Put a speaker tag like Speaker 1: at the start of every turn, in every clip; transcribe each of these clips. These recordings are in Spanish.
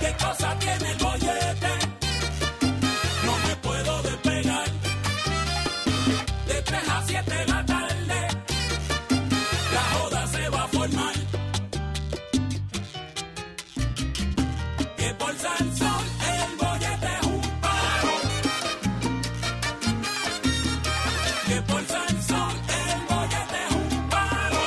Speaker 1: ¿Qué cosa tiene el bollete? No me puedo despegar. De 3 a 7 de la tarde, la joda se va a formar. Que por San Sol el bollete es un paro. Que por San Sol el bollete es un paro.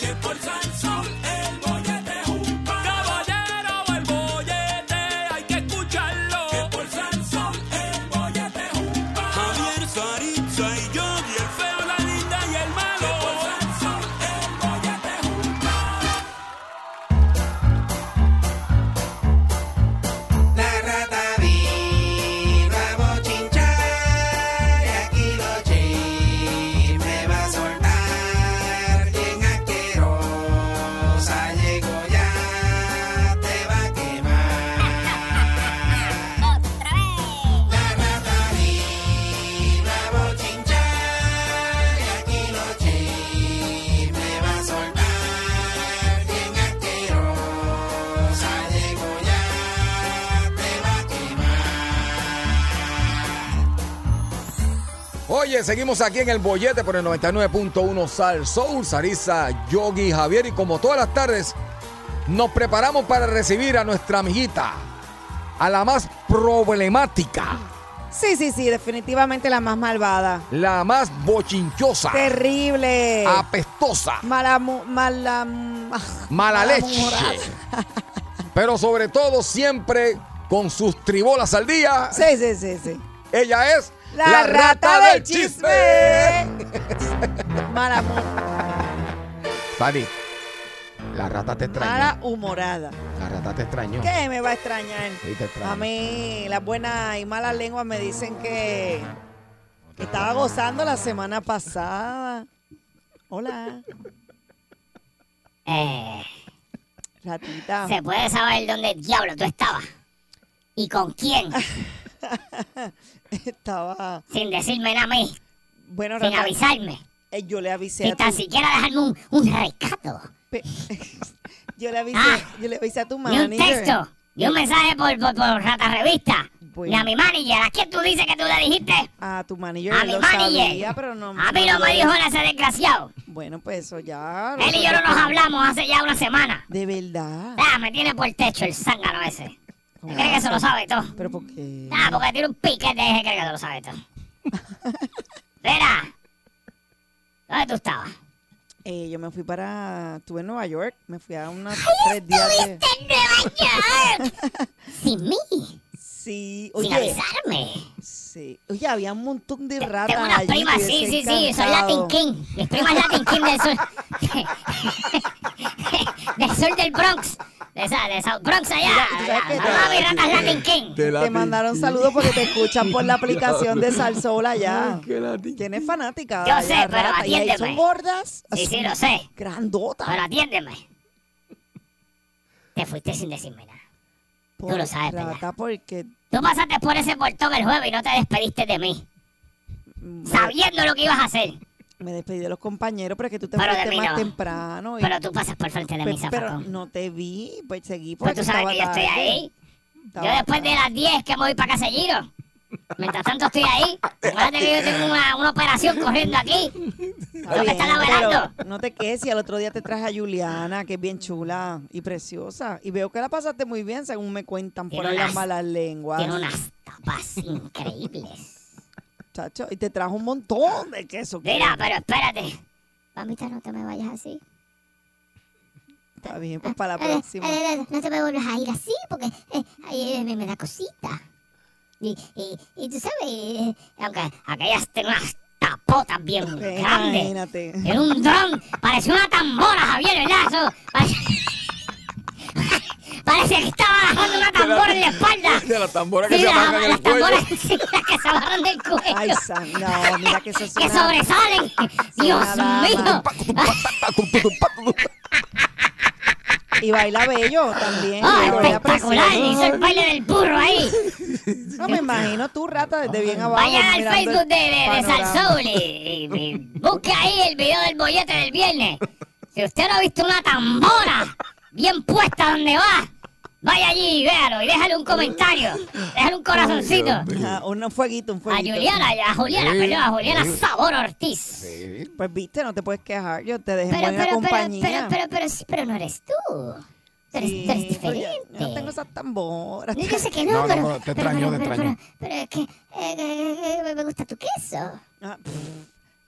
Speaker 1: Que por San Sol el bollete es un paro. Caballero, el bollete hay que escucharlo. Que por San Sol el bollete es un paro. Javier, Saritza y yo. Y el feo, la linda y el malo. Que por San Sol el bollete es un paro.
Speaker 2: La rata vino a bochinchar y aquí los chismes va a soltar. Bien asquerosa llegó ya, te va a quemar. La rata vino a bochinchar y aquí los chismes va a soltar. Bien asquerosa llegó ya, te va a quemar.
Speaker 3: Oye, seguimos aquí en el bollete por el 99.1 Sal Soul, Sarisa, Yogi, Javier y como todas las tardes nos preparamos para recibir a nuestra amiguita, a la más problemática,
Speaker 4: Sí, sí, sí, definitivamente la más malvada.
Speaker 3: la más bochinchosa,
Speaker 4: Terrible.
Speaker 3: apestosa,
Speaker 4: Mala, mu- mala, mm,
Speaker 3: Ah. mala leche,
Speaker 4: malhumorada.
Speaker 3: pero sobre todo siempre con sus tribolas al día,
Speaker 4: Sí, sí, sí, sí.
Speaker 3: ella es
Speaker 4: La, rata, del chisme. mala, mu-
Speaker 3: Sali, la rata te extrañó,
Speaker 4: mala humorada.
Speaker 3: la rata te extrañó.
Speaker 4: ¿Qué me va a extrañar?
Speaker 3: Sí, te extraño.
Speaker 4: A mí, las buenas y malas lenguas me dicen que, que estaba gozando la semana pasada. Hola.
Speaker 5: Eh,
Speaker 4: Ratita.
Speaker 5: ¿Se puede saber dónde diablo tú estabas? ¿Y con quién?
Speaker 4: Estaba.
Speaker 5: Sin decirme nada a mí,
Speaker 4: Bueno,
Speaker 5: sin
Speaker 4: Rata,
Speaker 5: avisarme,
Speaker 4: eh, yo le avisé
Speaker 5: sin
Speaker 4: a tu
Speaker 5: tan siquiera dejarme un, un recado,
Speaker 4: Pe- yo le avisé,
Speaker 5: Ah.
Speaker 4: yo le avisé a tu
Speaker 5: ni
Speaker 4: manager.
Speaker 5: un texto, ni un mensaje por, por, por Rata Revista,
Speaker 4: Bueno.
Speaker 5: ni a mi manager. ¿A quién tú dices que tú le dijiste?
Speaker 4: A tu manager.
Speaker 5: A
Speaker 4: él
Speaker 5: mi
Speaker 4: lo
Speaker 5: manager.
Speaker 4: sabía, pero no,
Speaker 5: a mí no me dijo nada ese desgraciado.
Speaker 4: Bueno, pues eso ya.
Speaker 5: Él y yo no nos hablamos hace ya una semana.
Speaker 4: De verdad.
Speaker 5: Ah, me tiene por el techo el zángano ese.
Speaker 4: ¿Cómo
Speaker 5: ¿Cree que
Speaker 4: vas
Speaker 5: se
Speaker 4: a-
Speaker 5: lo sabe todo?
Speaker 4: Pero ¿por qué?
Speaker 5: Ah, porque tiene un piquete de que no lo sabe todo. Mira, ¿dónde tú estabas?
Speaker 4: Eh, yo me fui para. Estuve en Nueva York. Me fui a unos tres días de.
Speaker 5: ¡En Nueva York! Sin mí, sin
Speaker 4: Sí. Oye,
Speaker 5: avisarme.
Speaker 4: sí. Oye, había un montón de ratas.
Speaker 5: Tengo unas
Speaker 4: allí,
Speaker 5: primas,
Speaker 4: hubiese
Speaker 5: sí, sí, sí, soy
Speaker 4: encantado.
Speaker 5: Latin King. Mis primas Latin King del sur. del sur del Bronx. De, esa, de South Bronx allá.
Speaker 4: Mira, ¿tú sabes qué?
Speaker 5: Todas mis ratas Latin King.
Speaker 4: Te mandaron saludos porque te escuchan por la aplicación de Salsola allá. Tienes fanática.
Speaker 5: Yo
Speaker 4: allá,
Speaker 5: sé, pero
Speaker 4: rata, y ahí
Speaker 5: atiéndeme.
Speaker 4: Son gordas.
Speaker 5: Sí, sí,
Speaker 4: así,
Speaker 5: lo sé.
Speaker 4: Grandotas.
Speaker 5: Pero atiéndeme. Te fuiste sin decirme nada.
Speaker 4: Por
Speaker 5: Tú lo sabes, ¿verdad?
Speaker 4: rata, porque
Speaker 5: Tú pasaste por ese portón el jueves y no te despediste de mí.
Speaker 4: mm,
Speaker 5: Sabiendo lo que ibas a hacer.
Speaker 4: me despedí de los compañeros, pero es que tú te
Speaker 5: Pero de
Speaker 4: fuiste
Speaker 5: mí
Speaker 4: más
Speaker 5: no.
Speaker 4: temprano. y-
Speaker 5: Pero tú pasas por frente de
Speaker 4: pe-
Speaker 5: mi
Speaker 4: pero
Speaker 5: zafacón.
Speaker 4: no te vi, pues seguí
Speaker 5: Pues
Speaker 4: porque
Speaker 5: tú sabes
Speaker 4: estaba
Speaker 5: que yo estoy
Speaker 4: tarde,
Speaker 5: ahí.
Speaker 4: estaba
Speaker 5: Yo después de
Speaker 4: tarde.
Speaker 5: las 10 que me voy para casa de Giro. Mientras tanto estoy ahí. Acuérdate que yo tengo una, una operación corriendo aquí.
Speaker 4: Está
Speaker 5: lo que
Speaker 4: bien,
Speaker 5: estaba
Speaker 4: pero
Speaker 5: velando.
Speaker 4: No te quedes y al otro día te traje a Juliana, que es bien chula y preciosa. Y veo que la pasaste muy bien, según me cuentan por
Speaker 5: Tiene
Speaker 4: ahí las
Speaker 5: unas-
Speaker 4: malas lenguas.
Speaker 5: Tiene unas tapas increíbles.
Speaker 4: chacho, y te trajo un montón de queso. que-
Speaker 5: Mira, pero espérate. Mamita, no te me vayas así.
Speaker 4: Está bien, pues
Speaker 3: Ah,
Speaker 4: para la próxima.
Speaker 5: Eh, eh, no te me vuelvas a ir así porque eh, ay, eh, me, me da cosita. Y, y, y tú sabes, eh, aunque aquellas tienen unas tapotas bien
Speaker 4: Ok,
Speaker 5: grandes.
Speaker 4: Imagínate.
Speaker 5: Era un dron, parecía una tambora, Javier, ¿verdad? Eso, parece, parece que estaba bajando una tambora en la espalda.
Speaker 3: De la tambora que
Speaker 5: Sí,
Speaker 3: se
Speaker 5: las-
Speaker 3: amarran en el
Speaker 5: las
Speaker 3: cuello.
Speaker 5: tamboras sí, las que se amarran del cuello,
Speaker 4: Ay, san, no, mira que eso es
Speaker 5: que
Speaker 4: una-
Speaker 5: sobresalen. Dios
Speaker 4: nada
Speaker 5: mío.
Speaker 4: Y baila bello también.
Speaker 5: Oh,
Speaker 4: baila
Speaker 5: espectacular. Ah,
Speaker 4: precioso.
Speaker 5: Hizo el baile del burro ahí.
Speaker 4: No me imagino tú, rata, desde bien abajo.
Speaker 5: Vayan al
Speaker 4: mirando el
Speaker 5: Facebook de, de, de
Speaker 4: panorama.
Speaker 5: Salsoul y, y- y busque ahí el video del bollete del viernes. Si usted no ha visto una tambora bien puesta donde va, vaya allí y véalo y déjale un comentario, déjale un corazoncito.
Speaker 4: Ajá, un fueguito, un
Speaker 5: A
Speaker 4: fueguito.
Speaker 5: Juliana, a Juliana,
Speaker 3: Sí,
Speaker 5: perdón, a Juliana
Speaker 3: sí.
Speaker 5: Sabor Ortiz.
Speaker 4: Pues viste, no te puedes quejar. Yo te dejé
Speaker 5: Pero,
Speaker 4: buena
Speaker 5: pero, pero,
Speaker 4: compañía.
Speaker 5: pero, pero, pero, sí, pero no eres tú. Tú eres, tú eres
Speaker 4: Sí, pero yo-
Speaker 5: diferente. ¿Eh?
Speaker 4: yo no tengo esas tamboras.
Speaker 5: No, yo sé que
Speaker 6: No,
Speaker 5: no,
Speaker 6: no,
Speaker 5: pero,
Speaker 6: pero te extraño, te
Speaker 5: pero-
Speaker 6: extraño.
Speaker 5: pero- pero es que eh, eh, eh, me gusta tu queso.
Speaker 4: Ah, pff,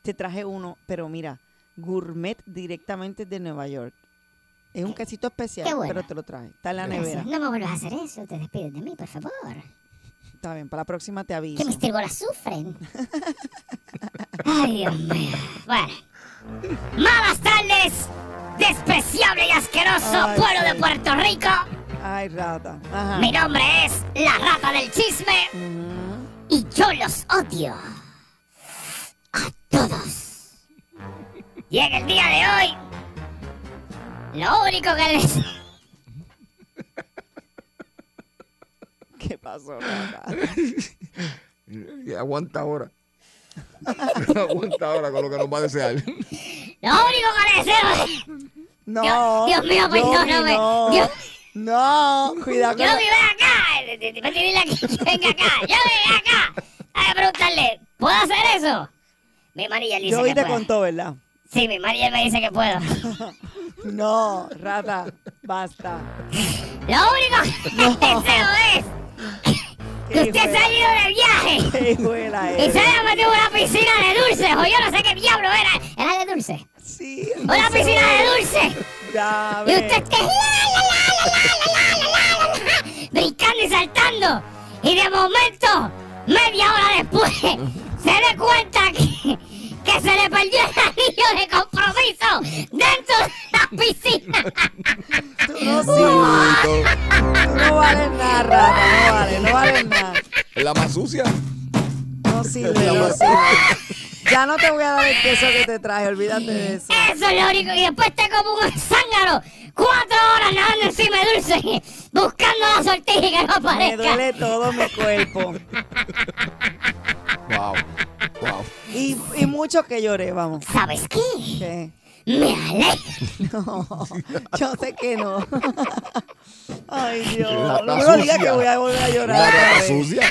Speaker 4: te traje uno, pero mira, gourmet directamente de Nueva York. Es un quesito especial,
Speaker 5: Qué bueno.
Speaker 4: pero te lo traje. Está en la nevera.
Speaker 5: Gracias. No me vuelvas a hacer eso, te despides de mí, por favor.
Speaker 4: Está bien, para la próxima te aviso.
Speaker 5: Que mis tribolas sufren. Ay, Dios mío. Bueno. Malas tardes, despreciable y asqueroso
Speaker 4: Ay,
Speaker 5: pueblo
Speaker 4: sí.
Speaker 5: de Puerto Rico.
Speaker 4: Ay, rata. Ajá.
Speaker 5: Mi nombre es la rata del chisme
Speaker 4: Ujú.
Speaker 5: y yo los odio. A todos. Y en el día de hoy, lo único que les...
Speaker 4: ¿Qué pasó, rata?
Speaker 3: Y aguanta ahora. aguanta ahora con lo que nos va a desear.
Speaker 5: Lo único que les deseo...
Speaker 4: No.
Speaker 5: Dios mío, pues,
Speaker 4: Yogi,
Speaker 5: perdóname.
Speaker 4: No.
Speaker 5: Dios-
Speaker 4: No, cuidado
Speaker 5: Yo
Speaker 4: con la-
Speaker 5: vivo acá. eh, eh, eh, dile a que venga acá. Yo vivo acá. Hay que preguntarle, ¿puedo hacer eso? Mi Mariel dice
Speaker 4: Yo hoy
Speaker 5: que
Speaker 4: te
Speaker 5: puedo.
Speaker 4: contó, ¿verdad?
Speaker 5: Sí, mi Mariel me dice que puedo.
Speaker 4: No, rata, basta.
Speaker 5: Lo único que deseo es que
Speaker 4: Qué
Speaker 5: usted se haya ido de viaje
Speaker 4: Qué buena
Speaker 5: y se
Speaker 4: eres.
Speaker 5: haya metido en una piscina de dulces. O yo no sé qué diablo era. Era de dulce.
Speaker 4: Sí.
Speaker 5: Una piscina de dulce.
Speaker 4: Ya,
Speaker 5: Y
Speaker 4: ve.
Speaker 5: usted esté la, la, la, la, la, la, la, la, la, la, brincando y saltando. Y de momento, media hora después, se dé cuenta que, que se le perdió el anillo de compromiso dentro de la piscina.
Speaker 4: Tú no sirves. Tú No vales nada, rata. No vale, no vale nada.
Speaker 3: La más sucia.
Speaker 4: No sirve, no sirve. Ya no te voy a dar el queso que te traje, olvídate de eso.
Speaker 5: Eso es lo único. Y después te como un zángano. Cuatro horas nadando encima de dulce, buscando la sortija y que no
Speaker 4: Me
Speaker 5: aparezca.
Speaker 4: duele todo mi cuerpo.
Speaker 3: Wow. Wow.
Speaker 4: Y, y mucho que lloré, vamos.
Speaker 5: ¿Sabes qué?
Speaker 4: que
Speaker 5: Me alegra.
Speaker 4: No, yo sé que no. Ay, Dios.
Speaker 3: Rata
Speaker 4: No me lo digas
Speaker 3: sucia.
Speaker 4: que voy a volver a
Speaker 3: Una
Speaker 4: llorar. otra
Speaker 3: rata
Speaker 4: vez.
Speaker 3: sucia.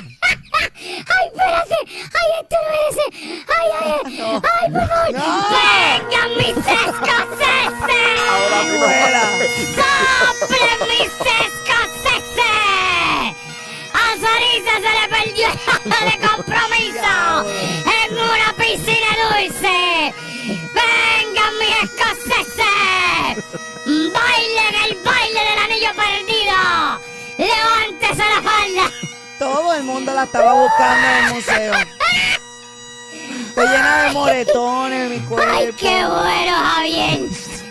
Speaker 5: ¡Ay, espérate! ¡Ay, esto no es ese! ¡Ay, ay, ay! ¡Ay, por favor! ¡Vengan mis escoceses!
Speaker 4: Fuera.
Speaker 5: ¡Soplen mis escoceses! A Sarisa se le perdió el año de compromiso en una piscina dulce. ¡Vengan mis escoceses! ¡Bailen el baile del anillo perdido! ¡Levántese la falda!
Speaker 4: Todo el mundo la estaba buscando en el museo. Te llena de moretones mi cuerpo.
Speaker 5: ¡Ay, qué bueno, Javier!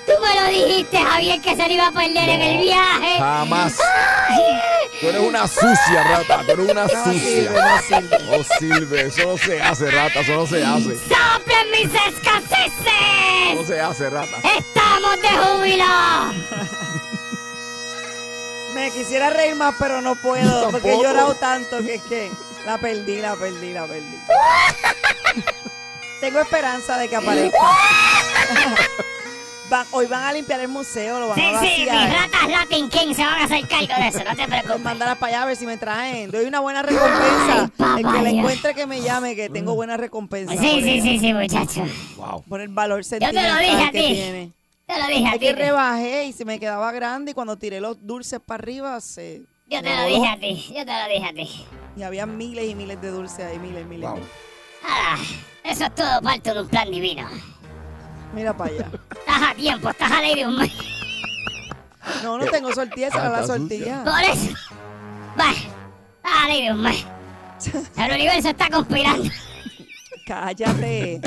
Speaker 5: Tú me lo dijiste, Javier, que se lo iba a perder en el viaje.
Speaker 3: Jamás. Tú eres una sucia, rata. Tú eres una sucia. No sirve. Eso no se hace, rata. Eso no se hace.
Speaker 5: ¡Soplen mis
Speaker 3: No
Speaker 5: escaseces!
Speaker 3: se hace, rata.
Speaker 5: ¡Estamos de júbilo!
Speaker 4: Me quisiera reír más, pero no puedo. Porque he
Speaker 3: Tampoco.
Speaker 4: llorado tanto que es que la perdí, la perdí, la perdí. Tengo esperanza de que aparezca. Van- hoy van a limpiar el museo, lo van
Speaker 5: Sí,
Speaker 4: a
Speaker 5: sí, mis
Speaker 4: vaciar.
Speaker 5: ratas Latin King se van a hacer cargo de eso, no te
Speaker 4: Los
Speaker 5: preocupes.
Speaker 4: mandarás para allá a ver si me traen. Doy una buena recompensa.
Speaker 5: Ay,
Speaker 4: el que la
Speaker 5: papaya.
Speaker 4: encuentre que me llame, que tengo buena recompensa.
Speaker 5: Sí,
Speaker 4: por
Speaker 5: sí,
Speaker 4: ella,
Speaker 5: sí, sí, muchacho.
Speaker 3: Wow.
Speaker 4: Por el valor
Speaker 5: lo
Speaker 4: sentimental
Speaker 5: dije a
Speaker 4: que
Speaker 5: ti.
Speaker 4: tiene.
Speaker 5: Te lo dije a
Speaker 4: Es que
Speaker 5: ti.
Speaker 4: rebajé y se me quedaba grande y cuando tiré los dulces para arriba se...
Speaker 5: Yo te
Speaker 4: me
Speaker 5: lo
Speaker 4: voló.
Speaker 5: dije a ti, yo te lo dije a ti.
Speaker 4: Y había miles y miles de dulces ahí, miles y miles.
Speaker 3: Wow.
Speaker 5: Ah, eso es todo parte de un plan divino.
Speaker 4: Mira para allá.
Speaker 5: Estás a tiempo, estás a ley de un mes.
Speaker 4: No, no tengo sortilla, esa era la
Speaker 3: Está sucia.
Speaker 4: sortilla.
Speaker 5: Por eso. Va. Dale, Dios mío. El universo está conspirando.
Speaker 4: Cállate.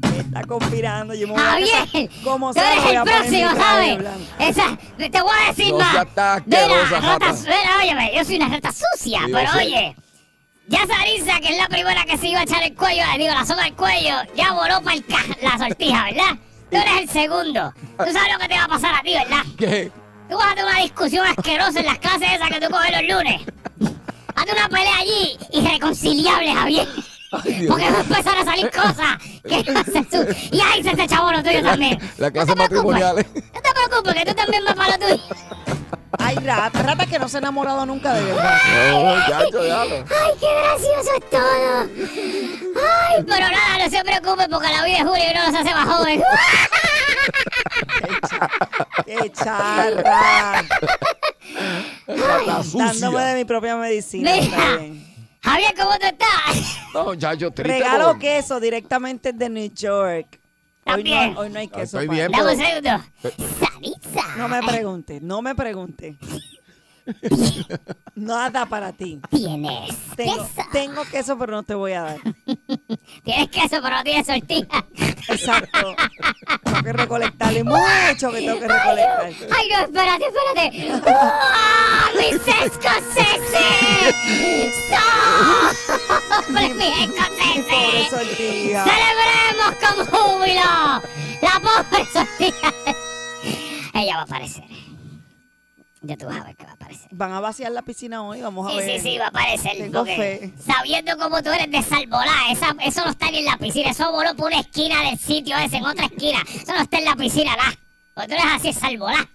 Speaker 4: Me está conspirando. Yo me voy a
Speaker 5: Javier.
Speaker 4: casar. ¿Cómo
Speaker 5: Ah, tú
Speaker 4: se
Speaker 5: eres
Speaker 4: voy a
Speaker 5: el
Speaker 4: poner mi
Speaker 5: próximo,
Speaker 4: cara de
Speaker 5: ¿sabes?
Speaker 4: blanco.
Speaker 5: Esa, te voy a decir
Speaker 3: No
Speaker 5: más.
Speaker 3: seas tan asquerosa,
Speaker 5: Mira,
Speaker 3: Jata.
Speaker 5: rata, mira, óyeme, yo soy una rata sucia,
Speaker 3: Sí, yo
Speaker 5: pero
Speaker 3: sé.
Speaker 5: oye. Ya Sarisa, que es la primera que se iba a echar el cuello, digo, la soga al cuello, ya voló para la sortija, ¿verdad? Tú eres el segundo. Tú sabes lo que te va a pasar a ti, ¿verdad?
Speaker 3: ¿Qué?
Speaker 5: Tú vas a tener una discusión asquerosa en las clases esas que tú coges los lunes. Hazte una pelea allí irreconciliable, Javier. Porque va a empezar a salir cosas que no haces tú. Y ahí se te chabón lo tuyo también.
Speaker 3: la
Speaker 5: No
Speaker 3: clase
Speaker 5: te preocupes.
Speaker 3: matrimonial, ¿eh?
Speaker 5: No te preocupes, que tú también vas para lo tuyo.
Speaker 4: Ay, rata, rata que no se ha enamorado nunca de verdad.
Speaker 3: No, chacho, déjalo.
Speaker 5: ¡Ay, qué gracioso es todo! ¡Ay, pero nada, no se preocupe porque la vida de Julio no nos hace más joven!
Speaker 4: ¡Qué charra!
Speaker 3: Rata
Speaker 4: Dándome de
Speaker 3: sucia.
Speaker 4: mi propia medicina.
Speaker 5: Mira.
Speaker 4: está bien.
Speaker 5: Javier, ¿cómo tú estás?
Speaker 3: No, chacho, triste.
Speaker 4: Regalo
Speaker 3: por-
Speaker 4: queso directamente de New York. Hoy
Speaker 5: También.
Speaker 4: no, hoy no hay queso.
Speaker 3: Ah, Estoy
Speaker 4: pa-
Speaker 3: bien.
Speaker 5: Dame un segundo. Sarisa.
Speaker 4: No me pregunte, no me pregunte. Nada para ti.
Speaker 5: Tienes
Speaker 4: Tengo,
Speaker 5: queso.
Speaker 4: tengo queso, pero no te voy a dar.
Speaker 5: Tienes queso, pero no tienes tortilla.
Speaker 4: Exacto. Tengo que recolectarle mucho que tengo que recolectar.
Speaker 5: Ay, no, espérate, espérate. ¡Ah, mis escoceses! ¡Sobre mis
Speaker 4: Pobre
Speaker 5: escoceses!
Speaker 4: sortija.
Speaker 5: ¡Celebremos con júbilo! ¡La pobre Sofía! Ella va a aparecer. Ya tú vas a ver que va a aparecer.
Speaker 4: Van a vaciar la piscina hoy, vamos a
Speaker 5: Sí, sí,
Speaker 4: ver.
Speaker 5: sí, va a aparecer.
Speaker 4: Ah, Tengo
Speaker 5: porque
Speaker 4: fe.
Speaker 5: Sabiendo cómo tú eres de Salvolá, esa, eso no está ni en la piscina. Eso voló por una esquina del sitio ese, en otra esquina. Eso no está en la piscina, nada. Porque tú eres así, es Salvolá.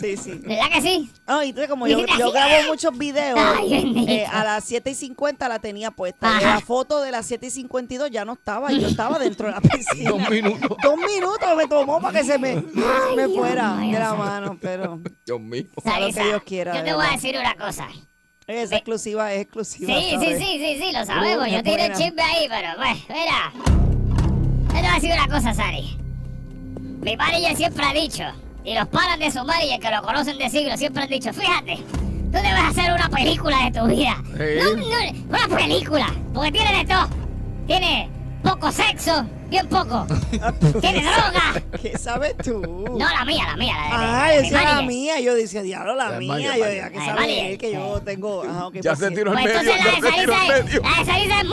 Speaker 4: Sí, sí.
Speaker 5: ¿Verdad que sí?
Speaker 4: Ay, Ah, entonces como yo, yo grabo muchos videos,
Speaker 5: Ay, bendito.
Speaker 4: eh, a las 7 y 50 la tenía puesta.
Speaker 5: Ajá.
Speaker 4: La foto de las 7 y 52 ya no estaba, yo estaba dentro de la piscina.
Speaker 3: Dos minutos.
Speaker 4: Dos minutos me tomó para que se me, se me
Speaker 5: Dios
Speaker 4: fuera
Speaker 5: mío,
Speaker 4: de la
Speaker 5: santo.
Speaker 4: mano, pero
Speaker 3: Dios mío.
Speaker 4: sea, lo que
Speaker 5: Sarisa,
Speaker 4: Dios quiera,
Speaker 5: Yo
Speaker 4: de
Speaker 5: te voy a
Speaker 4: verdad.
Speaker 5: decir una cosa.
Speaker 4: es
Speaker 5: Ve-
Speaker 4: exclusiva, es exclusiva.
Speaker 5: Sí, sí,
Speaker 4: ¿sabes?
Speaker 5: sí, sí, sí, lo sabemos.
Speaker 4: Uy,
Speaker 5: Yo
Speaker 4: es
Speaker 5: tiré el
Speaker 4: buena.
Speaker 5: chisme ahí, pero bueno, mira. Yo te voy a decir una cosa, Sari. Mi manager siempre ha dicho, y los panas de su manager que lo conocen de siglo siempre han dicho, fíjate, tú debes hacer una película de tu vida.
Speaker 3: Sí.
Speaker 5: No, no, una película, porque tiene de todo. Tiene poco sexo, bien poco. tiene droga.
Speaker 4: ¿Qué sabes tú?
Speaker 5: No, la mía, la mía, la de,
Speaker 4: Ah,
Speaker 5: de mi
Speaker 4: esa era la
Speaker 5: manager.
Speaker 4: mía. Yo decía, diablo, la
Speaker 3: La
Speaker 4: mía.
Speaker 3: Maya,
Speaker 4: yo
Speaker 3: Maya.
Speaker 4: decía, ¿qué
Speaker 5: La de
Speaker 4: sabe
Speaker 5: Maya.
Speaker 4: él que yo tengo? Ajá, ok,
Speaker 3: Ya
Speaker 4: pues
Speaker 3: se
Speaker 4: sí.
Speaker 3: tiró al
Speaker 5: Pues
Speaker 3: medio,
Speaker 5: entonces la
Speaker 3: ya
Speaker 5: de
Speaker 3: se tiró al
Speaker 5: Sarisa es,
Speaker 3: medio.
Speaker 5: la de Sarisa es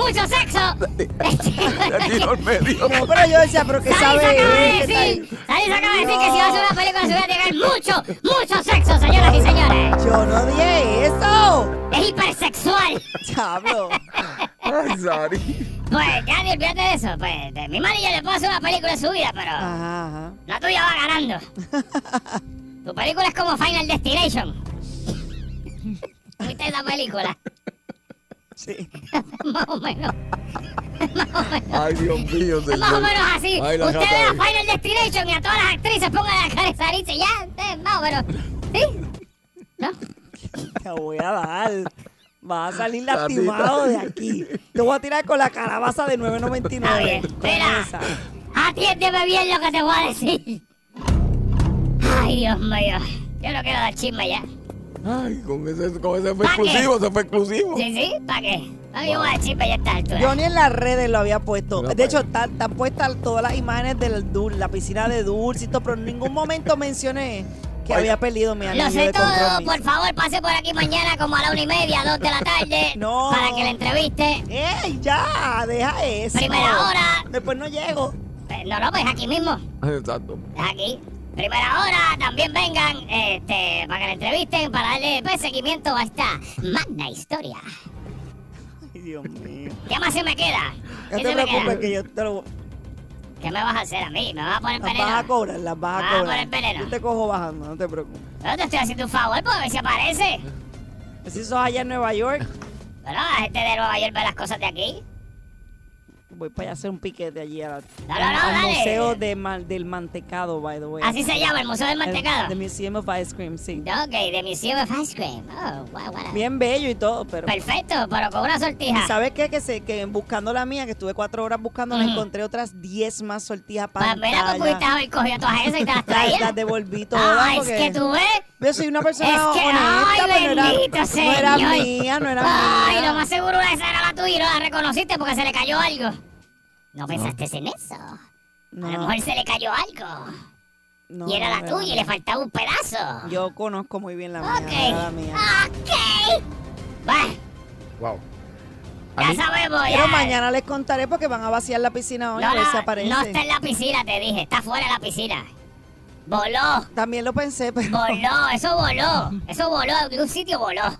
Speaker 5: mucho sexo.
Speaker 3: Se tiró al medio.
Speaker 4: No, pero yo decía, ¿pero qué
Speaker 5: Sarisa
Speaker 4: sabe
Speaker 5: acaba
Speaker 4: él?
Speaker 5: de
Speaker 4: ¿Qué tal?
Speaker 5: decir, Sarisa acaba de decir que si va a hacer una película se va a llegar mucho, mucho sexo, señoras y señores.
Speaker 4: Yo no dije eso.
Speaker 5: Es hipersexual.
Speaker 4: Diablo.
Speaker 3: Ay, Sari.
Speaker 5: Pues ya ni olvídate de eso. Pues de mi marido le puedo hacer una película en su vida, pero
Speaker 4: Ajá, ajá.
Speaker 5: la tuya va ganando. Tu película es como Final Destination. ¿Viste esa película?
Speaker 4: Sí.
Speaker 5: Más o menos.
Speaker 3: Ay, Dios mío,
Speaker 5: Es más o
Speaker 3: señor.
Speaker 5: menos así.
Speaker 3: Ay, la
Speaker 5: Usted
Speaker 3: gata
Speaker 5: ve a
Speaker 3: ahí.
Speaker 5: Final Destination y a todas las actrices pongan la cara de Sarisa y ya, ustedes más o menos. ¿Sí? ¿No?
Speaker 4: Te voy a dar. Vas a salir lastimado de aquí. Te voy a tirar con la calabaza de
Speaker 5: Está bien.
Speaker 4: 9.99. Con
Speaker 5: Mira,
Speaker 4: esa.
Speaker 5: atiéndeme bien lo que te voy a decir. Ay, Dios mío. Yo no quiero dar chisme ya.
Speaker 3: Ay, con ese, con ese fue
Speaker 5: ¿Pa' qué?
Speaker 3: exclusivo, ese fue exclusivo.
Speaker 5: ¿Sí, sí? ¿Para qué? A mí me voy a dar chisme ya a esta altura.
Speaker 4: Yo ni en las redes lo había puesto.
Speaker 3: No,
Speaker 4: De
Speaker 3: pues.
Speaker 4: hecho, están están puestas todas las imágenes de la piscina de Dulcito, pero en ningún momento mencioné que
Speaker 3: Ay.
Speaker 4: había perdido mi anillo
Speaker 5: Lo sé
Speaker 4: de
Speaker 5: todo.
Speaker 4: compromiso.
Speaker 5: Por favor, pase por aquí mañana como a la una y media, dos de la tarde.
Speaker 4: No.
Speaker 5: Para que la entreviste.
Speaker 4: ¡Ey, ya! Deja eso.
Speaker 5: Primera hora.
Speaker 4: Después no llego.
Speaker 5: Eh, No, no, pues aquí mismo.
Speaker 3: Exacto.
Speaker 5: Es aquí. Primera hora, también vengan este, para que la entrevisten, para darle pues, seguimiento a esta magna historia.
Speaker 4: Ay, Dios mío.
Speaker 5: ¿Qué más se me queda?
Speaker 4: No
Speaker 5: ¿Qué
Speaker 4: te
Speaker 5: se me queda?
Speaker 4: preocupes que yo te lo...
Speaker 5: ¿Qué me vas a hacer a mí? ¿Me vas a poner
Speaker 4: Las vas a
Speaker 5: veneno?
Speaker 4: cobrar, las vas a
Speaker 5: Vas a
Speaker 4: cobrar.
Speaker 5: poner veneno.
Speaker 4: Yo te cojo bajando, no te preocupes.
Speaker 5: Yo te estoy haciendo un favor para ver si aparece.
Speaker 4: Si sos allá en Nueva York,
Speaker 5: Pero la gente de Nueva York ve las cosas de aquí.
Speaker 4: voy para allá a hacer un piquete allí a-
Speaker 5: no,
Speaker 4: al
Speaker 5: dale.
Speaker 4: Museo de Mal- del Mantecado, by the way.
Speaker 5: Así se llama, el Museo del
Speaker 4: El-
Speaker 5: Mantecado.
Speaker 4: The Museum of Ice Cream, sí.
Speaker 5: Ok, de Museum of Ice Cream. Oh, wow, wow.
Speaker 4: Bien bello y todo, pero...
Speaker 5: Perfecto, pero con una
Speaker 4: ¿Y
Speaker 5: sortija.
Speaker 4: ¿Sabes qué? Que, se, que buscando la mía, que estuve cuatro horas buscando,
Speaker 5: Ujú.
Speaker 4: encontré otras diez más sortijas
Speaker 5: Pues
Speaker 4: para
Speaker 5: mira, tú pudiste haber cogido todas esas y te las
Speaker 4: Las,
Speaker 5: traías.
Speaker 4: las devolví todas.
Speaker 5: Ah, es
Speaker 4: porque-
Speaker 5: que tú ves.
Speaker 4: Yo soy una persona
Speaker 5: Es que-
Speaker 4: honesta,
Speaker 5: ay,
Speaker 4: pero no era-
Speaker 5: bendito
Speaker 4: no era
Speaker 5: señor.
Speaker 4: mía, no era
Speaker 5: Ay,
Speaker 4: mía.
Speaker 5: lo más seguro esa era la tuya y no la reconociste porque se le cayó algo. ¿No pensaste en eso?
Speaker 4: No,
Speaker 5: A lo mejor se le cayó algo.
Speaker 4: no,
Speaker 5: y era la
Speaker 4: no
Speaker 5: tuya y le faltaba un pedazo.
Speaker 4: Yo conozco muy bien la mía,
Speaker 5: Ok.
Speaker 4: no era la mía.
Speaker 5: Ok. Bueno,
Speaker 3: Wow. A
Speaker 5: ya
Speaker 3: mí-
Speaker 5: sabemos.
Speaker 4: Pero
Speaker 5: ya.
Speaker 4: mañana les contaré porque van a vaciar la piscina hoy,
Speaker 5: No,
Speaker 4: a ver si
Speaker 5: no,
Speaker 4: aparece.
Speaker 5: no está en la piscina, te dije. Está fuera de la piscina. Voló,
Speaker 4: También lo pensé, pero
Speaker 5: voló, eso voló. Eso voló, en algún sitio voló. Eso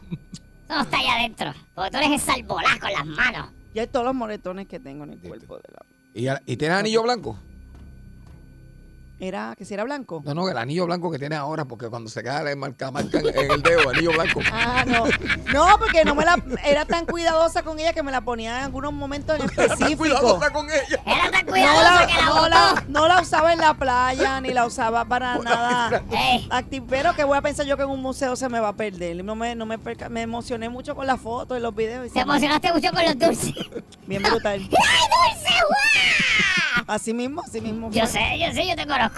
Speaker 5: Todo está allá adentro. Porque tú eres el salvolás con las manos.
Speaker 4: Ya hay todos los moretones que tengo en el cuerpo de la.
Speaker 3: ¿Y, a- y tienes anillo blanco?
Speaker 4: Era que si era blanco.
Speaker 3: No, no, el anillo blanco que tienes ahora, porque cuando se cae le marca, marca en- en el dedo, anillo blanco.
Speaker 4: Ah, no. No, porque no me la era tan cuidadosa con ella que me la ponía en algunos momentos en
Speaker 3: Está
Speaker 4: específico.
Speaker 3: cuidadosa con ella.
Speaker 5: Era tan
Speaker 4: No
Speaker 5: cuidadosa
Speaker 4: la,
Speaker 5: que la
Speaker 4: no
Speaker 5: botó.
Speaker 4: la- no la usaba en la playa, ni la usaba para nada.
Speaker 5: Ey,
Speaker 4: Acti- Pero que voy a pensar yo que en un museo se me va a perder. No me, no me, perca- me emocioné mucho con las fotos y los videos. y
Speaker 5: te
Speaker 4: se-
Speaker 5: emocionaste mucho con los dulces.
Speaker 4: Bien brutal.
Speaker 5: ¡Ay, dulce, guau!
Speaker 4: Así mismo, así mismo.
Speaker 5: Yo
Speaker 4: fue.
Speaker 5: sé, yo sé, yo te conozco.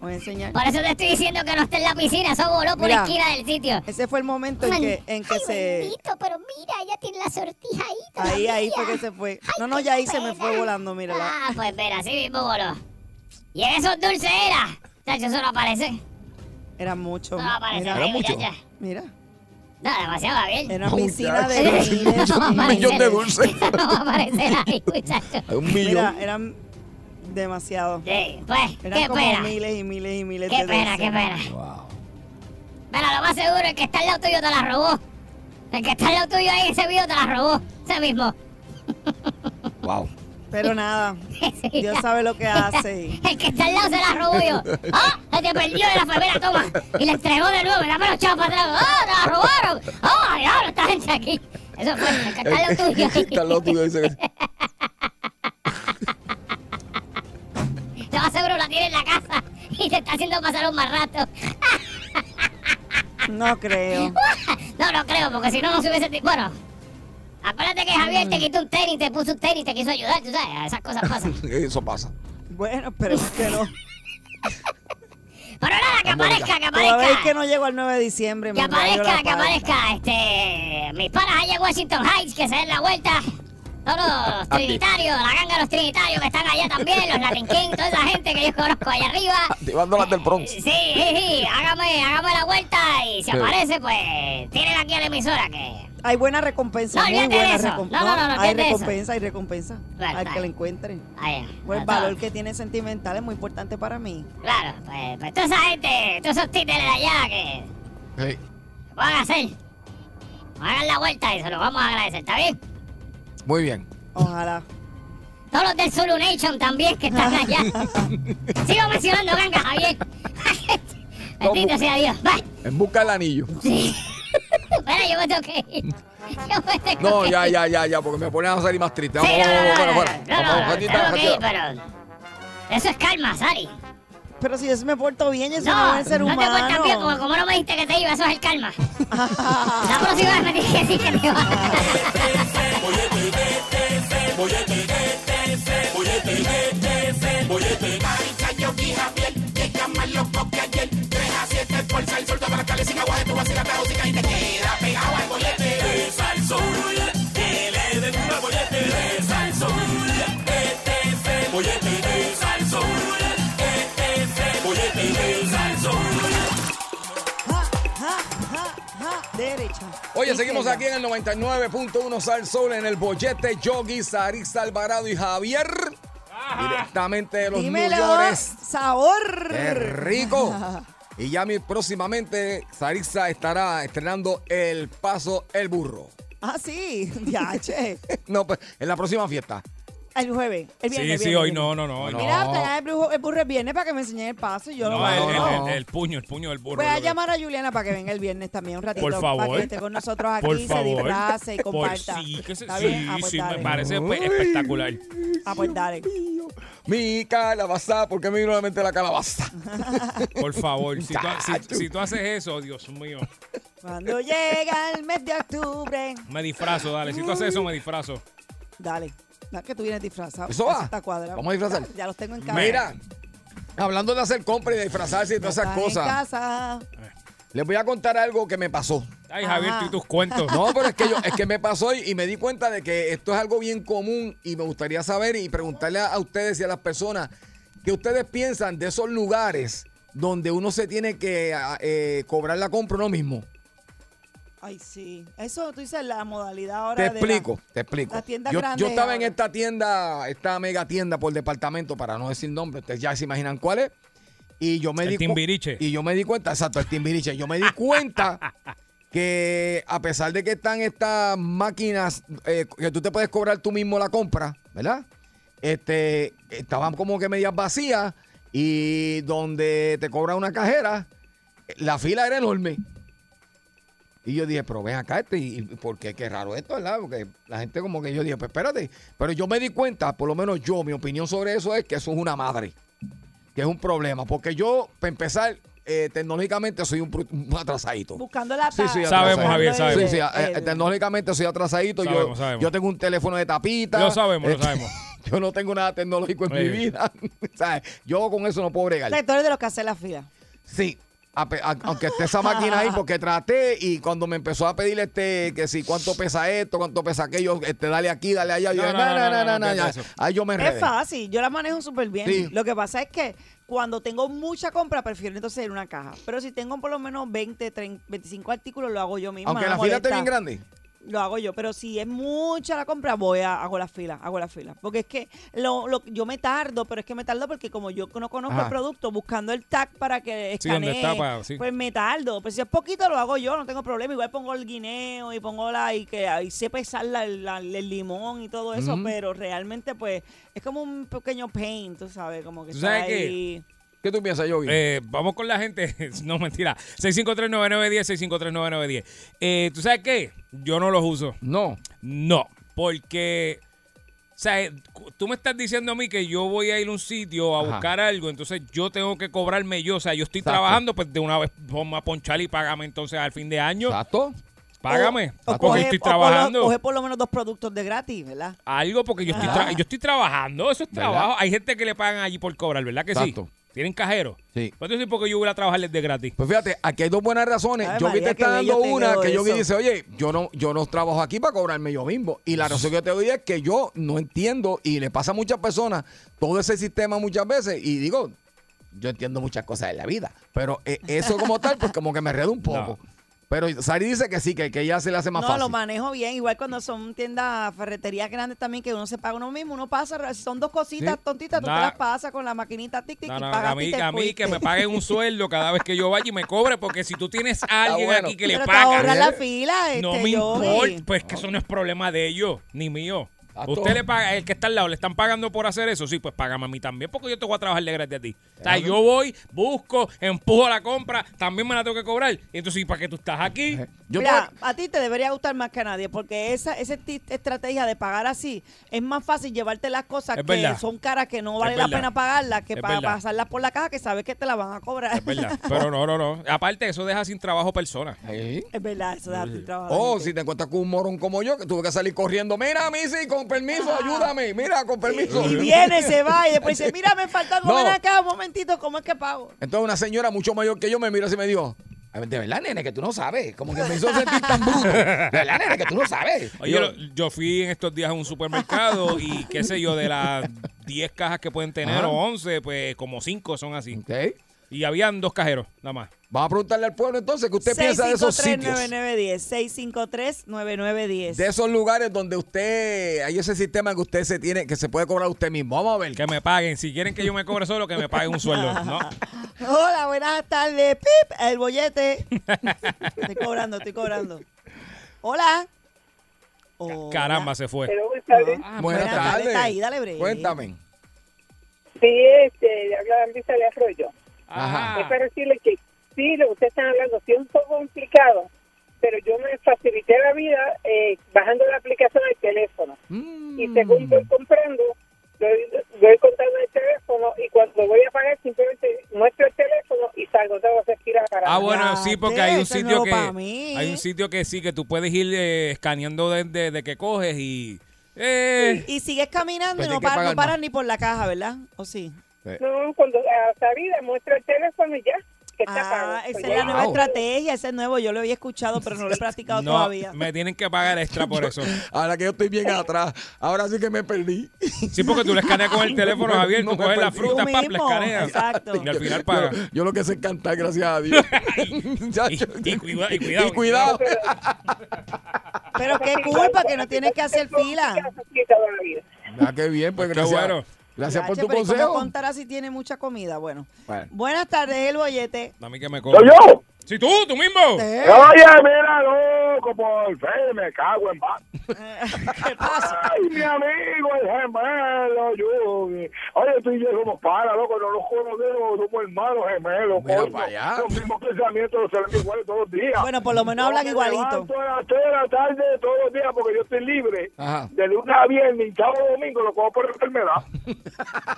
Speaker 4: Voy a enseñar.
Speaker 5: Por eso te estoy diciendo que no está en la piscina, eso voló por
Speaker 4: Mira.
Speaker 5: la esquina del sitio.
Speaker 4: Ese fue el momento en que, en que se.
Speaker 5: pero mira, ella tiene la sortija ahí
Speaker 4: Ahí, ahí fue que se fue. No, no, ya ahí se me fue volando, mírala.
Speaker 5: Ah, pues mira, así mismo voló. Y en esos dulces era. Tacho, eso no aparece. Eso
Speaker 4: Era mucho.
Speaker 5: no aparece.
Speaker 4: Mira,
Speaker 3: era
Speaker 5: horrible,
Speaker 3: mucho.
Speaker 5: ya,
Speaker 4: mira.
Speaker 5: ya. No, demasiado Gabriel.
Speaker 4: Era una
Speaker 3: Muchacho,
Speaker 4: piscina de
Speaker 3: era
Speaker 4: miles y
Speaker 5: un
Speaker 4: miles.
Speaker 3: millón de dulces.
Speaker 5: Eso no va a aparecer ahí, muchachos.
Speaker 3: Hay un
Speaker 4: Mira,
Speaker 3: millón.
Speaker 4: eran demasiado.
Speaker 5: Sí, pues,
Speaker 4: Eran
Speaker 5: qué
Speaker 4: como
Speaker 5: pena.
Speaker 4: miles y miles y miles
Speaker 5: Qué
Speaker 4: de
Speaker 5: pena,
Speaker 4: dulces.
Speaker 5: qué pena.
Speaker 3: Wow.
Speaker 5: Pero lo más seguro es que está al lado tuyo te la robó. El que está al lado tuyo ahí, ese video te la robó. Ese mismo.
Speaker 3: Wow.
Speaker 4: Pero nada,
Speaker 5: Sí,
Speaker 4: Dios
Speaker 5: ya.
Speaker 4: sabe lo que hace. y-
Speaker 5: El que está al lado se la robó yo. ¡Ah! Se te perdió de la familia, toma. Y la entregó de nuevo. Dame los chavos para atrás. ¡Ah! ¡Te la robaron! ¡Ah! ¡Diablo! Esta gente aquí. Eso fue el que está al lado tuyo.
Speaker 3: Está al lado tuyo, dice que-
Speaker 5: Te va seguro la tiene en la casa. Y te está haciendo pasar un mal rato.
Speaker 4: No creo.
Speaker 5: No, no creo, porque si no, no se hubiese... Bueno, acuérdate que Javier te quitó un tenis, te puso un tenis, te quiso ayudar, tú sabes, esas cosas pasan.
Speaker 3: Eso pasa.
Speaker 4: Bueno, esperemos que no.
Speaker 5: Pero nada, que aparezca, que
Speaker 4: Todavía es
Speaker 5: aparezca.
Speaker 4: que no llego al 9 de diciembre.
Speaker 5: Que
Speaker 4: me rayo
Speaker 5: aparezca,
Speaker 4: la
Speaker 5: que
Speaker 4: pata.
Speaker 5: aparezca, este... Mis panas allá en Washington Heights, que se den la vuelta. Todos
Speaker 4: Ah,
Speaker 5: los trinitarios, la ganga de los trinitarios que están allá también, los Latin King, toda esa gente que yo conozco allá arriba.
Speaker 3: Activándolas del Bronx.
Speaker 5: Sí, sí, sí, hágame, hágame la vuelta y si
Speaker 3: Sí.
Speaker 5: aparece, pues tienen aquí a la emisora que...
Speaker 4: Hay buena recompensa.
Speaker 5: No,
Speaker 4: muy
Speaker 5: olvídate de
Speaker 4: buena
Speaker 5: eso.
Speaker 4: recompensa.
Speaker 5: No, no, no, no,
Speaker 4: hay
Speaker 5: olvídate de eso.
Speaker 4: recompensa, hay recompensa.
Speaker 5: Claro,
Speaker 4: Al que
Speaker 5: claro.
Speaker 4: la encuentre.
Speaker 5: Ahí,
Speaker 4: Pues el
Speaker 5: todo.
Speaker 4: valor que tiene sentimental es muy importante para mí.
Speaker 5: Claro, pues, pues toda esa gente, todos esos títeres de allá que
Speaker 3: Sí.
Speaker 5: van a hacer, hagan la vuelta y se lo vamos a agradecer, ¿está bien?
Speaker 3: Muy bien.
Speaker 4: Ojalá.
Speaker 5: Todos los del Zulu Nation también que están allá. Sigo mencionando ganga, Javier. Bendito sea Dios. Va.
Speaker 3: En busca del anillo.
Speaker 5: Espera, yo me tengo que ir. Yo me tengo
Speaker 3: No,
Speaker 5: que
Speaker 3: ya,
Speaker 5: ir.
Speaker 3: ya, ya, ya, porque me pones a salir más triste.
Speaker 5: Sí,
Speaker 3: Vamos,
Speaker 5: no, no,
Speaker 3: vamos,
Speaker 5: no,
Speaker 3: vamos,
Speaker 5: no,
Speaker 3: fuera,
Speaker 5: no,
Speaker 3: fuera.
Speaker 5: no,
Speaker 3: Vamos,
Speaker 5: no,
Speaker 3: ratita,
Speaker 5: tengo que ir,
Speaker 3: ratita.
Speaker 5: pero eso es calma, Sari.
Speaker 4: Pero si yo me porto bien, yo soy un
Speaker 5: No,
Speaker 4: buen ser
Speaker 5: no te
Speaker 4: humano.
Speaker 5: portas bien, porque como no me dijiste que te iba, eso es el calma. La próxima vez me tienes que decir que te vas.
Speaker 4: Ja, ja, ja, Derecha.
Speaker 3: Oye,
Speaker 4: Izquierda.
Speaker 3: seguimos aquí en el 99.1 Sal Sol en el bollete Yogi, Sarisa Alvarado y Javier. Directamente de los
Speaker 4: Dímelo,
Speaker 3: New Yorkers.
Speaker 4: sabor.
Speaker 3: ¡Qué rico! Y ya mi- próximamente Sarisa estará estrenando El Paso El Burro.
Speaker 4: Ah, sí. Ya, che.
Speaker 3: No, pues en la próxima fiesta.
Speaker 4: El jueves. El viernes.
Speaker 6: Sí,
Speaker 4: el
Speaker 6: sí,
Speaker 4: viernes,
Speaker 6: hoy
Speaker 4: el
Speaker 6: no, no, no. hoy
Speaker 3: No,
Speaker 6: no.
Speaker 4: Mira, hasta el burro, el burro el viernes para que me enseñe el paso y yo lo
Speaker 6: No,
Speaker 4: hago.
Speaker 6: el,
Speaker 3: no.
Speaker 6: el- el- el puño, el puño del burro.
Speaker 4: Voy a
Speaker 6: yo creo.
Speaker 4: llamar a Juliana para que venga el viernes también un ratito.
Speaker 6: Por
Speaker 4: Para
Speaker 6: favor.
Speaker 4: que esté con nosotros aquí,
Speaker 6: Por
Speaker 4: se
Speaker 6: favor.
Speaker 4: disfrace y
Speaker 6: Por-
Speaker 4: comparta.
Speaker 6: sí, que se-
Speaker 4: ¿Está
Speaker 6: sí,
Speaker 4: bien? Ah, pues
Speaker 6: sí, me
Speaker 4: dale.
Speaker 6: parece pues, espectacular.
Speaker 4: Ah, pues dale.
Speaker 3: Mi calabaza, porque me vino a la mente la calabaza.
Speaker 6: Por favor, si tú, si- si tú haces eso, Dios mío,
Speaker 4: Cuando llega el mes de octubre.
Speaker 6: me disfrazo, dale. Si tú haces eso, me disfrazo.
Speaker 4: Dale. No, que tú vienes disfrazado.
Speaker 3: Eso va.
Speaker 4: está cuadrado.
Speaker 3: Vamos a disfrazar.
Speaker 4: Ya, ya los tengo en casa.
Speaker 3: Mira, hablando de hacer compras y de disfrazarse y todas esas
Speaker 4: Están en
Speaker 3: cosas,
Speaker 4: casa.
Speaker 3: les voy a contar algo que me pasó.
Speaker 6: Ay,
Speaker 4: Ajá.
Speaker 6: Javier, tú y tus cuentos.
Speaker 3: No, pero es que yo, es que me pasó y, y me di cuenta de que esto es algo bien común y me gustaría saber y preguntarle a, a ustedes y a las personas que ustedes piensan de esos lugares donde uno se tiene que a- eh, cobrar la compra uno mismo.
Speaker 4: Ay, sí. Eso tú dices la modalidad ahora.
Speaker 3: Te
Speaker 4: de la-
Speaker 3: explico, te explico.
Speaker 4: las tiendas
Speaker 3: yo, yo
Speaker 4: grandes
Speaker 3: estaba en
Speaker 4: ahora.
Speaker 3: esta tienda, esta mega tienda por departamento, para no decir nombre, ustedes ya se imaginan cuál es. Y yo me
Speaker 6: El
Speaker 3: di cu-
Speaker 6: Timbiriche.
Speaker 3: Y yo me di cuenta, exacto, el Timbiriche. Yo me di cuenta que a pesar de que están estas máquinas eh, que tú te puedes cobrar tú mismo la compra, ¿verdad? Este, estaban como que medias vacías y donde te cobra una cajera, la fila era enorme. Y yo dije, pero ven acá, este, y, y ¿por qué? Qué raro esto, ¿verdad? Porque la gente como que yo dije, pues espérate. Pero yo me di cuenta, por lo menos yo, mi opinión sobre eso es que eso es una madre. Que es un problema. Porque yo, para empezar, eh, tecnológicamente soy un, pru- un atrasadito.
Speaker 4: Buscando la
Speaker 3: Sí, sí,
Speaker 4: tabla.
Speaker 6: Sabemos,
Speaker 3: atrasadito.
Speaker 6: Javier, sabemos.
Speaker 3: Sí, sí, a- eh, tecnológicamente soy atrasadito. yo,
Speaker 6: Sabemos, sabemos.
Speaker 3: yo tengo un teléfono de tapita.
Speaker 6: Lo sabemos, lo
Speaker 3: Este,
Speaker 6: sabemos.
Speaker 3: Yo no tengo nada tecnológico en
Speaker 6: Sí.
Speaker 3: mi vida. O sea, yo con eso no puedo bregar.
Speaker 4: Tú eres de los que hace la fila.
Speaker 3: Sí. a pe- a- aunque esté esa máquina ahí, porque traté y cuando me empezó a pedir este, que si cuánto pesa esto, cuánto pesa aquello, este, dale aquí, dale allá, yo,
Speaker 6: No,
Speaker 3: no, no,
Speaker 6: no, no,
Speaker 3: no,
Speaker 6: no,
Speaker 3: no,
Speaker 6: no,
Speaker 3: no,
Speaker 6: olvídate
Speaker 3: ya.
Speaker 6: de eso.
Speaker 3: ahí yo me
Speaker 4: Es
Speaker 3: enredé.
Speaker 4: fácil, yo las manejo súper bien.
Speaker 3: Sí.
Speaker 4: Lo que pasa es que cuando tengo mucha compra, prefiero entonces ir a una caja. Pero si tengo por lo menos 20, 30, 25 artículos, lo hago yo misma.
Speaker 3: Aunque
Speaker 4: no
Speaker 3: la
Speaker 4: me
Speaker 3: fila esté
Speaker 4: molesta.
Speaker 3: bien grande.
Speaker 4: Lo hago yo, pero si es mucha la compra, voy a, hago la fila, hago la fila. Porque es que lo, lo- yo me tardo, pero es que me tardo porque como yo no conozco
Speaker 3: Ajá.
Speaker 4: el producto, buscando el tag para que
Speaker 6: Sí, donde
Speaker 4: escanee,
Speaker 6: está, pa- sí.
Speaker 4: pues me tardo. Pero si es poquito, lo hago yo, no tengo problema. Igual pongo el guineo y pongo la, y que ahí sé pesar la- la- el limón y todo eso, pero realmente pues es como un pequeño pain, tú sabes, como que
Speaker 6: ¿Tú
Speaker 4: está
Speaker 6: sabes qué?
Speaker 4: ahí.
Speaker 3: ¿Qué tú piensas, Yogi?
Speaker 6: Eh, vamos con la gente. No, mentira. 6539910, 6539910. Eh, ¿Tú sabes qué? Yo no los uso.
Speaker 3: no.
Speaker 6: No, porque... O sea, eh, cu- tú me estás diciendo a mí que yo voy a ir a un sitio a
Speaker 3: Ajá.
Speaker 6: buscar algo, entonces yo tengo que cobrarme yo. O sea, yo estoy
Speaker 3: Exacto.
Speaker 6: trabajando, pues de una vez vamos a ponchar y págame entonces al fin de año.
Speaker 3: Exacto.
Speaker 6: Págame.
Speaker 4: O- o coge-
Speaker 6: porque estoy
Speaker 4: o por lo-
Speaker 6: trabajando.
Speaker 4: coge por lo menos dos productos de gratis, ¿verdad?
Speaker 6: algo porque yo estoy,
Speaker 3: Ajá.
Speaker 6: tra- yo estoy trabajando, eso es
Speaker 3: ¿Verdad?
Speaker 6: trabajo. Hay gente que le pagan allí por cobrar, ¿verdad que
Speaker 3: Exacto.
Speaker 6: sí? Tienen cajeros.
Speaker 3: Sí.
Speaker 6: Pues entonces, porque yo voy a trabajarles de gratis?
Speaker 3: Pues fíjate, aquí hay dos buenas razones.
Speaker 4: Ave
Speaker 3: Yo Yogi
Speaker 4: María,
Speaker 3: te está
Speaker 4: qué bello
Speaker 3: dando
Speaker 4: te
Speaker 3: una
Speaker 4: quedó
Speaker 3: que Yogi
Speaker 4: eso.
Speaker 3: dice, oye, yo no, yo no trabajo aquí para cobrarme yo mismo. Y la razón que yo te doy es que yo no entiendo, y le pasa a muchas personas, todo ese sistema muchas veces, y digo, yo entiendo muchas cosas de la vida, pero eh, eso como tal, pues como que me enredo un poco. Pero Sari dice que sí, que, que ella se le hace más
Speaker 4: no,
Speaker 3: fácil.
Speaker 4: lo manejo bien. Igual cuando son tiendas, ferreterías grandes también, que uno se paga uno mismo, uno pasa, si son dos cositas
Speaker 3: Sí.
Speaker 4: tontitas, tú
Speaker 6: Nah.
Speaker 4: te las pasas con la maquinita tic tic
Speaker 6: No,
Speaker 4: y
Speaker 6: no,
Speaker 4: pagas
Speaker 6: a
Speaker 4: y
Speaker 6: mí,
Speaker 4: te
Speaker 6: a mí que
Speaker 4: fuiste.
Speaker 6: me paguen un sueldo cada vez que yo vaya y me cobre, porque si tú tienes a alguien
Speaker 3: bueno.
Speaker 6: aquí que le
Speaker 4: Pero te
Speaker 6: paga,
Speaker 4: ahorras la fila,
Speaker 6: no
Speaker 4: este,
Speaker 6: me
Speaker 4: Yogi.
Speaker 6: importa, pues que eso no es problema de ellos, ni mío.
Speaker 3: Exacto.
Speaker 6: Usted le paga, el que está al lado, le están pagando por hacer eso, sí, pues págame a mí también, porque yo te voy a trabajar de gratis a ti. O sea, yo voy, busco, empujo la compra, también me la tengo que cobrar. Entonces, ¿y para qué tú estás aquí?
Speaker 3: Yo
Speaker 4: Mira,
Speaker 3: te-
Speaker 4: a ti te debería gustar más que a nadie, porque esa, esa esti- estrategia de pagar así es más fácil llevarte las cosas
Speaker 6: Es
Speaker 4: que
Speaker 6: verdad.
Speaker 4: son caras que no vale la
Speaker 6: verdad.
Speaker 4: pena pagarlas que
Speaker 6: Es
Speaker 4: para
Speaker 6: verdad.
Speaker 4: pasarlas por la caja que sabes que te la van a cobrar.
Speaker 6: Es verdad, pero no, no, no. Aparte, eso deja sin trabajo personas.
Speaker 3: Sí.
Speaker 4: Es verdad, eso da tu trabajo. a la
Speaker 3: ¿Eh? Oh,
Speaker 4: gente.
Speaker 3: si te encuentras con un morón como yo, que tuve que salir corriendo. Mira, Missy, con permiso, ayúdame. Mira, con permiso.
Speaker 4: Ah. Y viene, se va y después dice, mira, me falta algo,
Speaker 3: No.
Speaker 4: ven acá un momentito, ¿cómo es que pago?
Speaker 3: Entonces una señora mucho mayor que yo me miró así y me dijo, "A ver, de verdad, nene, que tú no sabes. Como que me hizo sentir tan bruto. De verdad, nene, que tú no sabes. Y
Speaker 6: Oye,
Speaker 3: yo,
Speaker 6: lo- yo fui en estos días a un supermercado y qué sé yo, de las 10 cajas que pueden tener
Speaker 3: Ajá.
Speaker 6: o 11, pues como 5 son así.
Speaker 3: ok.
Speaker 6: Y habían dos cajeros, nada más.
Speaker 3: Vamos a preguntarle al pueblo entonces qué usted piensa de esos sitios.
Speaker 4: 653-9910. 653-9910.
Speaker 3: De esos lugares donde usted, hay ese sistema que usted se tiene, que se puede cobrar usted mismo. Vamos a ver.
Speaker 6: Que me paguen. Si quieren que yo me cobre solo, que me paguen un sueldo. ¿no?
Speaker 4: Hola, buenas tardes. Pip, el bollete. estoy cobrando, estoy cobrando. Hola. Hola.
Speaker 6: Caramba, se fue.
Speaker 7: Pero buenas tardes.
Speaker 4: Ah, buenas tardes. está ahí, dale breve.
Speaker 3: Cuéntame.
Speaker 7: Sí, este, le habla Luisa de Arroyo.
Speaker 6: Ajá.
Speaker 4: Ah.
Speaker 7: Es para decirle que sí, lo que ustedes están hablando sí es un poco complicado, pero yo me facilité la vida eh, bajando la aplicación del teléfono.
Speaker 4: Mm.
Speaker 7: Y según voy comprando, doy, doy contando el teléfono y cuando voy a pagar simplemente muestro el teléfono y salgo, tengo que ir a parar.
Speaker 6: Ah, bueno, sí, porque hay un
Speaker 4: Eso es
Speaker 6: sitio
Speaker 4: nuevo
Speaker 6: que
Speaker 4: para mí.
Speaker 6: hay un sitio que sí que tú puedes ir eh, escaneando desde de que coges y eh,
Speaker 4: Y sigues caminando y
Speaker 3: Pues hay
Speaker 4: no,
Speaker 3: que
Speaker 4: paras,
Speaker 3: pagar
Speaker 4: no paras
Speaker 3: más.
Speaker 4: ni por la caja, ¿verdad? ¿O sí?
Speaker 7: No, cuando a salida muestro el teléfono y ya, que está pago.
Speaker 4: Ah,
Speaker 7: Pues
Speaker 4: esa
Speaker 7: ya.
Speaker 4: es la nueva
Speaker 3: Wow.
Speaker 4: estrategia, ese es nuevo. Yo lo había escuchado, pero no lo he practicado
Speaker 6: no
Speaker 4: todavía.
Speaker 6: me tienen que pagar extra por eso.
Speaker 3: Ahora que yo estoy bien atrás, ahora sí que me perdí.
Speaker 6: Sí, porque tú le escaneas con el teléfono, Javier,
Speaker 3: No
Speaker 6: tú
Speaker 3: me
Speaker 6: coges la
Speaker 3: perdí.
Speaker 6: fruta,
Speaker 4: pues, Tú
Speaker 6: pap, la
Speaker 4: mismo,
Speaker 6: escaneas.
Speaker 4: exacto.
Speaker 6: Y al final
Speaker 3: Yo,
Speaker 6: pagas.
Speaker 3: yo lo que sé es cantar, gracias a Dios.
Speaker 6: Y, y cuida- y cuidado.
Speaker 3: Y cuidado.
Speaker 4: Pero qué culpa que no tienes que hacer fila.
Speaker 3: Ah, qué bien, pues
Speaker 6: Qué
Speaker 3: gracias.
Speaker 6: bueno.
Speaker 3: Gracias por
Speaker 4: Yache,
Speaker 3: tu
Speaker 4: pero ¿y cómo
Speaker 3: consejo.
Speaker 4: contará si tiene mucha comida? Bueno.
Speaker 3: Bueno.
Speaker 4: Buenas tardes, el bollete.
Speaker 6: A mí que me
Speaker 8: ¡Soy
Speaker 6: cobren.
Speaker 8: yo!
Speaker 6: Si tú, tú mismo.
Speaker 4: Eh,
Speaker 9: Oye, mira, loco, por fe, me cago en paz.
Speaker 8: Eh.
Speaker 4: ¿Qué pasa?
Speaker 9: Ay, mi amigo, el gemelo, Yugi. Oye, tú y yo somos para, loco, no los conocemos, somos hermanos gemelos.
Speaker 3: Mira
Speaker 9: coño.
Speaker 3: pa' allá.
Speaker 9: Los mismos pensamientos los tenemos iguales todos los días.
Speaker 4: Bueno, por lo menos
Speaker 9: Yo
Speaker 4: hablan
Speaker 9: me
Speaker 4: igualito.
Speaker 9: levanto a las tres de la tarde todos los días porque yo estoy libre.
Speaker 3: Ajá.
Speaker 9: De lunes a viernes y sábado y domingo lo cojo por enfermedad.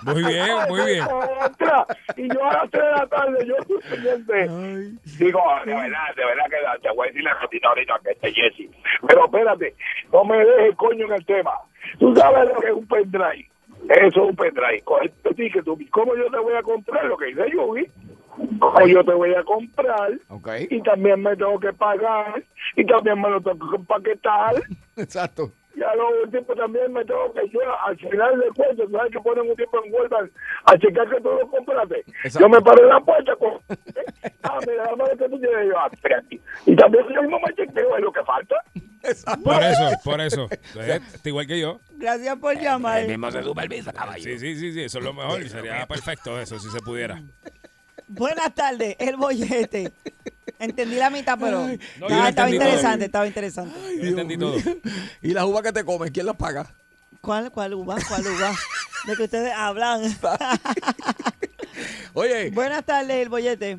Speaker 6: Muy bien, muy bien.
Speaker 9: Otra. Y yo a las 3 de la tarde, yo estoy
Speaker 6: Ah.
Speaker 9: pendiente. Digo, ah, de verdad, de verdad que te voy a decir la ratita ahorita que este Jesse. Pero espérate, no me dejes coño en el tema. Tú sabes lo que es un pendrive. Eso es un pendrive. Coge tu ticket, tú, ¿cómo yo te voy a comprar lo que dice Yugi? ¿Cómo yo te voy a comprar?
Speaker 3: Ok.
Speaker 9: Y también me tengo que pagar. Y también me lo tengo que empaquetar.
Speaker 3: Exacto.
Speaker 9: Y a lo último también me tengo que yo al final de cuento, tú sabes que ponen un tiempo en huelga a checar que tú lo compraste.
Speaker 3: Exacto.
Speaker 9: ¿eh? Yo me paré en la puerta con ah, mira, la madre que tú tienes, yo, ah, espérate. Y también yo mismo me chequeo, es lo que falta.
Speaker 6: Por eso, por eso. Eh, Está igual que yo.
Speaker 4: Gracias por llamar.
Speaker 6: Sí, sí, sí, sí. Eso es lo mejor. Sería perfecto eso, si se pudiera.
Speaker 4: Buenas tardes, el bollete. Entendí la mitad, pero
Speaker 6: no, yo
Speaker 4: estaba,
Speaker 6: no
Speaker 4: estaba
Speaker 6: entendí
Speaker 4: interesante,
Speaker 6: todo.
Speaker 4: estaba interesante.
Speaker 6: Yo entendí todo.
Speaker 3: Y las uvas que te comes, ¿quién las paga?
Speaker 4: ¿Cuál, cuál uva, cuál uva? De que ustedes hablan.
Speaker 3: Oye,
Speaker 4: Buenas tardes, el bollete.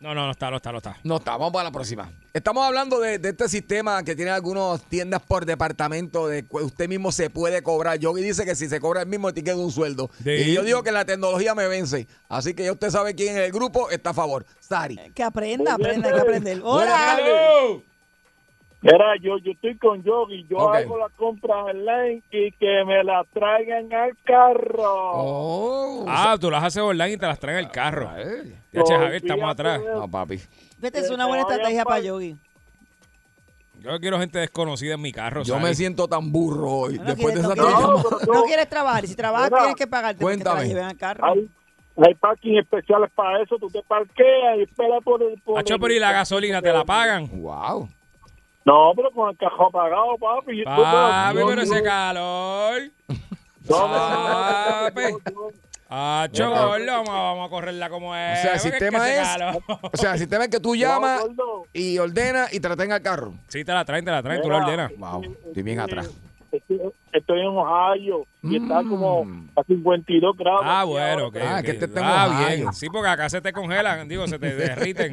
Speaker 6: No, no, no está, no está, no está.
Speaker 3: no está, vamos para la próxima. Estamos hablando de, de este sistema que tiene algunas tiendas por departamento de que usted mismo se puede cobrar. Yogi dice que si se cobra el mismo ticket de un sueldo.
Speaker 6: Sí.
Speaker 3: Y yo digo que la tecnología me vence. Así que ya usted sabe quién en el grupo está a favor. Sari.
Speaker 4: Que aprenda, aprenda, hay que aprender. Hola.
Speaker 6: ¡Hello!
Speaker 9: Era yo, yo estoy con Yogi, yo
Speaker 3: Ok.
Speaker 9: hago la compra online y que me la traigan al carro.
Speaker 3: Oh.
Speaker 6: Ah, tú las haces online y te las traen al carro.
Speaker 3: Eh,
Speaker 6: Ya, che, Javier, estamos atrás.
Speaker 3: No, papi.
Speaker 4: Vete, es una buena estrategia para Yogi.
Speaker 6: Yo quiero gente desconocida en mi carro.
Speaker 3: Yo
Speaker 6: ¿sabes?
Speaker 3: me siento tan burro hoy.
Speaker 4: No,
Speaker 3: Después de
Speaker 4: quieres,
Speaker 3: esa
Speaker 4: no, quieres,
Speaker 3: llamada.
Speaker 9: No, pero
Speaker 4: no
Speaker 9: tú-
Speaker 4: quieres trabajar. y Si trabajas,
Speaker 9: Mira,
Speaker 4: tienes que pagarte. porque Te la
Speaker 3: cuéntame.
Speaker 4: lleven al carro.
Speaker 9: Hay, hay parking especiales para eso, tú te parqueas y esperas por el... Por
Speaker 6: Acho,
Speaker 9: el-
Speaker 6: pero y la gasolina te la pagan.
Speaker 3: Wow.
Speaker 9: No, pero con el cajón apagado, papi.
Speaker 6: Papi,
Speaker 9: Yo-
Speaker 6: pero
Speaker 9: yo-
Speaker 6: ese calor.
Speaker 9: No,
Speaker 6: Papi. Acho,
Speaker 3: Bueno.
Speaker 6: gordo, vamos, vamos a correrla como
Speaker 3: O
Speaker 6: es.
Speaker 3: sea, el
Speaker 6: porque que
Speaker 3: sistema
Speaker 6: ese
Speaker 3: es.
Speaker 6: calor.
Speaker 3: O sea, el sistema es que tú llamas
Speaker 9: gordo.
Speaker 3: y ordenas y te la tengas al carro.
Speaker 6: Sí, te la traen, te la traen, tú la
Speaker 9: Mira.
Speaker 6: ordenas.
Speaker 3: Wow. Estoy bien atrás.
Speaker 9: Estoy, estoy en Ohio y está
Speaker 3: Mm.
Speaker 9: como a 52 grados.
Speaker 6: Ah,
Speaker 9: aquí
Speaker 6: bueno, ok.
Speaker 9: ahora.
Speaker 3: Ah,
Speaker 6: ok.
Speaker 3: que este está en
Speaker 6: ah,
Speaker 3: Ohio.
Speaker 6: bien. Sí, porque acá se te congelan, digo, se te derriten.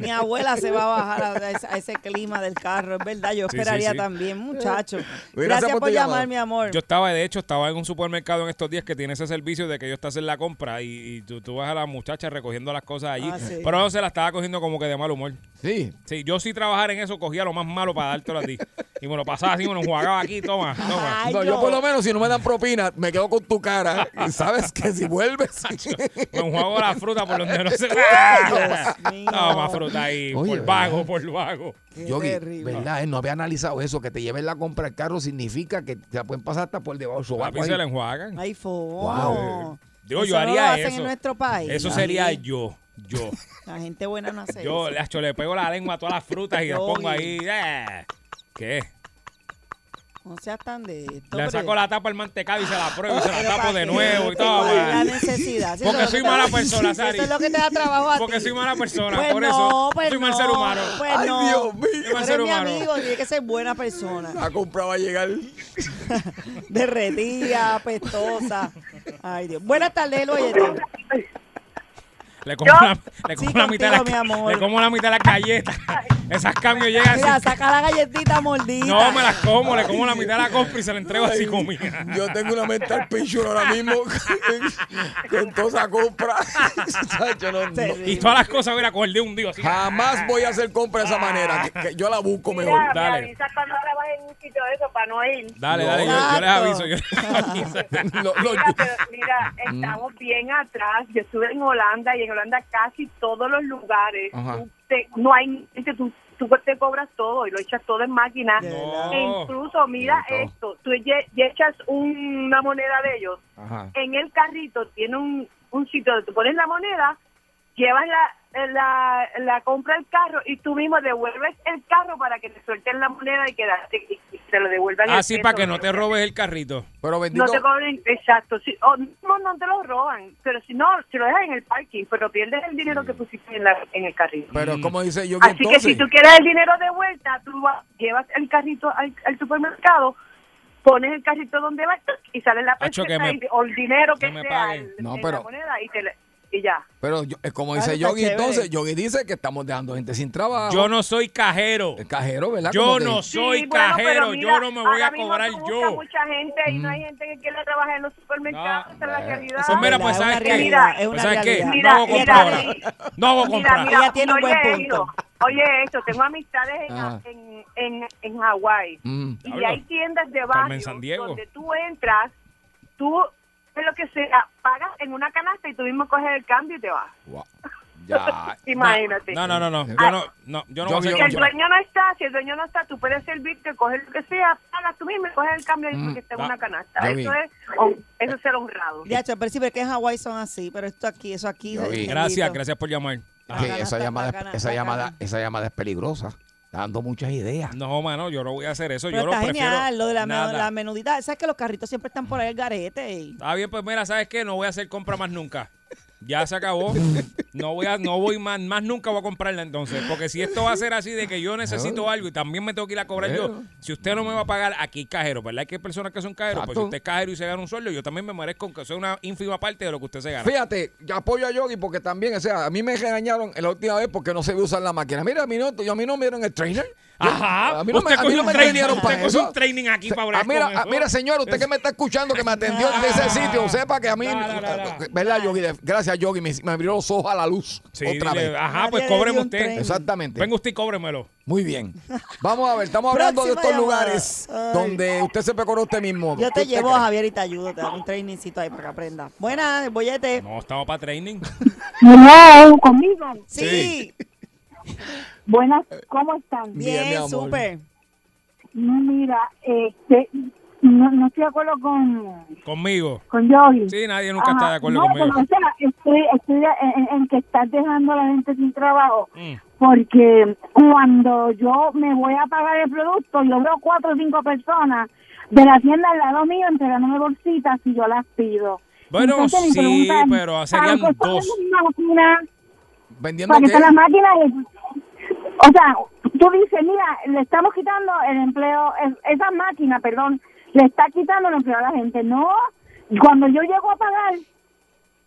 Speaker 4: Mi abuela se va a bajar a, a ese, a ese clima del carro, es verdad. Yo
Speaker 6: Sí, sí,
Speaker 4: esperaría
Speaker 6: sí.
Speaker 4: también, muchacho.
Speaker 3: gracias
Speaker 4: Gracias
Speaker 3: por
Speaker 4: por
Speaker 3: tu llamada.
Speaker 4: llamar, mi amor.
Speaker 6: Yo estaba, de hecho, estaba en un supermercado en estos días que tiene ese servicio de que ellos te hacen la compra y, y tú, tú vas a la muchacha recogiendo las cosas allí.
Speaker 4: Ah, sí.
Speaker 6: Pero no se la estaba cogiendo como que de mal humor.
Speaker 3: Sí.
Speaker 6: Sí, yo sí trabajar en eso cogía lo más malo para dártelo a ti. Y me lo pasaba así, me lo jugaba aquí, toma, toma.
Speaker 4: Ay,
Speaker 3: No, yo por lo menos si no me dan propina, me quedo con tu cara. Y sabes que si vuelves.
Speaker 6: Me enjuago la fruta por donde no se
Speaker 4: Dios mío.
Speaker 6: Toma fruta ahí,
Speaker 3: Oye,
Speaker 6: por
Speaker 3: ¿verdad?
Speaker 6: vago, por vago.
Speaker 4: Qué
Speaker 3: Yogi,
Speaker 4: terrible.
Speaker 3: ¿verdad? Él no había analizado eso. Que te lleven la compra al carro significa que te la pueden pasar hasta por debajo del sobaco.
Speaker 6: Papi se
Speaker 3: ahí.
Speaker 6: la enjuagan.
Speaker 4: Ay, fo.
Speaker 3: Wow.
Speaker 6: Digo,
Speaker 4: Eso
Speaker 6: yo
Speaker 4: no
Speaker 6: haría
Speaker 4: lo hacen
Speaker 6: eso.
Speaker 4: en nuestro país.
Speaker 6: Eso
Speaker 4: Sí.
Speaker 6: sería yo, yo.
Speaker 4: La gente buena no hace
Speaker 6: Yo,
Speaker 4: eso.
Speaker 6: Lacho, le pego la lengua a todas las frutas y las
Speaker 4: Yogi.
Speaker 6: pongo ahí. eh. ¿Qué?
Speaker 4: No seas tan de esto.
Speaker 6: Le
Speaker 4: hombre.
Speaker 6: saco la tapa al mantecado y se la pruebo y se la
Speaker 4: Pero
Speaker 6: tapo
Speaker 4: ¿para
Speaker 6: de
Speaker 4: qué?
Speaker 6: nuevo
Speaker 4: ¿Cuál
Speaker 6: y
Speaker 4: es La
Speaker 6: todo.
Speaker 4: necesidad. Si eso
Speaker 6: Porque
Speaker 4: es lo
Speaker 6: soy
Speaker 4: que te
Speaker 6: mala
Speaker 4: da-
Speaker 6: persona,
Speaker 4: si
Speaker 6: Sari.
Speaker 4: Eso es lo que te da trabajo a
Speaker 6: Porque
Speaker 4: ti.
Speaker 6: soy mala persona,
Speaker 4: Pues
Speaker 6: por
Speaker 4: no,
Speaker 6: eso.
Speaker 4: pues
Speaker 6: soy mal
Speaker 4: no,
Speaker 6: ser humano.
Speaker 4: Pues
Speaker 3: Ay,
Speaker 4: no.
Speaker 3: Dios mío.
Speaker 4: Tú
Speaker 6: Mal
Speaker 4: eres
Speaker 6: ser
Speaker 4: mi
Speaker 6: humano.
Speaker 4: amigo, tiene que ser buena persona.
Speaker 3: La compra va a llegar.
Speaker 4: Derretida, apestosa. Ay, Dios. Buenas tardes, el bollete.
Speaker 6: Le como, la, le
Speaker 4: Sí,
Speaker 6: como la mitad de
Speaker 4: contigo, mi
Speaker 6: las-
Speaker 4: amor.
Speaker 6: le como la mitad de las galletas. Esas cambios llegan así.
Speaker 4: Mira, saca la galletita mordida.
Speaker 6: No, me las como, le como la mitad de la compra y se la entrego así comida.
Speaker 3: Yo tengo una mental picture ahora mismo con toda esa compra. Chacho, no, no.
Speaker 4: Terrible.
Speaker 6: Y todas las cosas, mira, coger de un día así.
Speaker 3: Jamás voy a hacer compra de esa manera. que- que yo la busco mejor.
Speaker 7: Mira, me
Speaker 6: dale.
Speaker 7: avisas cuando trabajes en un sitio de eso para no ir.
Speaker 6: Dale, dale, yo, yo les
Speaker 4: Exacto.
Speaker 6: aviso. Yo les aviso.
Speaker 3: No, no,
Speaker 7: Mira, pero, mira,
Speaker 6: Mm.
Speaker 7: estamos bien atrás. Yo estuve en Holanda y en Holanda casi todos los lugares.
Speaker 3: Ajá.
Speaker 7: tú te- no hay gente, tú, tú te cobras todo y lo echas todo en máquina.
Speaker 6: No.
Speaker 7: E incluso, mira esto, tú ye- y echas un- una moneda de ellos.
Speaker 3: Ajá.
Speaker 7: En el carrito tiene un, un sitio donde tú pones la moneda, llevas la
Speaker 10: la, la compra del carro y tú mismo devuelves el carro para que te suelten la moneda y, que la- y- y te lo devuelvan. el
Speaker 6: Así Ah, para
Speaker 10: peso.
Speaker 6: que no te robes el carrito.
Speaker 3: Pero bendito.
Speaker 10: No te cobren, exacto. Si, o no, no te lo roban, pero si no, si lo dejas en el parking, pero pierdes el dinero que pusiste en, la, en el carrito.
Speaker 3: Pero como dice yo
Speaker 10: Así que
Speaker 3: entonces.
Speaker 10: si tú quieres el dinero de vuelta, tú vas- llevas el carrito al, al supermercado, pones el carrito donde vas ¡tuc! y sale la
Speaker 6: Acho, que
Speaker 10: peseta
Speaker 6: me-
Speaker 10: y- o el dinero que,
Speaker 6: que me
Speaker 10: sea
Speaker 6: paguen.
Speaker 10: el-
Speaker 3: No,
Speaker 10: en
Speaker 3: pero-
Speaker 10: la moneda y, te la- y ya.
Speaker 3: Pero yo- eh, como
Speaker 4: Claro,
Speaker 3: dice
Speaker 4: está
Speaker 3: Yogi,
Speaker 4: chévere.
Speaker 3: entonces Yogi dice que estamos dejando gente sin trabajo.
Speaker 6: Yo no soy cajero.
Speaker 3: El cajero, ¿verdad? Como
Speaker 6: Yo
Speaker 3: que-
Speaker 6: no soy
Speaker 10: Sí, bueno, pero
Speaker 6: cajero.
Speaker 10: mira,
Speaker 6: yo no me voy a
Speaker 10: ahora mismo
Speaker 6: cobrar
Speaker 10: tú buscas
Speaker 6: yo.
Speaker 10: mucha gente y no hay gente que quiera trabajar en los supermercados,
Speaker 6: No,
Speaker 10: esa es la realidad.
Speaker 6: Pues mira, pues
Speaker 4: Es una
Speaker 6: sabes qué.
Speaker 4: realidad, es
Speaker 6: Pues
Speaker 4: una
Speaker 6: sabes qué.
Speaker 4: realidad.
Speaker 6: No hago
Speaker 4: Mira,
Speaker 6: compra ahora.
Speaker 10: mira,
Speaker 6: No hago
Speaker 10: Mira,
Speaker 6: compra.
Speaker 10: mira,
Speaker 4: Ella tiene un
Speaker 10: oye
Speaker 4: buen
Speaker 10: esto,
Speaker 4: punto.
Speaker 10: oye esto, tengo amistades en,
Speaker 3: Ajá.
Speaker 10: en, en, en Hawái
Speaker 3: Mm.
Speaker 10: y
Speaker 6: Diablo.
Speaker 10: hay tiendas de
Speaker 6: Carmen
Speaker 10: barrio
Speaker 6: San Diego.
Speaker 10: donde tú entras, tú, es lo que sea, pagas en una canasta y tú mismo coges el cambio y te vas.
Speaker 3: Wow. Ya.
Speaker 10: Imagínate.
Speaker 6: No, no, no, no. Yo no, no, yo no
Speaker 3: Yo-
Speaker 6: voy
Speaker 3: yo-
Speaker 6: a
Speaker 10: Si el
Speaker 6: hacer
Speaker 3: yo-
Speaker 6: compra.
Speaker 10: dueño no está, si el dueño no está, tú puedes servirte, coger lo que sea, pagas tú mismo y coges el cambio ahí porque está en
Speaker 6: va.
Speaker 10: una canasta.
Speaker 3: Mm, Yo
Speaker 10: Eso
Speaker 3: vi.
Speaker 10: es, oh, eso es ser honrado.
Speaker 4: Ya, che, pero sí, pero es que en Hawái son así, pero esto aquí, eso aquí.
Speaker 3: Yo vi.
Speaker 6: Gracias, gracias por llamar.
Speaker 3: Que
Speaker 4: Bacana,
Speaker 3: esa,
Speaker 4: está
Speaker 3: llamada,
Speaker 4: bacana,
Speaker 3: esa,
Speaker 4: bacana.
Speaker 3: llamada, esa llamada es peligrosa. Está dando muchas ideas.
Speaker 6: No, mano, yo no voy a hacer eso.
Speaker 4: Pero
Speaker 6: yo
Speaker 4: está
Speaker 6: no prefiero
Speaker 4: genial lo de la, men-
Speaker 6: nada.
Speaker 4: la menudita. Sabes que los carritos siempre están por ahí el garete. y-
Speaker 6: Está bien, pues mira, ¿sabes qué? No voy a hacer compra más nunca. Ya se acabó. No voy a, no voy más, más nunca voy a comprarla entonces. Porque si esto va a ser así de que yo necesito algo y también me tengo que ir a cobrar yo, si usted no me va a pagar, aquí hay cajero, ¿verdad? Que hay personas que son cajeros, pues si
Speaker 3: Exacto.
Speaker 6: usted es cajero y se gana un sueldo, yo también me merezco que sea una ínfima parte de lo que usted se gana.
Speaker 3: Fíjate, yo apoyo a Yogi porque también, o sea, a mí me regañaron la última vez porque no sabía usar la máquina. Mira, a mí no, yo- a mí no me dieron el trainer. Yo-
Speaker 6: Ajá.
Speaker 3: a mí no me,
Speaker 6: usted
Speaker 3: a mí
Speaker 6: cogió
Speaker 3: no
Speaker 6: un
Speaker 3: me
Speaker 6: training,
Speaker 3: entrenaron
Speaker 6: usted
Speaker 3: para
Speaker 6: cogió un
Speaker 3: eso.
Speaker 6: training aquí para hablar
Speaker 3: Ah, mira,
Speaker 6: con
Speaker 3: ah,
Speaker 6: eso. Ah.
Speaker 3: mira, señor, usted que me está escuchando, que me atendió en ese sitio, sepa que a mí, eh,
Speaker 6: No, no, no, no.
Speaker 3: ¿verdad, Yogi? Gracias, Yogi, me, me abrió los ojos a la luz
Speaker 6: Sí,
Speaker 3: otra
Speaker 6: dile,
Speaker 3: vez.
Speaker 6: Ajá, pues
Speaker 4: Nadie le
Speaker 6: cóbreme
Speaker 4: dio un
Speaker 6: usted.
Speaker 4: training.
Speaker 3: Exactamente.
Speaker 6: Venga usted y cóbremelo.
Speaker 3: Muy bien. Vamos a ver, estamos hablando de
Speaker 4: Próxima
Speaker 3: estos
Speaker 4: llamada.
Speaker 3: lugares
Speaker 4: Ay.
Speaker 3: donde usted se precoró usted
Speaker 4: Yo
Speaker 3: mismo. ¿Qué
Speaker 4: te
Speaker 3: usted
Speaker 4: llevo,
Speaker 3: cree?
Speaker 4: Javier, y te ayudo. Te hago un trainingcito ahí para que aprendas. Buenas, el bollete.
Speaker 6: No, estamos para training.
Speaker 10: No, conmigo.
Speaker 4: Sí,
Speaker 10: Buenas, ¿cómo están?
Speaker 3: Bien, mi
Speaker 4: bien,
Speaker 3: amor.
Speaker 4: súper.
Speaker 10: No, mira, este, no, no estoy de acuerdo con,
Speaker 6: Conmigo.
Speaker 10: con Yogi.
Speaker 6: Sí, nadie nunca está de acuerdo
Speaker 10: no,
Speaker 6: conmigo.
Speaker 10: pero, o sea, estoy, estoy en, en- en que estás dejando a la gente sin trabajo.
Speaker 6: Mm.
Speaker 10: Porque cuando yo me voy a pagar el producto, yo veo cuatro o cinco personas de la tienda al lado mío entregándome bolsitas y yo las pido.
Speaker 6: Bueno,
Speaker 10: Entonces, mi
Speaker 6: sí,
Speaker 10: pregunta es,
Speaker 6: pero
Speaker 10: ¿para
Speaker 6: serían
Speaker 10: qué está
Speaker 6: dos.
Speaker 10: la máquina?
Speaker 3: Vendiendo
Speaker 10: Para que
Speaker 3: qué?
Speaker 10: está la máquina. O sea, tú dices, mira, le estamos quitando el empleo, es- esa máquina, perdón, le está quitando el empleo a la gente. No, cuando yo llego a pagar,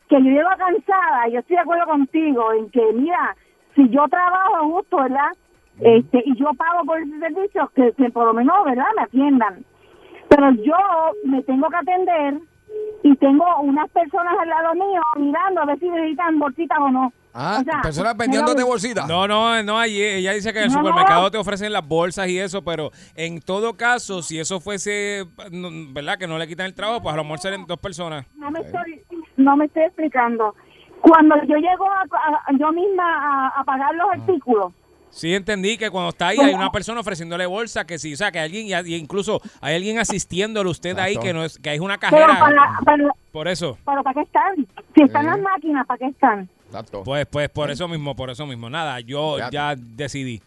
Speaker 10: que yo llego cansada, yo estoy de acuerdo contigo en que, mira, si yo trabajo justo, ¿verdad? Este, y yo pago por ese servicio, que, que por lo menos, ¿verdad? Me atiendan. Pero yo me tengo que atender y tengo unas personas al lado mío mirando a ver si necesitan bolsitas o no.
Speaker 3: Ah,
Speaker 10: O sea,
Speaker 3: personas vendiéndote
Speaker 10: pero-
Speaker 3: bolsitas.
Speaker 6: No, no, no, allí ella dice que en el
Speaker 10: No, no.
Speaker 6: supermercado te ofrecen las bolsas y eso, pero en todo caso, si eso fuese, no, ¿verdad? Que no le quitan el trabajo, pues a lo mejor serían dos personas.
Speaker 10: no me estoy no me estoy explicando cuando yo llego a, a- yo misma a, a pagar los
Speaker 6: Mm.
Speaker 10: artículos
Speaker 6: Sí, entendí que cuando está ahí hay una persona ofreciéndole bolsa, que sí, o sea, que alguien, y y incluso hay alguien asistiéndole a usted ahí,
Speaker 3: Exacto.
Speaker 6: que no es, que hay una
Speaker 10: pero
Speaker 6: cajera.
Speaker 10: para, para
Speaker 6: Por Ah, eso,
Speaker 10: pero para qué están si están
Speaker 3: Sí.
Speaker 10: las máquinas para qué están
Speaker 3: Exacto.
Speaker 6: pues, pues, por eso mismo, por eso mismo. Nada, yo
Speaker 3: Fíjate.
Speaker 6: ya decidí.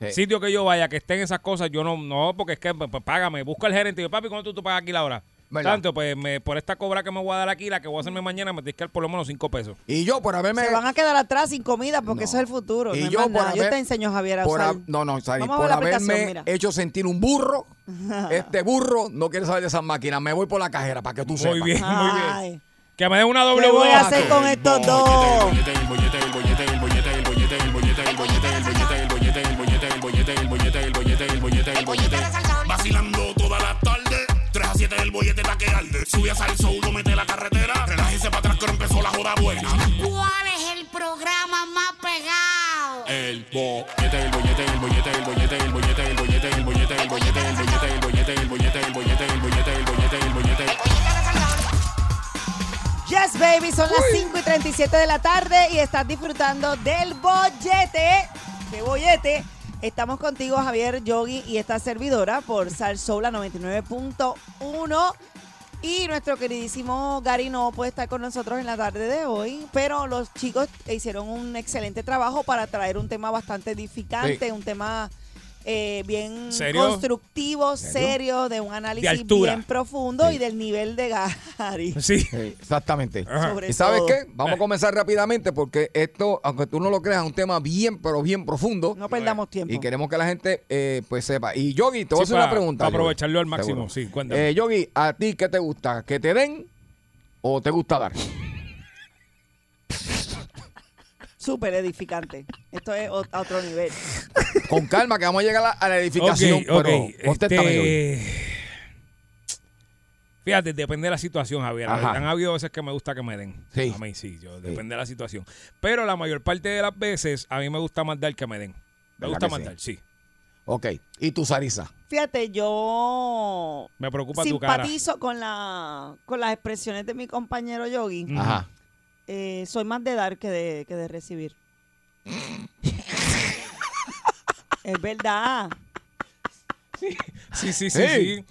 Speaker 3: Sí.
Speaker 6: Sitio que yo vaya, que estén esas cosas, yo no, no, porque es que pues, pues, págame, busco al gerente y yo, papi, ¿cuánto tú, pagas aquí la hora?
Speaker 3: ¿Verdad?
Speaker 6: Tanto, pues me, por esta cobra que me voy a dar aquí, la que voy a hacerme mañana, me tienes que dar por lo menos cinco pesos.
Speaker 3: Y yo por haberme...
Speaker 4: Se van a quedar atrás sin comida porque
Speaker 3: No.
Speaker 4: eso es el futuro.
Speaker 3: Y
Speaker 4: no es
Speaker 3: yo
Speaker 4: más
Speaker 3: por
Speaker 4: nada. yo
Speaker 3: haber-
Speaker 4: te enseño, Javier, a
Speaker 3: por
Speaker 4: usar.
Speaker 3: ha- no, no, Sari,
Speaker 4: Vamos a
Speaker 3: por
Speaker 4: ver la aplicación,
Speaker 3: haberme
Speaker 4: mira.
Speaker 3: hecho sentir un burro. Este burro no quiere saber de esas máquinas. Me voy por la cajera para que tú sepas.
Speaker 6: Muy bien, muy bien.
Speaker 4: Ay,
Speaker 6: Que me den una doble
Speaker 4: ¿Qué voy a
Speaker 6: voz.
Speaker 4: hacer con estos dos?
Speaker 5: El bollete de salsón.
Speaker 1: Vacilando toda la tarde. 3 a 7 el bollete pa' que arde. Sube a salso, uno mete la carretera. Relájese para atrás que ahora empezó la joda buena.
Speaker 5: ¿Cuál es el programa más pegado?
Speaker 1: El bollete, el bollete, el bollete, el bollete, el bollete, el bollete, el bollete, el bollete, el bollete, el bollete, el bollete, el bollete, el bollete, el bollete, el bollete.
Speaker 4: Yes, baby, son las 5 y 37 de la tarde y estás disfrutando del bollete. ¡Qué bollete! Estamos contigo, Javier Yogi, y esta servidora por Sal Soul, la 99.1. Y nuestro queridísimo Gary no puede estar con nosotros en la tarde de hoy, pero los chicos hicieron un excelente trabajo para traer un tema bastante edificante,
Speaker 3: Sí.
Speaker 4: un tema eh, bien
Speaker 6: ¿Serio?
Speaker 4: constructivo,
Speaker 3: ¿Serio?
Speaker 4: serio, de un análisis
Speaker 6: altura.
Speaker 4: bien profundo
Speaker 3: Sí.
Speaker 4: y del nivel de Gary.
Speaker 6: Sí.
Speaker 3: Sí, exactamente.
Speaker 6: Ajá.
Speaker 4: Sobre
Speaker 3: ¿Y sabes
Speaker 4: todo.
Speaker 3: qué? Vamos a comenzar rápidamente porque esto, aunque tú no lo creas, es un tema bien, pero bien profundo.
Speaker 4: No perdamos tiempo.
Speaker 3: Y queremos que la gente eh, pues sepa. Y Yogi, te voy a
Speaker 6: Sí,
Speaker 3: hacer
Speaker 6: pa-
Speaker 3: una pregunta.
Speaker 6: pa
Speaker 3: Yogi.
Speaker 6: aprovecharlo al máximo, sí, cuéntame.
Speaker 3: Eh, Yogi, ¿a ti qué te gusta? ¿Que te den o te gusta dar?
Speaker 4: Súper edificante. Esto es ot- a otro nivel.
Speaker 3: Con calma, que vamos a llegar a la, a la
Speaker 6: Ok,
Speaker 3: edificación.
Speaker 6: ok,
Speaker 3: Pero contéstame, Yogi.
Speaker 6: este, Fíjate, depende de la situación, Javier.
Speaker 3: Ajá.
Speaker 6: Han habido veces que me gusta que me den.
Speaker 3: Sí.
Speaker 6: A mí sí, yo, depende de la situación. Pero la mayor parte de las veces a mí me gusta más dar que me den. Me
Speaker 3: ¿Verdad
Speaker 6: gusta
Speaker 3: que
Speaker 6: más
Speaker 3: sí?
Speaker 6: dar, sí.
Speaker 3: Ok, ¿y tú, Sarisa?
Speaker 4: Fíjate, yo
Speaker 6: Me preocupa tu cara.
Speaker 4: simpatizo con, la, con las expresiones de mi compañero Yogi.
Speaker 6: Mm.
Speaker 3: Ajá.
Speaker 4: Eh, soy más de dar que de, que de recibir. es verdad.
Speaker 6: Sí, sí, sí,
Speaker 3: Ey.
Speaker 6: sí.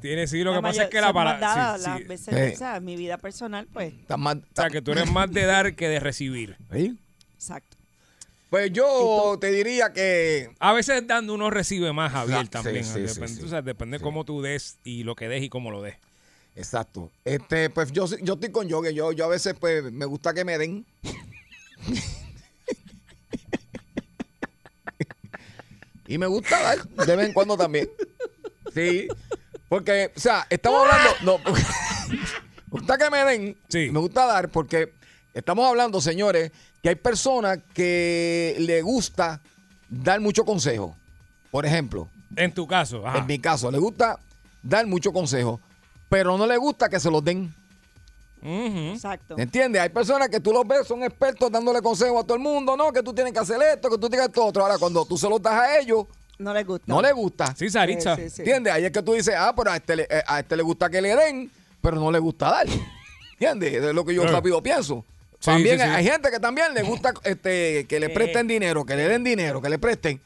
Speaker 6: Tiene sí, lo
Speaker 4: La
Speaker 6: que pasa es
Speaker 4: mayor-
Speaker 6: que la
Speaker 4: soy más
Speaker 6: palabra.
Speaker 4: dada,
Speaker 6: Sí,
Speaker 4: las
Speaker 6: sí.
Speaker 4: veces,
Speaker 3: Eh.
Speaker 4: o sea, mi vida personal, pues,
Speaker 3: ¿Estás más-
Speaker 6: O sea, que tú eres más de dar que de recibir.
Speaker 3: ¿Sí?
Speaker 4: exacto.
Speaker 3: Pues yo te diría que
Speaker 6: A veces dando uno recibe más, Javier,
Speaker 3: Exacto,
Speaker 6: también.
Speaker 3: sí, sí,
Speaker 6: depende,
Speaker 3: sí, sí.
Speaker 6: o sea, depende cómo tú des y lo que des y cómo lo des.
Speaker 3: Exacto. Este, pues yo, yo estoy con yoga. Yo, yo a veces pues me gusta que me den. y me gusta dar de vez en cuando también. Sí. Porque, o sea, estamos hablando. No, porque- me gusta que me den.
Speaker 6: Sí.
Speaker 3: Me gusta dar porque estamos hablando, señores, que hay personas que le gusta dar mucho consejo. Por ejemplo.
Speaker 6: En tu caso, ajá.
Speaker 3: En mi caso, le gusta dar muchos consejos, pero no le gusta que se los den.
Speaker 6: Ujú.
Speaker 4: Exacto.
Speaker 3: ¿Entiendes? Hay personas que tú los ves, son expertos dándole consejos a todo el mundo, ¿no? Que tú tienes que hacer esto, que tú tienes que hacer lo otro. Ahora, cuando tú se los das a ellos,
Speaker 4: No les gusta.
Speaker 3: no, le gusta.
Speaker 6: Sí, Saritza.
Speaker 4: Sí, sí, sí.
Speaker 3: ¿Entiendes? Ahí es que tú dices, ah, pero a este, le, eh, a este le gusta que le den, pero no le gusta dar. ¿Entiendes? Es lo que yo
Speaker 6: Claro.
Speaker 3: rápido pienso.
Speaker 6: Sí,
Speaker 3: también
Speaker 6: sí, sí.
Speaker 3: hay gente que también le gusta este, que le presten dinero, que le den dinero, que le presten.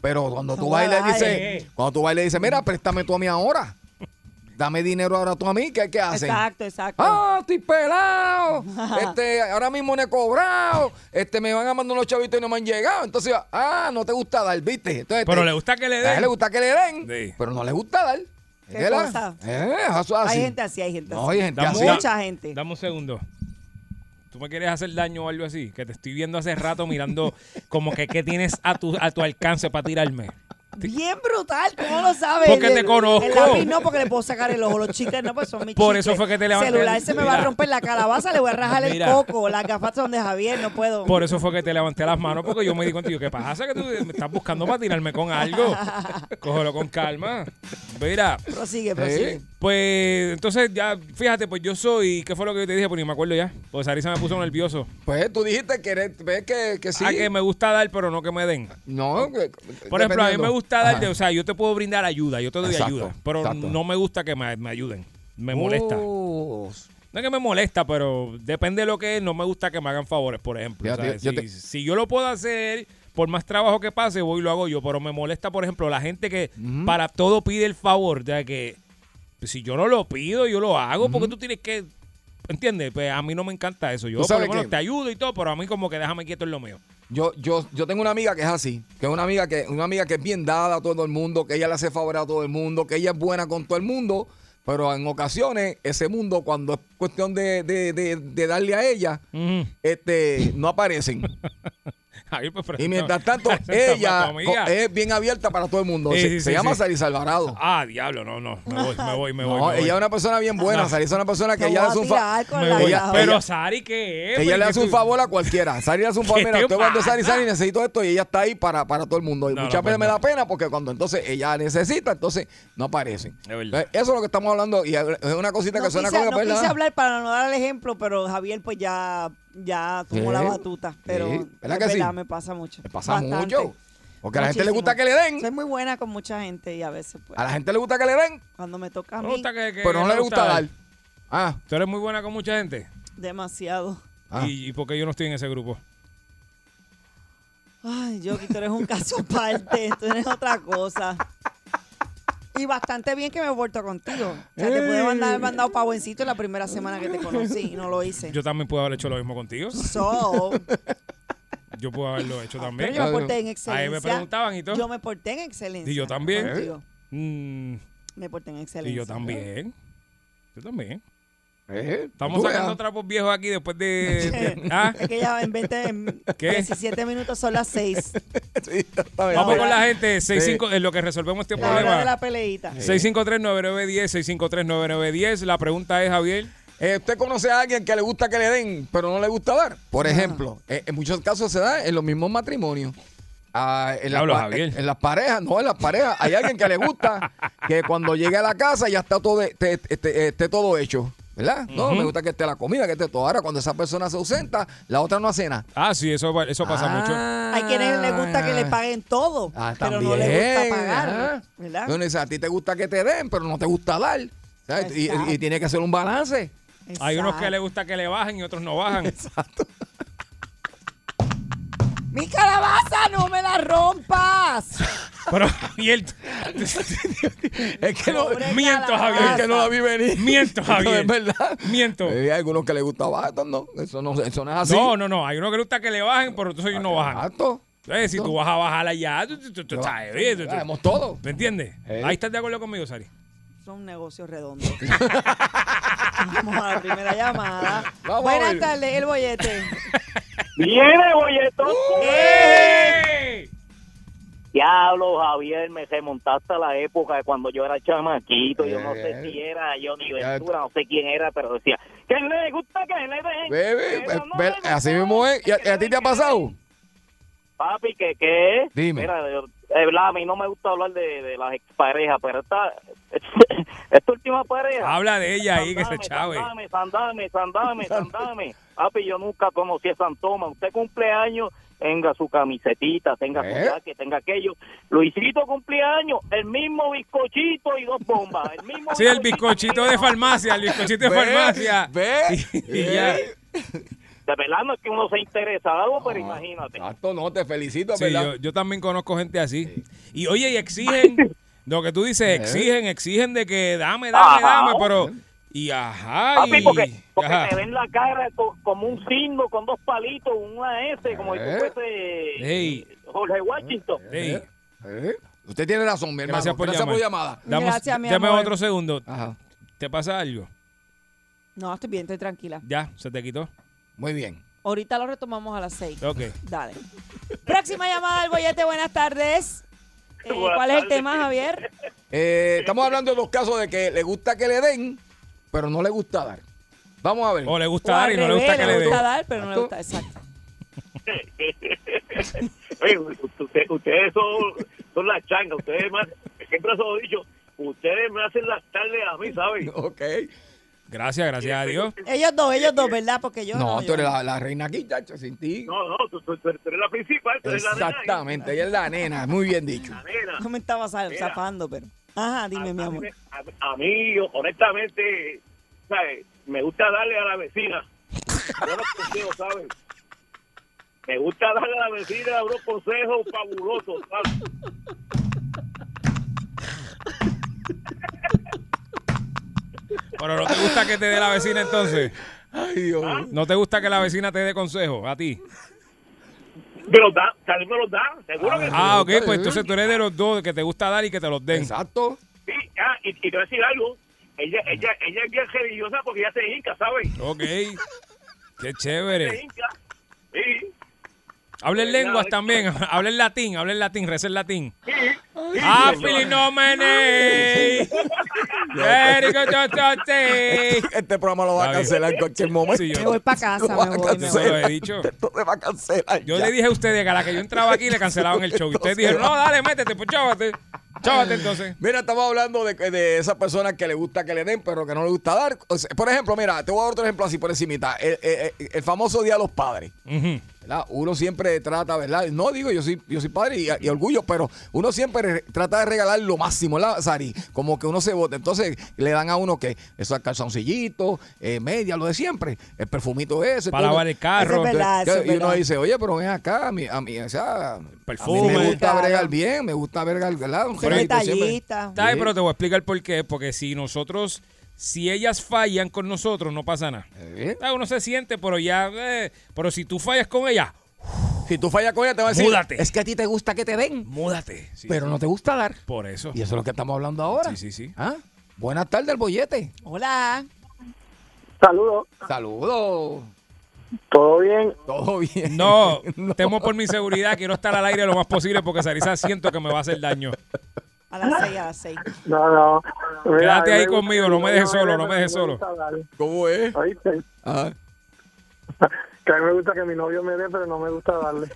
Speaker 3: Pero cuando tú
Speaker 4: No
Speaker 3: vas y le
Speaker 4: vale.
Speaker 3: dices, cuando tú vas y le dices, mira, préstame tú a mí ahora. Dame dinero ahora tú a mí, ¿qué, qué hacen?
Speaker 4: Exacto, exacto.
Speaker 3: Ah, estoy pelado. Este, ahora mismo no he cobrado. Este, me van a mandar unos chavitos y no me han llegado. Entonces, ah, no te gusta dar, viste. Entonces,
Speaker 6: Pero
Speaker 3: te-
Speaker 6: le gusta que le
Speaker 3: a él
Speaker 6: den.
Speaker 3: le gusta que le den,
Speaker 6: Sí.
Speaker 3: pero no le gusta dar.
Speaker 4: ¿Qué
Speaker 3: Es que la-
Speaker 4: cosa?
Speaker 3: Eh, eso es así.
Speaker 4: Hay gente así, hay gente
Speaker 3: No,
Speaker 4: así.
Speaker 3: hay gente
Speaker 6: Da-
Speaker 3: así.
Speaker 6: da-
Speaker 4: Mucha gente.
Speaker 6: Dame un segundo. ¿Tú me quieres hacer daño o algo así? Que te estoy viendo hace rato mirando como que qué tienes a tu, a tu alcance para tirarme.
Speaker 4: Bien brutal, ¿cómo lo sabes?
Speaker 6: Porque te
Speaker 4: El-
Speaker 6: conozco.
Speaker 4: El lápiz no, porque le puedo sacar el ojo. Los chicles no, pues son mis
Speaker 6: Por eso
Speaker 4: chicles.
Speaker 6: fue que te levanté.
Speaker 4: celular se me va a
Speaker 6: Mira.
Speaker 4: romper la calabaza, le voy a rajar
Speaker 6: Mira.
Speaker 4: el coco. Las gafas son de Javier, no puedo.
Speaker 6: Por eso fue que te levanté las manos porque yo me di cuenta yo, ¿qué pasa? Que tú me estás buscando para tirarme con algo. Cógelo con calma. Mira,
Speaker 4: Prosigue, prosigue.
Speaker 6: pues entonces ya, fíjate, pues yo soy, ¿qué fue lo que yo te dije? Pues ni me acuerdo ya. Pues Sarisa me puso nervioso.
Speaker 3: Pues tú dijiste que eres- ves que, que sí.
Speaker 6: Ah, que me gusta dar, pero no que me den.
Speaker 3: No, que-
Speaker 6: Por ejemplo, a mí
Speaker 3: dependiendo.
Speaker 6: me gusta dar,
Speaker 3: Ajá.
Speaker 6: o sea, yo te puedo brindar ayuda, yo te doy
Speaker 3: Exacto,
Speaker 6: ayuda, pero
Speaker 3: exacto.
Speaker 6: no me gusta que me, me ayuden. Me molesta.
Speaker 3: Oh,
Speaker 6: No es que me molesta, pero depende de lo que es, no me gusta que me hagan favores, por ejemplo.
Speaker 3: Fíjate,
Speaker 6: ¿sabes?
Speaker 3: yo
Speaker 6: si,
Speaker 3: te-
Speaker 6: si yo lo puedo hacer, por más trabajo que pase, voy y lo hago yo, pero me molesta, por ejemplo, la gente que para todo pide el favor, ya que pues, si yo no lo pido, yo lo hago, porque tú tienes que... ¿Entiendes? Pues a mí no me encanta eso. Yo
Speaker 3: ¿Tú
Speaker 6: por
Speaker 3: sabes
Speaker 6: lo menos
Speaker 3: qué?
Speaker 6: te ayudo y todo, pero a mí como que déjame quieto en lo mío.
Speaker 3: Yo, yo, yo tengo una amiga que es así, que es una amiga que, una amiga que es bien dada a todo el mundo, que ella le hace favor a todo el mundo, que ella es buena con todo el mundo, pero en ocasiones ese mundo, cuando es cuestión de, de- de- de darle a ella,
Speaker 6: Ujú.
Speaker 3: este, no aparecen.
Speaker 6: Javier, pues,
Speaker 3: Y
Speaker 6: presenta-
Speaker 3: mientras tanto,
Speaker 6: presenta a
Speaker 3: ella
Speaker 6: tu amiga.
Speaker 3: co- eh. es bien abierta para todo el mundo.
Speaker 6: Sí,
Speaker 3: se
Speaker 6: sí,
Speaker 3: se
Speaker 6: sí,
Speaker 3: llama
Speaker 6: sí.
Speaker 3: Sarisa Alvarado.
Speaker 6: Ah, diablo, no, no. Me voy, me voy, me voy.
Speaker 3: No,
Speaker 6: me
Speaker 3: ella es
Speaker 6: voy. Ah,
Speaker 3: una persona bien buena. Sarisa es una persona que
Speaker 4: Te
Speaker 3: ella
Speaker 4: voy
Speaker 3: hace
Speaker 4: a
Speaker 3: un fa-
Speaker 4: tirar con
Speaker 6: Me
Speaker 4: la-
Speaker 6: voy.
Speaker 4: la-
Speaker 6: Pero
Speaker 3: ella-
Speaker 6: Sari, ¿qué es?
Speaker 3: ella le
Speaker 6: ¿Qué
Speaker 3: hace un
Speaker 6: tú-
Speaker 3: favor a cualquiera. Sari le hace un favor.
Speaker 6: ¿Qué
Speaker 3: Mira,
Speaker 6: te
Speaker 3: estoy hablando de Sari,
Speaker 6: pasa?
Speaker 3: Sari, necesito esto. Y ella está ahí para, para todo el mundo. Y
Speaker 6: No,
Speaker 3: muchas
Speaker 6: no,
Speaker 3: veces
Speaker 6: pues
Speaker 3: me da
Speaker 6: no.
Speaker 3: pena porque cuando entonces ella necesita, entonces no aparece.
Speaker 6: Es verdad.
Speaker 3: Eh, Eso es lo que estamos hablando. Y es una cosita
Speaker 4: No
Speaker 3: que suena
Speaker 4: quise, no
Speaker 3: como que, pues,
Speaker 4: quise
Speaker 3: nada.
Speaker 4: hablar para no dar el ejemplo, pero Javier pues ya, ya tomó
Speaker 3: Sí,
Speaker 4: la batuta. Pero
Speaker 3: sí, ¿verdad que
Speaker 4: es verdad,
Speaker 3: sí?
Speaker 4: me pasa mucho.
Speaker 3: Me pasa
Speaker 4: Bastante.
Speaker 3: mucho. Porque a la gente le
Speaker 4: Muchísimo.
Speaker 3: gusta que le
Speaker 4: Soy
Speaker 3: den.
Speaker 4: muy buena con mucha gente y a veces pues,
Speaker 3: A la gente le gusta que le den,
Speaker 4: cuando me toca a
Speaker 6: Me
Speaker 4: mí,
Speaker 6: gusta que- que
Speaker 3: pero no le gusta dar. Ah,
Speaker 6: Tú eres muy buena con mucha gente.
Speaker 4: demasiado.
Speaker 3: ah.
Speaker 6: ¿Y, y por qué yo no estoy en ese grupo?
Speaker 4: Ay, Yogi, tú eres un caso aparte, tú eres otra cosa. Y bastante bien que me he vuelto contigo. O sea, te puedo mandar,
Speaker 6: Eh.
Speaker 4: haber mandado pa' buencito la primera semana que te conocí y no lo hice.
Speaker 6: Yo también puedo haber hecho lo mismo contigo.
Speaker 4: So,
Speaker 6: Yo puedo haberlo hecho también.
Speaker 4: pero yo me porté en
Speaker 6: Ahí
Speaker 4: excelencia.
Speaker 6: me preguntaban y todo.
Speaker 4: Yo me porté en excelencia.
Speaker 6: Y yo también.
Speaker 4: contigo.
Speaker 6: Mm,
Speaker 4: Me porté en excelencia.
Speaker 6: y yo también. Yo también.
Speaker 3: ¿Eh?
Speaker 6: Estamos
Speaker 3: Tú veas.
Speaker 6: sacando trapos viejos aquí después de. de- ah,
Speaker 4: Es que ya en 20, en
Speaker 6: ¿Qué?
Speaker 4: 17 minutos son las 6.
Speaker 3: Sí, está bien.
Speaker 6: Vamos
Speaker 4: Ahora-
Speaker 6: con la gente. 65, en lo que resolvemos este
Speaker 4: La hora de
Speaker 6: problema.
Speaker 4: la peleita.
Speaker 6: 653-9910, 653-9910. La pregunta es, Javier.
Speaker 3: Eh, usted conoce a alguien que le gusta que le den, pero no le gusta dar. Por ejemplo, eh, en muchos casos se da en los mismos matrimonios. Ah, en, las
Speaker 6: Diablo,
Speaker 3: pa-
Speaker 6: Javier.
Speaker 3: en- en las parejas, no, en las parejas. Hay alguien que le gusta que cuando llegue a la casa ya está todo, de- te- te- te- esté todo hecho. ¿Verdad? No, me gusta que esté la comida, que esté todo. Ahora, cuando esa persona se ausenta, la otra no hace nada.
Speaker 6: Ah, sí, eso, eso pasa mucho.
Speaker 4: Hay quienes les gusta que le paguen todo,
Speaker 3: Ah,
Speaker 4: pero
Speaker 3: también.
Speaker 4: no les gusta pagar.
Speaker 6: Ah.
Speaker 3: ajá.
Speaker 4: ¿Verdad?
Speaker 3: Bueno, dice, a ti te gusta que te den, pero no te gusta dar. ¿sabes? Y,
Speaker 4: Exacto.
Speaker 3: y tiene que hacer un balance.
Speaker 6: Hay unos que
Speaker 4: Exacto.
Speaker 6: les gusta que le bajen y otros no bajan.
Speaker 4: ¡Mi calabaza, no me la rompas!
Speaker 6: Pero, Javier.
Speaker 3: Es que no,
Speaker 4: Pobre
Speaker 6: Miento,
Speaker 4: calabaza.
Speaker 6: Javier,
Speaker 3: es que no la vi venir.
Speaker 6: Miento, Javier.
Speaker 3: es verdad.
Speaker 6: Miento.
Speaker 3: Eh, hay algunos que les gusta bajar, no. Eso no, eso no es así.
Speaker 6: No, no, no. Hay unos que les gusta que le bajen, pero otros no
Speaker 3: Ah,
Speaker 6: bajan.
Speaker 3: Exacto.
Speaker 6: Eh, si tú vas a bajar allá, tú, tú- tú- tú
Speaker 3: Lo-
Speaker 6: sabes, oye, tú-
Speaker 3: lo
Speaker 6: tú-
Speaker 3: hacemos todo.
Speaker 6: ¿me entiendes?
Speaker 3: Eh.
Speaker 6: Ahí estás de acuerdo conmigo, Sari.
Speaker 4: Son negocios redondos. Vamos a la primera llamada.
Speaker 3: Vamos a
Speaker 4: Buenas
Speaker 3: ver.
Speaker 4: tardes, el bollete.
Speaker 8: ¡Viene, bolletón!
Speaker 10: Uh.
Speaker 6: ¡Eh! ¡Ey!
Speaker 8: Diablo, Javier, me remontaste a la época de cuando yo era chamaquito. Yo no
Speaker 3: Eh,
Speaker 8: sé si era Johnny
Speaker 3: ya
Speaker 8: Ventura, no sé quién era, pero decía, que le gusta que le den.
Speaker 3: Bebe,
Speaker 8: Pero no
Speaker 3: ve-
Speaker 8: le gusta
Speaker 3: así mismo es. ¿Y a,
Speaker 8: que
Speaker 3: y a ti te ha
Speaker 8: le den,
Speaker 3: pasado?
Speaker 8: Papi, ¿qué, qué?
Speaker 3: Dime.
Speaker 8: Mira, yo- eh, la- a mí no me gusta hablar de, de las exparejas, pero esta, esta última pareja...
Speaker 6: Habla de ella Ah, ahí, que se chave.
Speaker 8: Sandame, sandame, sandame, sandame. Papi, yo nunca conocí a San Tomás. Usted cumpleaños, tenga su camisetita, tenga su
Speaker 3: ¿Eh?
Speaker 8: jaque, tenga aquello. Luisito cumpleaños, el mismo bizcochito y dos bombas. El mismo
Speaker 6: Sí, el bizcochito de farmacia, el bizcochito de
Speaker 3: Ve,
Speaker 6: farmacia.
Speaker 3: ve.
Speaker 6: Y, y ya.
Speaker 8: De verdad no es que uno se interesa algo, pero imagínate.
Speaker 3: Exacto, no, te felicito,
Speaker 6: Sí,
Speaker 3: ¿verdad?
Speaker 6: yo, yo también conozco gente así. Y oye, y exigen, lo que tú dices, exigen, exigen de que dame, dame,
Speaker 8: Ajá.
Speaker 6: dame, pero... Y ajá,
Speaker 8: Papi,
Speaker 6: y...
Speaker 8: porque, porque
Speaker 6: ajá.
Speaker 8: te ven la cara co- como un signo con dos palitos, una S, como si tú
Speaker 3: ¿Eh?
Speaker 8: fuese
Speaker 6: Ey.
Speaker 8: Jorge Washington.
Speaker 6: Ey,
Speaker 3: ¿Eh? Usted tiene razón, mi hermano.
Speaker 6: Gracias por
Speaker 3: llamada.
Speaker 6: damos-
Speaker 4: Gracias, mi
Speaker 6: dame
Speaker 4: amor.
Speaker 6: otro segundo.
Speaker 3: Ajá.
Speaker 6: ¿Te pasa algo?
Speaker 4: No, estoy bien, estoy tranquila.
Speaker 6: Ya, se te quitó.
Speaker 3: Muy bien.
Speaker 4: Ahorita lo retomamos a las 6.
Speaker 6: Ok.
Speaker 4: Dale. Próxima llamada del bollete, buenas tardes. Eh,
Speaker 8: Buenas
Speaker 4: ¿Cuál es el
Speaker 8: tardes.
Speaker 4: tema, Javier?
Speaker 3: Eh, estamos hablando de los casos de que le gusta que le den, pero no le gusta dar. Vamos a ver.
Speaker 6: O Oh, le gusta
Speaker 4: O al
Speaker 6: dar y no le
Speaker 4: revés,
Speaker 6: gusta que le den.
Speaker 4: gusta dar, pero no le gusta, exacto.
Speaker 8: Oye, usted- ustedes son, son las changas, ustedes más, siempre se lo he dicho, ustedes me hacen las tardes a mí, ¿sabes?
Speaker 3: Ok.
Speaker 6: Gracias, gracias a Dios.
Speaker 4: Ellos dos, ellos dos, ¿verdad? Porque yo
Speaker 3: No,
Speaker 4: no.
Speaker 3: tú
Speaker 4: yo
Speaker 3: eres la, la reina aquí, chacho, sin ti.
Speaker 8: No, no, tú, tú- tú eres la principal, tú eres la nena.
Speaker 3: Exactamente, ella es la nena, muy bien dicho.
Speaker 8: La nena.
Speaker 4: no me estaba sa-
Speaker 8: Mira.
Speaker 4: zafando, pero. Ajá,
Speaker 8: A-
Speaker 4: dime, mi
Speaker 8: a,
Speaker 4: amor.
Speaker 8: mí, a- a mí, honestamente, ¿sabes? Me gusta darle a la vecina. Yo los consejos, ¿sabes? Me gusta darle a la vecina unos consejos fabulosos, ¿sabes?
Speaker 6: Pero no te gusta que te dé la vecina entonces.
Speaker 3: Ay, Dios.
Speaker 6: No te gusta que la vecina te dé consejo a ti.
Speaker 8: Me los da, también me los da, seguro que sí.
Speaker 6: Ah, ok, pues entonces tú eres de los dos que te gusta dar y que te los den.
Speaker 3: Exacto.
Speaker 8: Sí, ah, y, y te voy a decir algo. Ella, ella, ella es bien religiosa porque ella se hinca, ¿sabes?
Speaker 6: Ok. Qué
Speaker 8: Se
Speaker 6: chévere.
Speaker 8: hinca. Sí,
Speaker 6: Hablen lenguas también. Hablen latín, hablen latín, recen latín.
Speaker 8: sí.
Speaker 6: Ah, filinomene. Erico chochote.
Speaker 3: Este programa lo va a
Speaker 6: Eh. Está bien.
Speaker 3: cancelar en cualquier momento.
Speaker 6: Sí, yo-
Speaker 4: Me voy para casa,
Speaker 3: Lo va
Speaker 4: me
Speaker 3: a
Speaker 4: voy, me voy.
Speaker 6: Yo lo
Speaker 3: cancelar.
Speaker 6: he dicho.
Speaker 3: Esto se va a cancelar.
Speaker 6: Yo
Speaker 3: ya.
Speaker 6: le dije a ustedes que a la que yo entraba aquí le cancelaban el show. Y ustedes dijeron, no, dale, métete, pues chávate. Chávate entonces.
Speaker 3: Mira, estamos hablando de, de esas personas que le gusta que le den, pero que no le gusta dar. O sea, por ejemplo, mira, te voy a dar otro ejemplo así por encimita. El, el- el famoso Día de los Padres.
Speaker 6: Ujú.
Speaker 3: ¿verdad? Uno siempre trata, ¿verdad? No digo, yo soy, yo soy padre y, y orgullo, pero uno siempre re- trata de regalar lo máximo, ¿verdad, Sari? Como que uno se bota. Entonces le dan a uno que esos calzoncillitos, eh, media, lo de siempre, el perfumito ese.
Speaker 6: Para
Speaker 3: todo.
Speaker 6: lavar el carro.
Speaker 4: Eso es verdad,
Speaker 3: Entonces,
Speaker 4: eso es
Speaker 3: y uno
Speaker 4: verdad.
Speaker 3: dice, oye, pero ven acá, a mí, a mí, o sea,
Speaker 6: Perfume.
Speaker 3: a mí me gusta
Speaker 4: Claro.
Speaker 3: bregar bien, me gusta bregar, ¿verdad? Un
Speaker 4: Ser
Speaker 3: detallito siempre.
Speaker 4: detallista.
Speaker 6: Está bien, pero te voy a explicar por qué. Porque si nosotros, si ellas fallan con nosotros, no pasa nada.
Speaker 3: Eh,
Speaker 6: Ah, Uno se siente, pero ya. eh, pero si tú fallas con ella,
Speaker 3: Si tú fallas con ella, te va a decir,
Speaker 6: Múdate.
Speaker 3: es que a ti te gusta que te den,
Speaker 6: múdate. Sí.
Speaker 3: pero no te gusta dar.
Speaker 6: Por eso.
Speaker 3: Y eso es lo que estamos hablando ahora.
Speaker 6: Sí, sí, sí.
Speaker 3: ¿Ah? Buenas tardes, el bollete.
Speaker 4: Hola.
Speaker 8: Saludos.
Speaker 3: Saludos.
Speaker 8: ¿Todo bien?
Speaker 3: Todo bien.
Speaker 6: No, temo por mi seguridad, quiero estar al aire lo más posible porque Sarisa siento que me va a hacer daño.
Speaker 4: A las seis, a las seis.
Speaker 8: No, no.
Speaker 6: Quédate
Speaker 8: a mí
Speaker 6: ahí
Speaker 8: me gusta-
Speaker 6: conmigo, no me dejes solo, no me dejes solo.
Speaker 8: gusta hablar,
Speaker 3: ¿Cómo es?
Speaker 8: ¿oíste?
Speaker 3: Ah,
Speaker 8: Que a mí me gusta que mi novio me dé, pero no me gusta darle.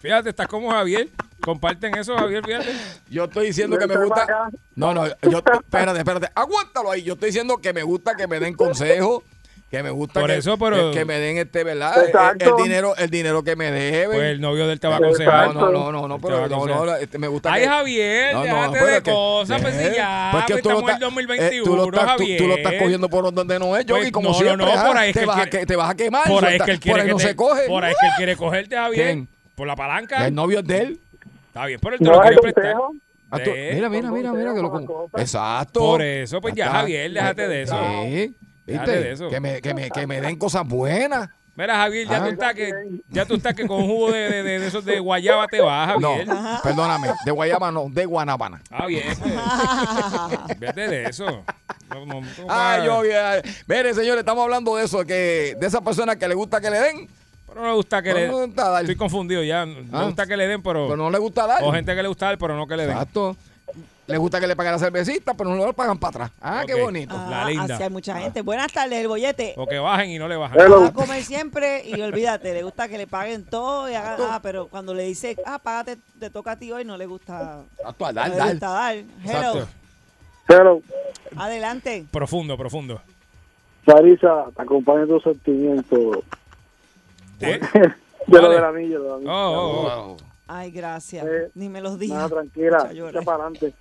Speaker 6: Fíjate, estás como Javier. Comparten eso, Javier, fíjate.
Speaker 3: yo estoy diciendo que me
Speaker 8: Vente
Speaker 3: gusta.
Speaker 8: para acá.
Speaker 3: No, no, yo, espérate, espérate. Aguántalo ahí. Yo estoy diciendo que me gusta que me den consejos. Que me gusta
Speaker 6: Por
Speaker 3: que,
Speaker 6: eso, pero-
Speaker 3: que, que me den este, ¿verdad? El,
Speaker 8: Exacto.
Speaker 3: el dinero, el dinero que me deben.
Speaker 6: Pues el novio del tabaco se va a
Speaker 3: no,
Speaker 6: aconsejar.
Speaker 3: no, no, no, no,
Speaker 6: Te va
Speaker 3: pero
Speaker 6: a
Speaker 3: no, no,
Speaker 6: aconsejar.
Speaker 3: este, me gusta
Speaker 6: Ay,
Speaker 3: que-
Speaker 6: Javier,
Speaker 3: No, no,
Speaker 6: déjate de
Speaker 3: espérate.
Speaker 6: cosas, pues si
Speaker 3: Eh,
Speaker 6: ya,
Speaker 3: pues que
Speaker 6: pues
Speaker 3: tú lo
Speaker 6: estamos en el
Speaker 3: estás- eh,
Speaker 6: 2021,
Speaker 3: tú, lo estás, tú-
Speaker 6: Javier.
Speaker 3: tú lo estás cogiendo por donde no es, Yogi,
Speaker 6: Pues,
Speaker 3: como
Speaker 6: no, no,
Speaker 3: siempre.
Speaker 6: no,
Speaker 3: ajá,
Speaker 6: por ahí es
Speaker 3: te,
Speaker 6: que
Speaker 3: vas a,
Speaker 6: quiere-
Speaker 3: que- te vas a quemar.
Speaker 6: Por ahí es
Speaker 3: suelta,
Speaker 6: que él quiere
Speaker 3: por ahí
Speaker 6: que
Speaker 3: no
Speaker 6: te-
Speaker 3: se coge.
Speaker 6: Por ahí es que él quiere cogerte, Javier.
Speaker 3: ¿Quién? Pues
Speaker 6: Por la palanca.
Speaker 3: El novio es de él.
Speaker 6: Está bien, pero él te
Speaker 8: No
Speaker 6: lo
Speaker 8: hay
Speaker 6: quiere prestar.
Speaker 8: consejo.
Speaker 3: Ah, tú-
Speaker 6: Eh,
Speaker 3: mira, mira, mira, mira que lo
Speaker 8: con-
Speaker 3: como. Exacto.
Speaker 6: Por eso, pues ya,
Speaker 3: Acá.
Speaker 6: Javier, déjate de eso.
Speaker 3: Sí.
Speaker 6: Déjate
Speaker 3: ¿Viste?
Speaker 6: de eso.
Speaker 3: Que, me, que, me, que me den cosas buenas.
Speaker 6: Mira, Javier, ya
Speaker 3: Ah.
Speaker 6: tú estás que, ya tú estás que con jugo de, de, de- de esos de guayaba te vas,
Speaker 3: No,
Speaker 6: Javier.
Speaker 3: perdóname. De Guayama no, de Guanabana.
Speaker 6: Ah, bien. Vete de eso. No, no, no,
Speaker 3: Ay,
Speaker 6: va.
Speaker 3: yo, ay. mire, señores, estamos hablando de eso, que de esas personas que le gusta que le den,
Speaker 6: Pero no le gusta que
Speaker 3: No
Speaker 6: le
Speaker 3: me gusta dar.
Speaker 6: Estoy confundido ya. No
Speaker 3: Ah.
Speaker 6: me gusta que le den, pero.
Speaker 3: pero no le gusta dar.
Speaker 6: O Oh. gente que le gusta dar, pero no que le den.
Speaker 3: Exacto. Le gusta que le paguen la cervecita, pero no le pagan para atrás. Ah, qué
Speaker 6: Ok.
Speaker 3: bonito.
Speaker 6: La
Speaker 4: Ah,
Speaker 6: linda.
Speaker 4: Así hay mucha gente. Buenas tardes, el bollete.
Speaker 6: O que bajen y no le bajan.
Speaker 8: Hello.
Speaker 4: Va a comer siempre y olvídate, le gusta que le paguen todo y haga, ah, pero cuando le dice, ah, págate, te toca a ti hoy, no le gusta,
Speaker 3: Exacto, a
Speaker 4: no
Speaker 3: dar,
Speaker 4: le
Speaker 3: dar.
Speaker 4: gusta dar. Hello,
Speaker 6: Exacto.
Speaker 8: Pero,
Speaker 4: adelante.
Speaker 6: Profundo, profundo.
Speaker 8: Sarisa, te acompaña tu sentimiento.
Speaker 6: ¿Eh?
Speaker 8: Yo
Speaker 6: Vale.
Speaker 8: lo del anillo, lo del
Speaker 6: Oh,
Speaker 8: anillo.
Speaker 6: oh, oh.
Speaker 4: Ay, gracias.
Speaker 8: Eh,
Speaker 4: Ni me los digas.
Speaker 8: Nada, tranquila,
Speaker 4: Mucha llora.
Speaker 8: echa para adelante.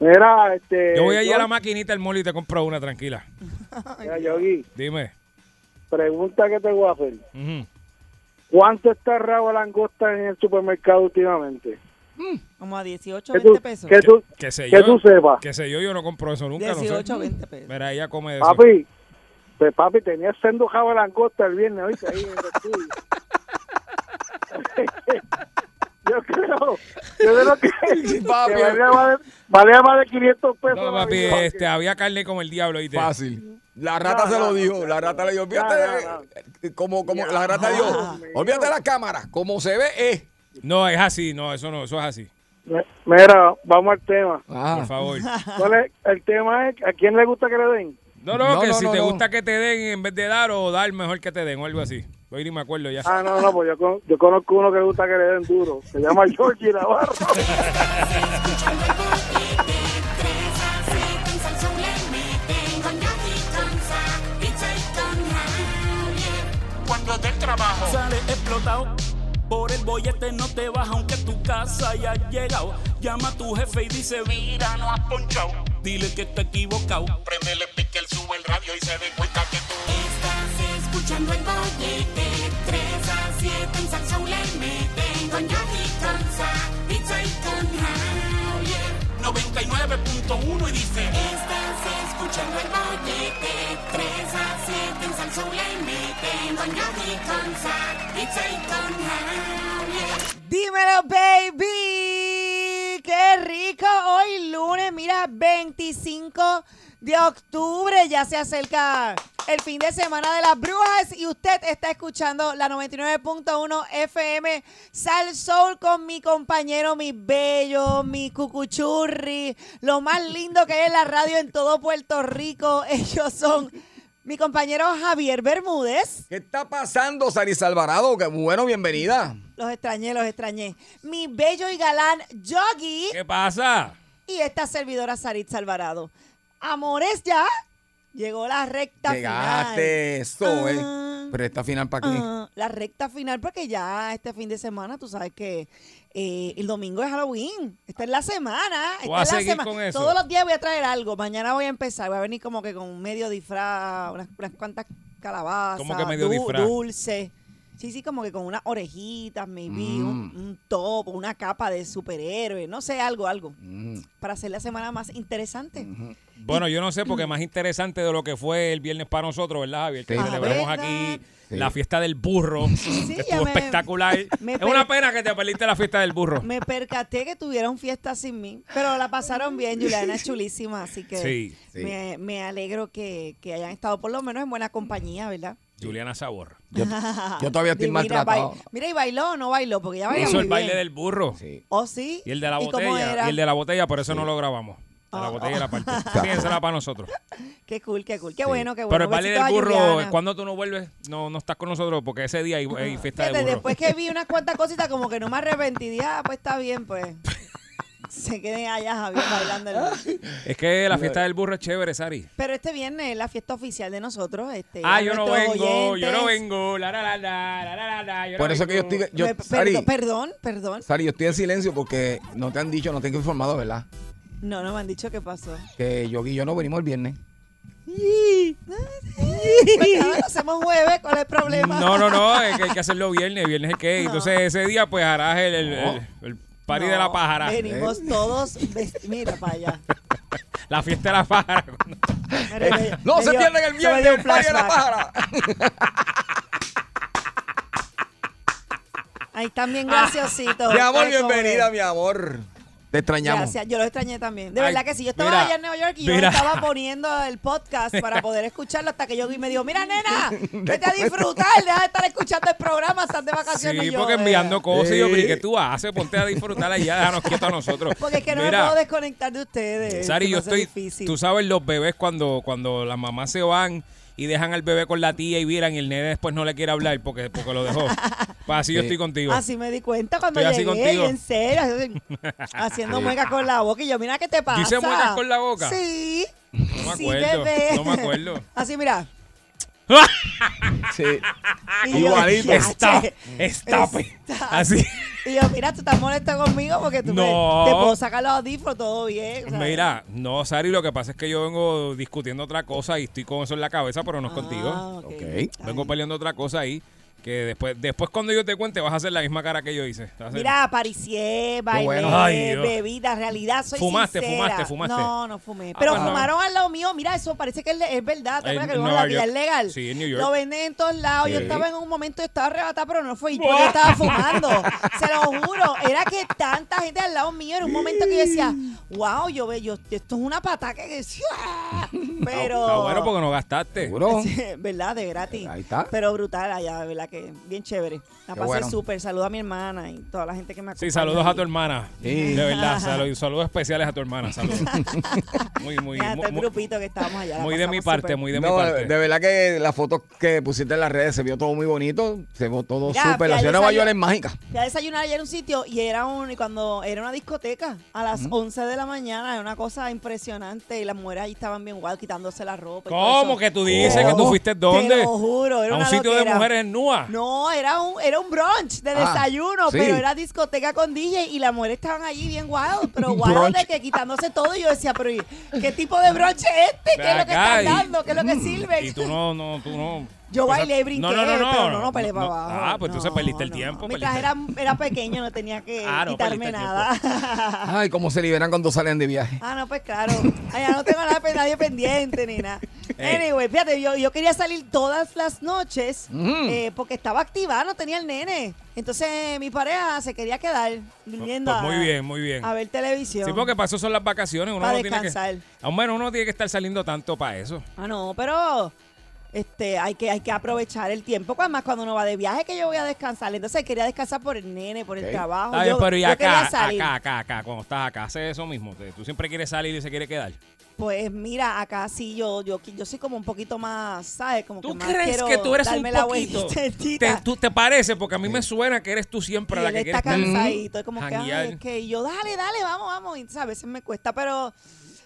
Speaker 8: Mira, este.
Speaker 6: Yo voy a ir a la
Speaker 8: Yogi,
Speaker 6: maquinita del mall y te compro una, tranquila.
Speaker 8: mira, Yogi,
Speaker 6: Dime.
Speaker 8: pregunta que te voy a hacer.
Speaker 6: Ujú.
Speaker 8: ¿Cuánto está el rabo de langosta en el supermercado últimamente?
Speaker 4: Como a 18,
Speaker 8: Que tú,
Speaker 4: 20 pesos.
Speaker 8: que tú,
Speaker 6: ¿Qué sé
Speaker 8: que
Speaker 6: yo?
Speaker 8: tú sepas.
Speaker 6: ¿Qué sé yo? Yo no compro eso nunca.
Speaker 4: 18,
Speaker 6: no sé.
Speaker 4: 20 pesos.
Speaker 6: Mira, ella come de eso.
Speaker 8: Papi, pues papi, tenía sendo jabo de langosta el viernes, ¿oíste? Ahí en el estudio. Yo creo, yo creo que, que
Speaker 3: papi.
Speaker 8: valía, más de, valía más de 500 pesos.
Speaker 6: No,
Speaker 8: la
Speaker 6: papi,
Speaker 8: vida.
Speaker 6: este, había carne como el diablo, ¿oíste?
Speaker 3: Fácil. La rata
Speaker 8: No,
Speaker 3: se lo
Speaker 8: no,
Speaker 3: dijo,
Speaker 8: no,
Speaker 3: la rata le dijo,
Speaker 8: no,
Speaker 3: olvídate,
Speaker 8: no, Ah.
Speaker 3: de- eh, como, como, la rata dijo, olvídate la cámara, como se ve, eh". es.
Speaker 6: No, es así, no, eso no, eso es así.
Speaker 8: Me- Mira, vamos al tema.
Speaker 3: Ah.
Speaker 6: Por favor.
Speaker 8: ¿Cuál es? El tema es, ¿a quién le gusta que le den?
Speaker 6: No, no,
Speaker 3: No,
Speaker 6: que
Speaker 3: no,
Speaker 6: si
Speaker 3: no,
Speaker 6: te
Speaker 3: no.
Speaker 6: gusta que te den en vez de dar o dar, mejor que te den o algo así. Hoy ni me acuerdo ya.
Speaker 8: Ah, no, no, pues yo, con- yo conozco uno que le gusta que le den duro. Se llama Georgie Navarro.
Speaker 1: Cuando del trabajo sale explotado. Por el bollete no te baja aunque tu casa haya llegado. Llama a tu jefe y dice, mira, no has ponchado. Dile que está equivocado. Prendele pique, él sube el radio y se dé cuenta que tú...
Speaker 2: Estás escuchando el bollete. 3 a 7 en Salsoul le meten con Yogi, con Sa- Pizza y con Javier.
Speaker 1: 99.1 y dice...
Speaker 2: Estás escuchando el bollete. 3 a 7 en Salsoul le meten con Yogi, con Sa- Pizza y con Javier.
Speaker 4: Dímelo, baby. Qué rico. Hoy lunes, mira, 25 de octubre. Ya se acerca el fin de semana de las brujas y usted está escuchando la 99.1 FM Sal Soul con mi compañero, mi bello, mi cucuchurri. Lo más lindo que hay en la radio en todo Puerto Rico. Ellos son mi compañero Javier Bermúdez.
Speaker 3: ¿Qué está pasando, Saris Alvarado? Que bueno, bienvenida.
Speaker 4: Los extrañé, los extrañé. Mi bello y galán Yogi
Speaker 6: ¿Qué pasa?
Speaker 4: y esta servidora Saritza Alvarado. Amores ya. Llegó la recta
Speaker 3: Llegaste,
Speaker 4: final.
Speaker 3: eso, eh.
Speaker 4: Ah,
Speaker 3: Pero esta final para qué?
Speaker 4: Ah, la recta final, porque ya este fin de semana, tú sabes que eh, el domingo es Halloween. Esta es la semana.
Speaker 6: Voy a
Speaker 4: Esta es la
Speaker 6: seguir
Speaker 4: sema-
Speaker 6: con eso.
Speaker 4: Todos los días voy a traer algo. Mañana voy a empezar. Voy a venir como que con medio disfraz, unas, unas cuantas calabazas.
Speaker 6: ¿Cómo que medio
Speaker 4: du-
Speaker 6: disfraz?
Speaker 4: Dulce. Sí, sí, como que con unas orejitas, maybe, un,
Speaker 6: Mm.
Speaker 4: un top, una capa de superhéroe, no sé, algo, algo.
Speaker 6: Mm.
Speaker 4: Para hacer la semana más interesante.
Speaker 6: Bueno, yo no sé, porque más interesante de lo que fue el viernes para nosotros, ¿verdad, Javier? Que
Speaker 3: Sí.
Speaker 6: celebramos
Speaker 4: Ah, ¿verdad?
Speaker 6: aquí
Speaker 3: Sí.
Speaker 6: la fiesta del burro. que
Speaker 4: ya
Speaker 6: estuvo
Speaker 4: me-
Speaker 6: espectacular.
Speaker 4: me
Speaker 6: es
Speaker 4: pe-
Speaker 6: una pena que te perdiste la fiesta del burro.
Speaker 4: Me percaté que tuvieron fiesta sin mí, pero la pasaron bien, Juliana es chulísima, así que
Speaker 6: Sí,
Speaker 3: sí.
Speaker 4: Me, me alegro que, que hayan estado por lo menos en buena compañía, ¿verdad?
Speaker 6: Juliana Sabor.
Speaker 3: Yo, yo todavía estoy
Speaker 4: Divina,
Speaker 3: maltratado.
Speaker 4: bail- Mira, y bailó o no bailó, porque ya bailó
Speaker 6: Hizo
Speaker 4: muy
Speaker 6: el baile
Speaker 4: bien.
Speaker 6: del burro.
Speaker 3: Sí.
Speaker 4: ¿Oh, sí?
Speaker 6: Y el de la
Speaker 4: cómo
Speaker 6: botella.
Speaker 4: era? Ah.
Speaker 6: Y el de la botella, por eso no lo grabamos. De la botella era parte. Sí, esa era para nosotros.
Speaker 4: Qué cool, qué cool, qué bueno, qué bueno.
Speaker 6: Pero el baile
Speaker 4: Besitos a
Speaker 6: del burro,
Speaker 4: pues Juliana.
Speaker 6: cuando tú no vuelves, no, no estás con nosotros porque ese día hay, hay fiesta
Speaker 4: Fíjate,
Speaker 6: de burro.
Speaker 4: después que vi unas cuantas cositas, como que no me arrepentí, dije, ah, pues está bien, pues. Se queden allá Javier bailando el...
Speaker 6: Es que la fiesta del burro es chévere, Sari.
Speaker 4: Pero este viernes es la fiesta oficial de nosotros. Este,
Speaker 6: Ah,
Speaker 4: a
Speaker 6: yo no
Speaker 4: nuestros
Speaker 6: vengo, yo no
Speaker 4: oyentes.
Speaker 6: vengo. La, la, la, la, la, la, la, la, yo no
Speaker 3: Por eso que yo
Speaker 6: vengo.
Speaker 3: estoy. Yo,
Speaker 4: Me- perdo-
Speaker 3: Sari,
Speaker 4: perdón, perdón.
Speaker 3: Sari, yo estoy en silencio porque no te han dicho, no te han informado, ¿verdad?
Speaker 4: No, no me han dicho qué pasó.
Speaker 3: Que yo y yo no venimos el viernes.
Speaker 4: Pues nada, lo hacemos jueves, ¿cuál es el problema?
Speaker 6: No, no, no, es que hay que hacerlo viernes, viernes es que. Entonces ese día, pues harás el, el, el, el party de la
Speaker 4: No,
Speaker 6: pájara.
Speaker 3: ¿Eh?
Speaker 4: Venimos todos. vest- Mira para allá.
Speaker 6: La fiesta de la pájara.
Speaker 4: Mira, me-
Speaker 3: Eh, ¡No
Speaker 4: me
Speaker 3: se
Speaker 4: dio-
Speaker 3: pierdan el
Speaker 4: se me dio un
Speaker 3: viernes! el party de la
Speaker 4: flashback.
Speaker 3: pájara!
Speaker 4: Ahí están bien graciositos.
Speaker 3: Ah, Mi amor,
Speaker 4: ustedes, como
Speaker 3: bienvenida,
Speaker 4: ven.
Speaker 3: mi amor. Te extrañamos.
Speaker 4: Gracias, yo lo extrañé también. De
Speaker 6: Ay,
Speaker 4: verdad que sí, yo estaba
Speaker 6: mira,
Speaker 4: allá en Nueva York y yo
Speaker 6: mira.
Speaker 4: estaba poniendo el podcast para poder escucharlo hasta que yo y me dijo, mira nena, vete a disfrutar, deja de estar escuchando el programa, estás de vacaciones.
Speaker 6: Sí,
Speaker 4: Y yo,
Speaker 6: porque
Speaker 4: eh,
Speaker 6: enviando cosas y yo,
Speaker 3: Sí.
Speaker 6: pero ¿y ¿qué tú haces? Ponte a disfrutar allá, déjanos quietos a nosotros.
Speaker 4: Porque es que no me
Speaker 6: Mira,
Speaker 4: puedo desconectar de ustedes.
Speaker 6: Sari,
Speaker 4: se me
Speaker 6: yo
Speaker 4: hace
Speaker 6: estoy.
Speaker 4: difícil.
Speaker 6: Tú sabes, los bebés cuando, cuando las mamás se van y dejan al bebé con la tía y viran y el nene después no le quiere hablar porque, porque lo dejó. Pues así yo estoy contigo.
Speaker 4: Así me di cuenta cuando
Speaker 6: Estoy así
Speaker 4: llegué, y
Speaker 6: contigo.
Speaker 4: en serio, así, haciendo muecas con la boca. Y yo, mira, ¿qué te pasa?
Speaker 6: ¿Dice muecas con la boca?
Speaker 4: Sí.
Speaker 6: me
Speaker 4: sí,
Speaker 6: acuerdo,
Speaker 4: bebé.
Speaker 6: no me acuerdo.
Speaker 4: Así, mira. Ah,
Speaker 3: Sí.
Speaker 4: Y yo,
Speaker 3: Igualito.
Speaker 4: "Ya,
Speaker 6: Está,
Speaker 4: che".
Speaker 6: estape.
Speaker 4: Está-
Speaker 6: Así.
Speaker 4: Y yo, mira, tú estás molesto conmigo porque tú me-
Speaker 6: No.
Speaker 4: te puedo sacar los audífonos, todo bien. o sea, eh.
Speaker 6: Mira, no, Sari, lo que pasa es que yo vengo discutiendo otra cosa y estoy con eso en la cabeza, pero no es
Speaker 4: ah,
Speaker 6: contigo.
Speaker 4: ok,
Speaker 3: Ok.
Speaker 4: está
Speaker 6: Vengo
Speaker 4: bien.
Speaker 6: peleando otra cosa ahí. Que después, después cuando yo te cuente, vas a hacer la misma cara que yo hice. Vas a hacer-
Speaker 4: Mira, aparicié, bailé,
Speaker 3: bueno.
Speaker 6: Ay, Dios.
Speaker 4: bebida, realidad, soy
Speaker 6: Fumaste,
Speaker 4: sincera.
Speaker 6: fumaste, fumaste.
Speaker 4: No, no fumé. Pero
Speaker 6: pues no.
Speaker 4: fumaron al lado mío. Mira, eso parece que es, le- es verdad. ¿Te
Speaker 6: En
Speaker 4: acuerdas que lo
Speaker 6: Nueva
Speaker 4: la vida
Speaker 6: York.
Speaker 4: es legal?
Speaker 6: Sí, en New York.
Speaker 4: Lo venden en todos lados. Yo
Speaker 3: Sí.
Speaker 4: estaba en un momento, yo estaba arrebatada, pero no fue yo, yo estaba fumando. Se lo juro. Era que tanta gente al lado mío. Era un momento que yo decía, wow, yo veo, yo, esto es una pata que... Pero...
Speaker 6: Está bueno porque no gastaste.
Speaker 3: Seguro.
Speaker 4: Sí, ¿Verdad? De gratis.
Speaker 3: Oh. Ahí está.
Speaker 4: Pero brutal allá, de ¿verdad? Que bien chévere. La
Speaker 3: Qué
Speaker 4: pasé
Speaker 3: bueno.
Speaker 4: súper. Saludo a mi hermana y toda la gente que me acompaña.
Speaker 6: Sí, saludos a tu
Speaker 4: hermana.
Speaker 6: hermana.
Speaker 3: Sí.
Speaker 6: De verdad, salu- saludos especiales a tu hermana. Saludos. Muy, muy,
Speaker 4: Todo
Speaker 6: muy,
Speaker 4: el grupito que estábamos allá. la
Speaker 6: muy de mi
Speaker 4: pasamos
Speaker 6: parte,
Speaker 4: súper.
Speaker 6: muy de mi
Speaker 3: No,
Speaker 6: parte.
Speaker 3: de, de verdad que las fotos que pusiste en las redes se vio todo muy bonito, se vio todo
Speaker 4: Ya,
Speaker 3: súper.
Speaker 4: fui
Speaker 3: La
Speaker 4: a
Speaker 3: ciudad de Nueva
Speaker 4: desayunar-
Speaker 3: York es mágica.
Speaker 4: Fui a desayunar ayer en un sitio y era un y cuando era una discoteca a las 11 de la mañana, era una cosa impresionante y las mujeres ahí estaban bien guay quitándose la ropa. y todo
Speaker 6: ¿Cómo
Speaker 4: eso.
Speaker 6: que tú dices
Speaker 3: ¿Cómo?
Speaker 6: que tú fuiste dónde?
Speaker 4: Te lo juro, era
Speaker 6: a un
Speaker 4: una
Speaker 6: sitio de
Speaker 4: loquera.
Speaker 6: mujeres en Nua.
Speaker 4: No, era un, era un brunch de
Speaker 3: Ah,
Speaker 4: desayuno,
Speaker 3: sí.
Speaker 4: pero era discoteca con DJ y las mujeres estaban allí bien wild, pero
Speaker 3: Un
Speaker 4: wild de
Speaker 3: brunch.
Speaker 4: que quitándose todo. Y yo decía, pero ¿y ¿qué tipo de brunch es este? ¿Qué es lo que
Speaker 6: Acá,
Speaker 4: están
Speaker 6: y-
Speaker 4: dando? ¿Qué es lo que
Speaker 6: Y
Speaker 4: sirven?
Speaker 6: tú no, no, tú no.
Speaker 4: Yo
Speaker 6: O sea,
Speaker 4: bailé y brinqué,
Speaker 6: No, no, no, no.
Speaker 4: pero no, no peleé para
Speaker 6: no.
Speaker 4: abajo.
Speaker 6: Ah, pues entonces
Speaker 4: No,
Speaker 6: perdiste el
Speaker 4: no.
Speaker 6: tiempo.
Speaker 4: Mientras
Speaker 6: perdiste-
Speaker 4: era, era pequeño no tenía que
Speaker 6: Ah, no,
Speaker 4: quitarme
Speaker 6: perdiste el
Speaker 4: nada.
Speaker 3: Ay, cómo se liberan cuando salen de viaje.
Speaker 4: Ah, no, pues claro. Allá no tengo nada, nadie pendiente ni nada.
Speaker 6: Ey.
Speaker 4: Anyway, fíjate, yo, yo quería salir todas las noches eh, porque estaba activada, no tenía el nene. Entonces mi pareja se quería quedar durmiendo
Speaker 6: Pues
Speaker 4: a-
Speaker 6: muy bien, muy bien.
Speaker 4: a ver televisión.
Speaker 6: Sí, porque para eso son las vacaciones. Uno
Speaker 4: Para
Speaker 6: no tiene
Speaker 4: descansar.
Speaker 6: que. Ah, Bueno, uno tiene que estar saliendo tanto para eso.
Speaker 4: Ah, no, pero este, hay que, hay que aprovechar el tiempo. pues, Además, cuando uno va de viaje, que yo voy a descansar. Entonces quería descansar por el nene, por
Speaker 3: Ok.
Speaker 4: el trabajo.
Speaker 6: Está bien,
Speaker 4: Ah, yo,
Speaker 6: pero y
Speaker 4: yo
Speaker 6: acá,
Speaker 4: quería
Speaker 6: acá,
Speaker 4: salir.
Speaker 6: acá, acá, cuando estás acá, haces eso mismo. te- Tú siempre quieres salir y se quiere quedar.
Speaker 4: Pues mira, acá sí yo, yo, yo soy como un poquito más, ¿sabes? Como que
Speaker 6: ¿Tú
Speaker 4: más
Speaker 6: crees
Speaker 4: quiero
Speaker 6: que tú eres un
Speaker 4: darme la
Speaker 6: poquito?
Speaker 4: vueltita.
Speaker 6: Te, tú, te parece, porque a mí me suena que eres tú siempre
Speaker 4: Y
Speaker 6: la
Speaker 4: él
Speaker 6: que
Speaker 4: está
Speaker 6: quieres
Speaker 4: cansadito, es como que,
Speaker 6: janguear.
Speaker 4: ay, es que y yo, dale, dale, vamos, vamos. Y, ¿sabes? a veces me cuesta, pero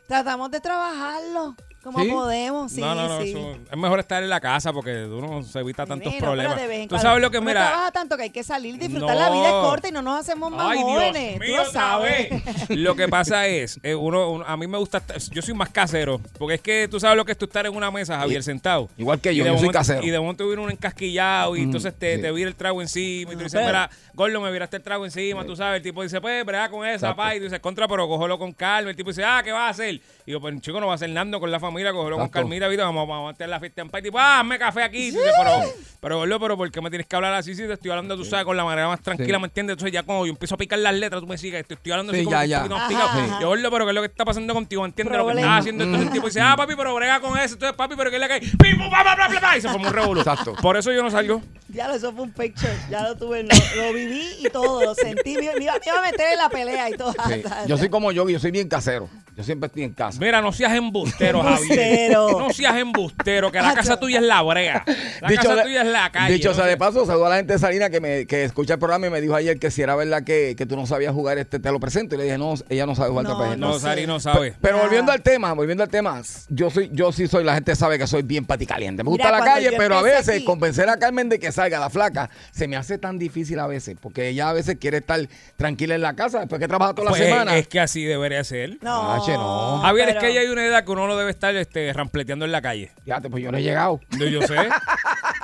Speaker 4: tratamos de trabajarlo. Como
Speaker 3: ¿Sí?
Speaker 4: podemos, sí,
Speaker 6: no, no, no.
Speaker 4: sí.
Speaker 6: eso- es mejor estar en la casa porque uno se evita tantos
Speaker 4: Nena,
Speaker 6: problemas.
Speaker 4: pero de vez en
Speaker 6: Tú
Speaker 4: cuando-
Speaker 6: sabes lo que,
Speaker 4: uno
Speaker 6: mira.
Speaker 4: trabaja tanto que hay que salir, disfrutar
Speaker 6: No.
Speaker 4: la vida es corta y no nos hacemos más
Speaker 6: Ay,
Speaker 4: jóvenes.
Speaker 6: Dios
Speaker 4: Tú
Speaker 6: mío,
Speaker 4: lo
Speaker 6: otra
Speaker 4: sabes.
Speaker 6: vez. Lo que pasa es, eh, uno, uno- a mí me gusta, estar- yo soy más casero, porque es que tú sabes lo que es tú estar en una mesa, Javier, sentado.
Speaker 3: Igual que
Speaker 6: Y
Speaker 3: yo,
Speaker 6: de
Speaker 3: yo soy
Speaker 6: momento-
Speaker 3: casero.
Speaker 6: Y de momento viene un encasquillado y
Speaker 3: Mm,
Speaker 6: entonces te,
Speaker 3: sí.
Speaker 6: te vira el trago encima y tú dices,
Speaker 4: pero-
Speaker 6: mira, Gordo, me viraste el trago encima, tú sabes. El tipo dice, pues, brega con esa,
Speaker 3: Exacto.
Speaker 6: pa. Y tú dices, contra, pero cógelo con calma. El tipo dice, ah, ¿qué vas a hacer? Y yo, pues, chico, no va a hacer nada con la familia, cógelo con
Speaker 3: Exacto.
Speaker 6: calmita, ¿viste? Vamos, vamos a hacer la fiesta en paz. Y tipo, ah, hazme café aquí. Y tú dices, pero, pero, Gordo, pero ¿por qué me tienes que hablar así si te estoy hablando, tú sabes, con la manera más tranquila,
Speaker 3: Sí.
Speaker 6: ¿me entiendes? Entonces ya cuando yo empiezo a picar las letras, tú me sigues, te estoy hablando
Speaker 3: Sí,
Speaker 6: así como
Speaker 3: ya,
Speaker 6: que un
Speaker 3: ya.
Speaker 6: poquito más
Speaker 4: Ajá,
Speaker 6: picado.
Speaker 4: ajá.
Speaker 6: Yo, Gordo, pero ¿qué es lo que está pasando contigo? ¿Entiendes lo que
Speaker 4: Problema.
Speaker 6: estás haciendo? Entonces el tipo dice,
Speaker 3: Mm.
Speaker 6: ah, papi, pero brega con eso. Entonces, papi, pero ¿qué es la que hay? ¡Pim, pum, bla, bla, bla, bla, bla! Y se formó un revolú.
Speaker 3: Exacto.
Speaker 6: Por eso yo no salgo.
Speaker 4: Ya lo, eso fue un picture, ya lo tuve, lo, lo viví y todo, lo sentí, me, me iba, me iba a meter en la pelea y todo.
Speaker 3: Sí. Yo soy como yo, yo soy bien casero. Yo siempre estoy en casa.
Speaker 6: Mira, no seas embustero, Javier.
Speaker 4: Embustero.
Speaker 6: No seas embustero, que la
Speaker 4: Hacho.
Speaker 6: casa tuya es la brea. La casa
Speaker 3: de-
Speaker 6: tuya es la calle.
Speaker 3: dicho
Speaker 6: no
Speaker 3: sea de
Speaker 6: seas-
Speaker 3: paso, saludo a la gente de Salina que, me, que escucha el programa y me dijo ayer que si era verdad que, que tú no sabías jugar este, te lo presento. Y le dije, no, ella no sabe jugar
Speaker 4: No,
Speaker 3: tapete.
Speaker 6: No,
Speaker 4: sé.
Speaker 6: Sari no sabe.
Speaker 3: Pero
Speaker 4: Nada.
Speaker 3: volviendo al tema, volviendo al tema, yo soy, yo sí soy, la gente sabe que soy bien paticaliente. Me gusta
Speaker 4: Mira,
Speaker 3: la
Speaker 4: cuando
Speaker 3: calle,
Speaker 4: yo
Speaker 3: pero a
Speaker 4: empecé
Speaker 3: veces
Speaker 4: aquí-
Speaker 3: convencer a Carmen de que salga la flaca se me hace tan difícil a veces, porque ella a veces quiere estar tranquila en la casa después que trabaja toda
Speaker 6: Pues,
Speaker 3: la semana.
Speaker 6: Es que así debería ser.
Speaker 4: No,
Speaker 3: Ache, no.
Speaker 6: Javier, es
Speaker 4: pero-
Speaker 6: que ya hay una edad que uno no debe estar este, rampleteando en la calle.
Speaker 3: Fíjate, pues yo no he llegado.
Speaker 6: Yo, yo sé.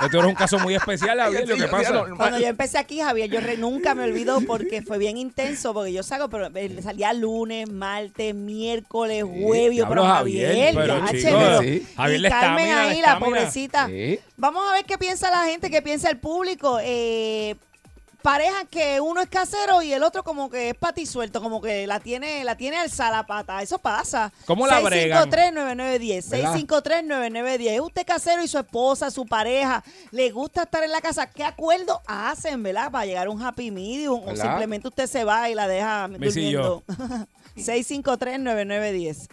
Speaker 6: Esto era un caso muy especial, Javier,
Speaker 3: Sí,
Speaker 6: lo que
Speaker 3: yo
Speaker 6: pasa.
Speaker 3: hacía normal.
Speaker 4: Cuando yo empecé aquí, Javier, yo re- nunca me olvido porque fue bien intenso, porque yo salgo, pero eh, salía lunes, martes, miércoles, jueves, yo,
Speaker 6: diablo,
Speaker 4: pero Javier,
Speaker 6: Javier,
Speaker 4: ya,
Speaker 6: pero,
Speaker 4: che,
Speaker 3: chico,
Speaker 4: pero-
Speaker 3: sí.
Speaker 6: Javier
Speaker 4: y
Speaker 6: le
Speaker 4: Carmen
Speaker 6: estamina, le
Speaker 4: ahí, la
Speaker 6: estamina.
Speaker 4: pobrecita.
Speaker 3: Sí.
Speaker 4: Vamos a ver qué piensa la gente, qué piensa el público. Eh, pareja que uno es casero y el otro como que es patisuelto, como que la tiene la tiene alzada la pata. Eso pasa.
Speaker 6: ¿Cómo la bregan?
Speaker 4: 653-9910.
Speaker 3: ¿Verdad?
Speaker 4: 653-9910. Es Usted casero y su esposa, su pareja, le gusta estar en la casa. ¿Qué acuerdo hacen, verdad? Para llegar a un happy medium
Speaker 3: ¿Verdad?
Speaker 4: o simplemente usted se va y la deja
Speaker 6: Me hice
Speaker 4: durmiendo. 653-9910.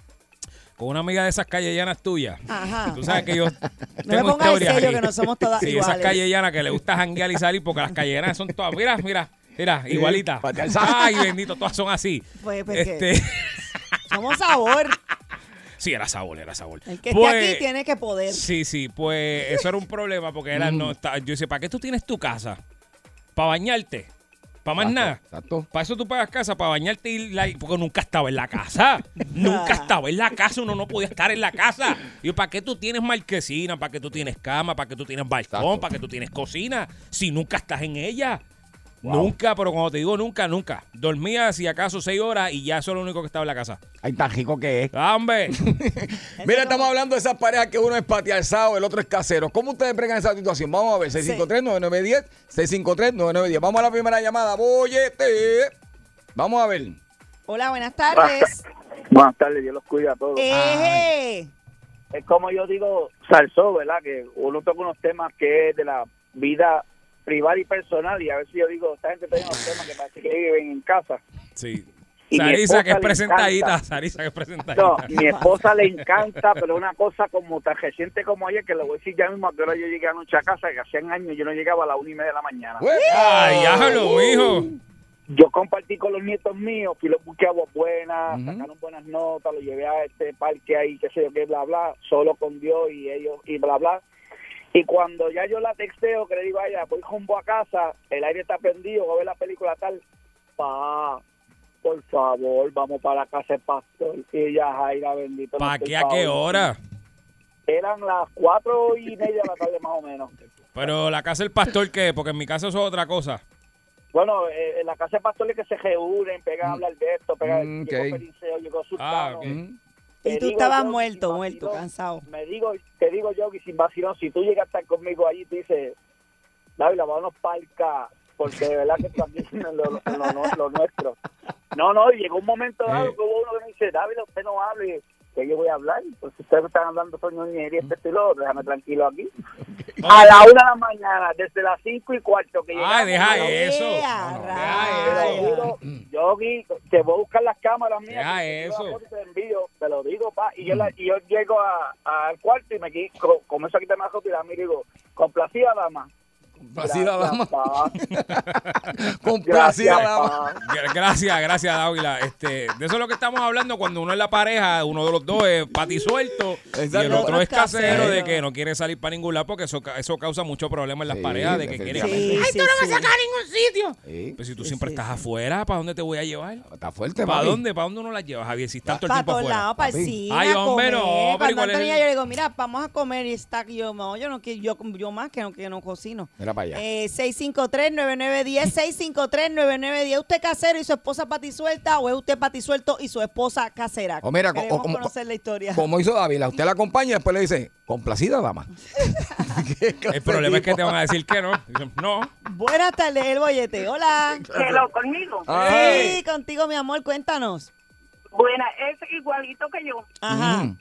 Speaker 6: Con una amiga de esas calles llanas tuyas.
Speaker 8: Ah.
Speaker 4: Ajá.
Speaker 6: Tú sabes que yo
Speaker 4: No me
Speaker 6: tengo
Speaker 4: pongas el
Speaker 6: historias
Speaker 4: sello
Speaker 6: ahí.
Speaker 4: que no somos todas
Speaker 6: Sí,
Speaker 4: iguales.
Speaker 6: esas callellanas que le gusta janguear y salir porque las callellanas son todas, mira, mira, mira, igualitas.
Speaker 3: Pate al saco.
Speaker 6: Ay, bendito, todas son así.
Speaker 4: Pues, pues, que-
Speaker 6: Este,
Speaker 4: Somos sabor.
Speaker 6: sí, era sabor, era sabor.
Speaker 4: El que
Speaker 6: Pues,
Speaker 4: esté aquí tiene que poder.
Speaker 6: Sí, sí, pues eso era un problema porque era no está- yo decía, ¿para qué tú tienes tu casa? ¿Para bañarte? ¿Para más
Speaker 3: Exacto,
Speaker 6: nada?
Speaker 3: exacto.
Speaker 6: Para eso tú pagas casa, para bañarte y la- porque nunca estaba en la casa. nunca estaba en la casa, uno no podía estar en la casa. Y yo, ¿para qué tú tienes marquesina? ¿Para qué tú tienes cama? ¿Para qué tú tienes balcón?
Speaker 3: Exacto.
Speaker 6: ¿Para qué tú tienes cocina? Si nunca estás en ella.
Speaker 3: Wow.
Speaker 6: Nunca, pero cuando te digo nunca, nunca. Dormía si acaso seis horas y ya eso es lo único que estaba en la casa.
Speaker 3: Ay, tan rico que es.
Speaker 6: ¡Ah, ¡Hombre!
Speaker 3: Mira, estamos hablando de esas parejas que uno es patialzado, el otro es casero. ¿Cómo ustedes bregan esa situación? Vamos a ver, 653-9910, 653-9910. Vamos a la primera llamada, bollete. Vamos a ver.
Speaker 4: Hola, buenas tardes.
Speaker 6: Ah,
Speaker 8: Buenas tardes, Dios los cuida a todos.
Speaker 4: Eh. Eje.
Speaker 8: Es como yo digo, salsó, ¿verdad? Que uno toca unos temas que es de la vida privada y personal y a veces yo digo, esta gente tiene unos temas que parece que viven en casa.
Speaker 6: Sí.
Speaker 8: Y mi
Speaker 6: Sarisa,
Speaker 8: esposa
Speaker 6: que es
Speaker 8: le
Speaker 6: presentadita.
Speaker 8: encanta.
Speaker 6: Sarisa, que es presentadita.
Speaker 8: No, mi esposa le encanta, pero una cosa como tan reciente como ayer, que lo voy a decir ya mismo, que ahora yo llegué anoche a casa, que hacían años yo no llegaba a las una y media de la mañana.
Speaker 3: Pues,
Speaker 6: ¡Ay,
Speaker 3: Oh.
Speaker 6: diablo, hijo!
Speaker 8: Yo compartí con los nietos míos, fui los busqué aguas buenas,
Speaker 3: Ujú.
Speaker 8: sacaron buenas notas, los llevé a este parque ahí, qué sé yo qué, bla, bla, solo con Dios y ellos, y bla, bla. Y cuando ya yo la texteo, que le digo, vaya, voy rumbo a casa, el aire está prendido, voy a ver la película tal, pa, por favor, vamos para la casa del pastor. Y ella, Jaira, bendito. no
Speaker 6: ¿Para
Speaker 8: estoy
Speaker 6: qué? ¿A
Speaker 8: pa' hoy".
Speaker 6: qué hora?
Speaker 8: Eran las cuatro y media de la tarde más o menos.
Speaker 6: Pero la casa del pastor, ¿qué? Porque en mi casa eso es otra cosa.
Speaker 8: Bueno, eh, en la casa de pastores que se reúnen, pegan a hablar de esto, pegan,
Speaker 3: Mm, ok.
Speaker 8: llegó Perinceo, llegó
Speaker 6: Ah,
Speaker 8: Sultano.
Speaker 6: ok.
Speaker 3: Mm.
Speaker 8: Te
Speaker 4: Y tú
Speaker 8: digo,
Speaker 4: estabas
Speaker 8: Yogi,
Speaker 4: muerto,
Speaker 8: sin
Speaker 4: muerto,
Speaker 8: vacilón,
Speaker 4: cansado.
Speaker 8: Me digo, te digo yo que sin vacilón, si tú llegas a estar conmigo allí, te dices, Dávila, vámonos palca, porque de verdad que también lo, lo, lo- lo- lo nuestro. No, no, y llegó un momento dado
Speaker 3: Eh.
Speaker 8: que hubo uno que me dice, Dávila, usted no hable, que yo voy a hablar, pues si ustedes me están hablando soñonería, este estilo, déjame tranquilo aquí. A la una de la mañana, desde las cinco y cuarto que llegamos.
Speaker 6: ¡Ay, deja
Speaker 8: yo-
Speaker 6: eso!
Speaker 4: Ea,
Speaker 6: No,
Speaker 8: te
Speaker 6: no, deja
Speaker 4: raya.
Speaker 6: eso!
Speaker 8: lo digo, Yogi, te voy a buscar las cámaras mías.
Speaker 6: Ya,
Speaker 8: te
Speaker 6: eso.
Speaker 8: envío la foto y Te, envío, te lo digo, pa. Y
Speaker 3: Mm.
Speaker 8: yo, la- y yo llego a- al cuarto y me qui- co- comienzo a quitarme la foto y la miro y digo, complacida, dama.
Speaker 3: Complacida la
Speaker 8: Gracias,
Speaker 3: dama.
Speaker 8: Gracias,
Speaker 3: Complacida la dama.
Speaker 8: pa.
Speaker 6: Gra- Gracias, gracias, Dávila. Este, de eso es lo que estamos hablando cuando uno es la pareja, uno de los dos es patisuelto y el
Speaker 3: Exacto.
Speaker 6: otro es casero
Speaker 4: Casero.
Speaker 6: de que no quiere salir para ningún lado porque eso, ca- eso causa mucho problema en las
Speaker 3: Sí,
Speaker 6: parejas de que quieren.
Speaker 4: Sí, sí, sí.
Speaker 3: Sí,
Speaker 6: Pues si tú siempre estás afuera, ¿para dónde te voy a llevar?
Speaker 3: Está fuerte,
Speaker 6: ¿Para
Speaker 3: papi.
Speaker 6: dónde? ¿Para dónde uno las lleva, Javier? Si estás todo el
Speaker 4: Para
Speaker 6: tiempo
Speaker 4: todos lados,
Speaker 6: afuera.
Speaker 4: para
Speaker 3: papi.
Speaker 4: el cine,
Speaker 6: Ay,
Speaker 4: a
Speaker 6: hombre,
Speaker 4: comer.
Speaker 6: no, pero
Speaker 4: Cuando
Speaker 6: igual es
Speaker 4: Antonio
Speaker 6: el-
Speaker 4: yo le digo, mira, vamos a comer y está que yo, no, yo no que yo, yo más que no, que no cocino.
Speaker 3: Mira para allá.
Speaker 4: Eh, 653-9910, 653-9910. ¿Usted casero y su esposa patisuelta o es usted patisuelto y su esposa casera?
Speaker 3: O mira, co- o
Speaker 4: Queremos
Speaker 3: como-
Speaker 4: conocer la historia.
Speaker 3: Como hizo Dávila, usted la acompaña y después le dice, complacida, dama.
Speaker 6: El problema es que te van a decir que no. Dicen, No,
Speaker 4: Buenas tardes, el bollete. Hola.
Speaker 7: Hello, conmigo.
Speaker 3: Ay.
Speaker 4: Sí, contigo, mi amor, cuéntanos.
Speaker 7: Buena, es igualito que yo.
Speaker 4: Ajá.
Speaker 3: Mm.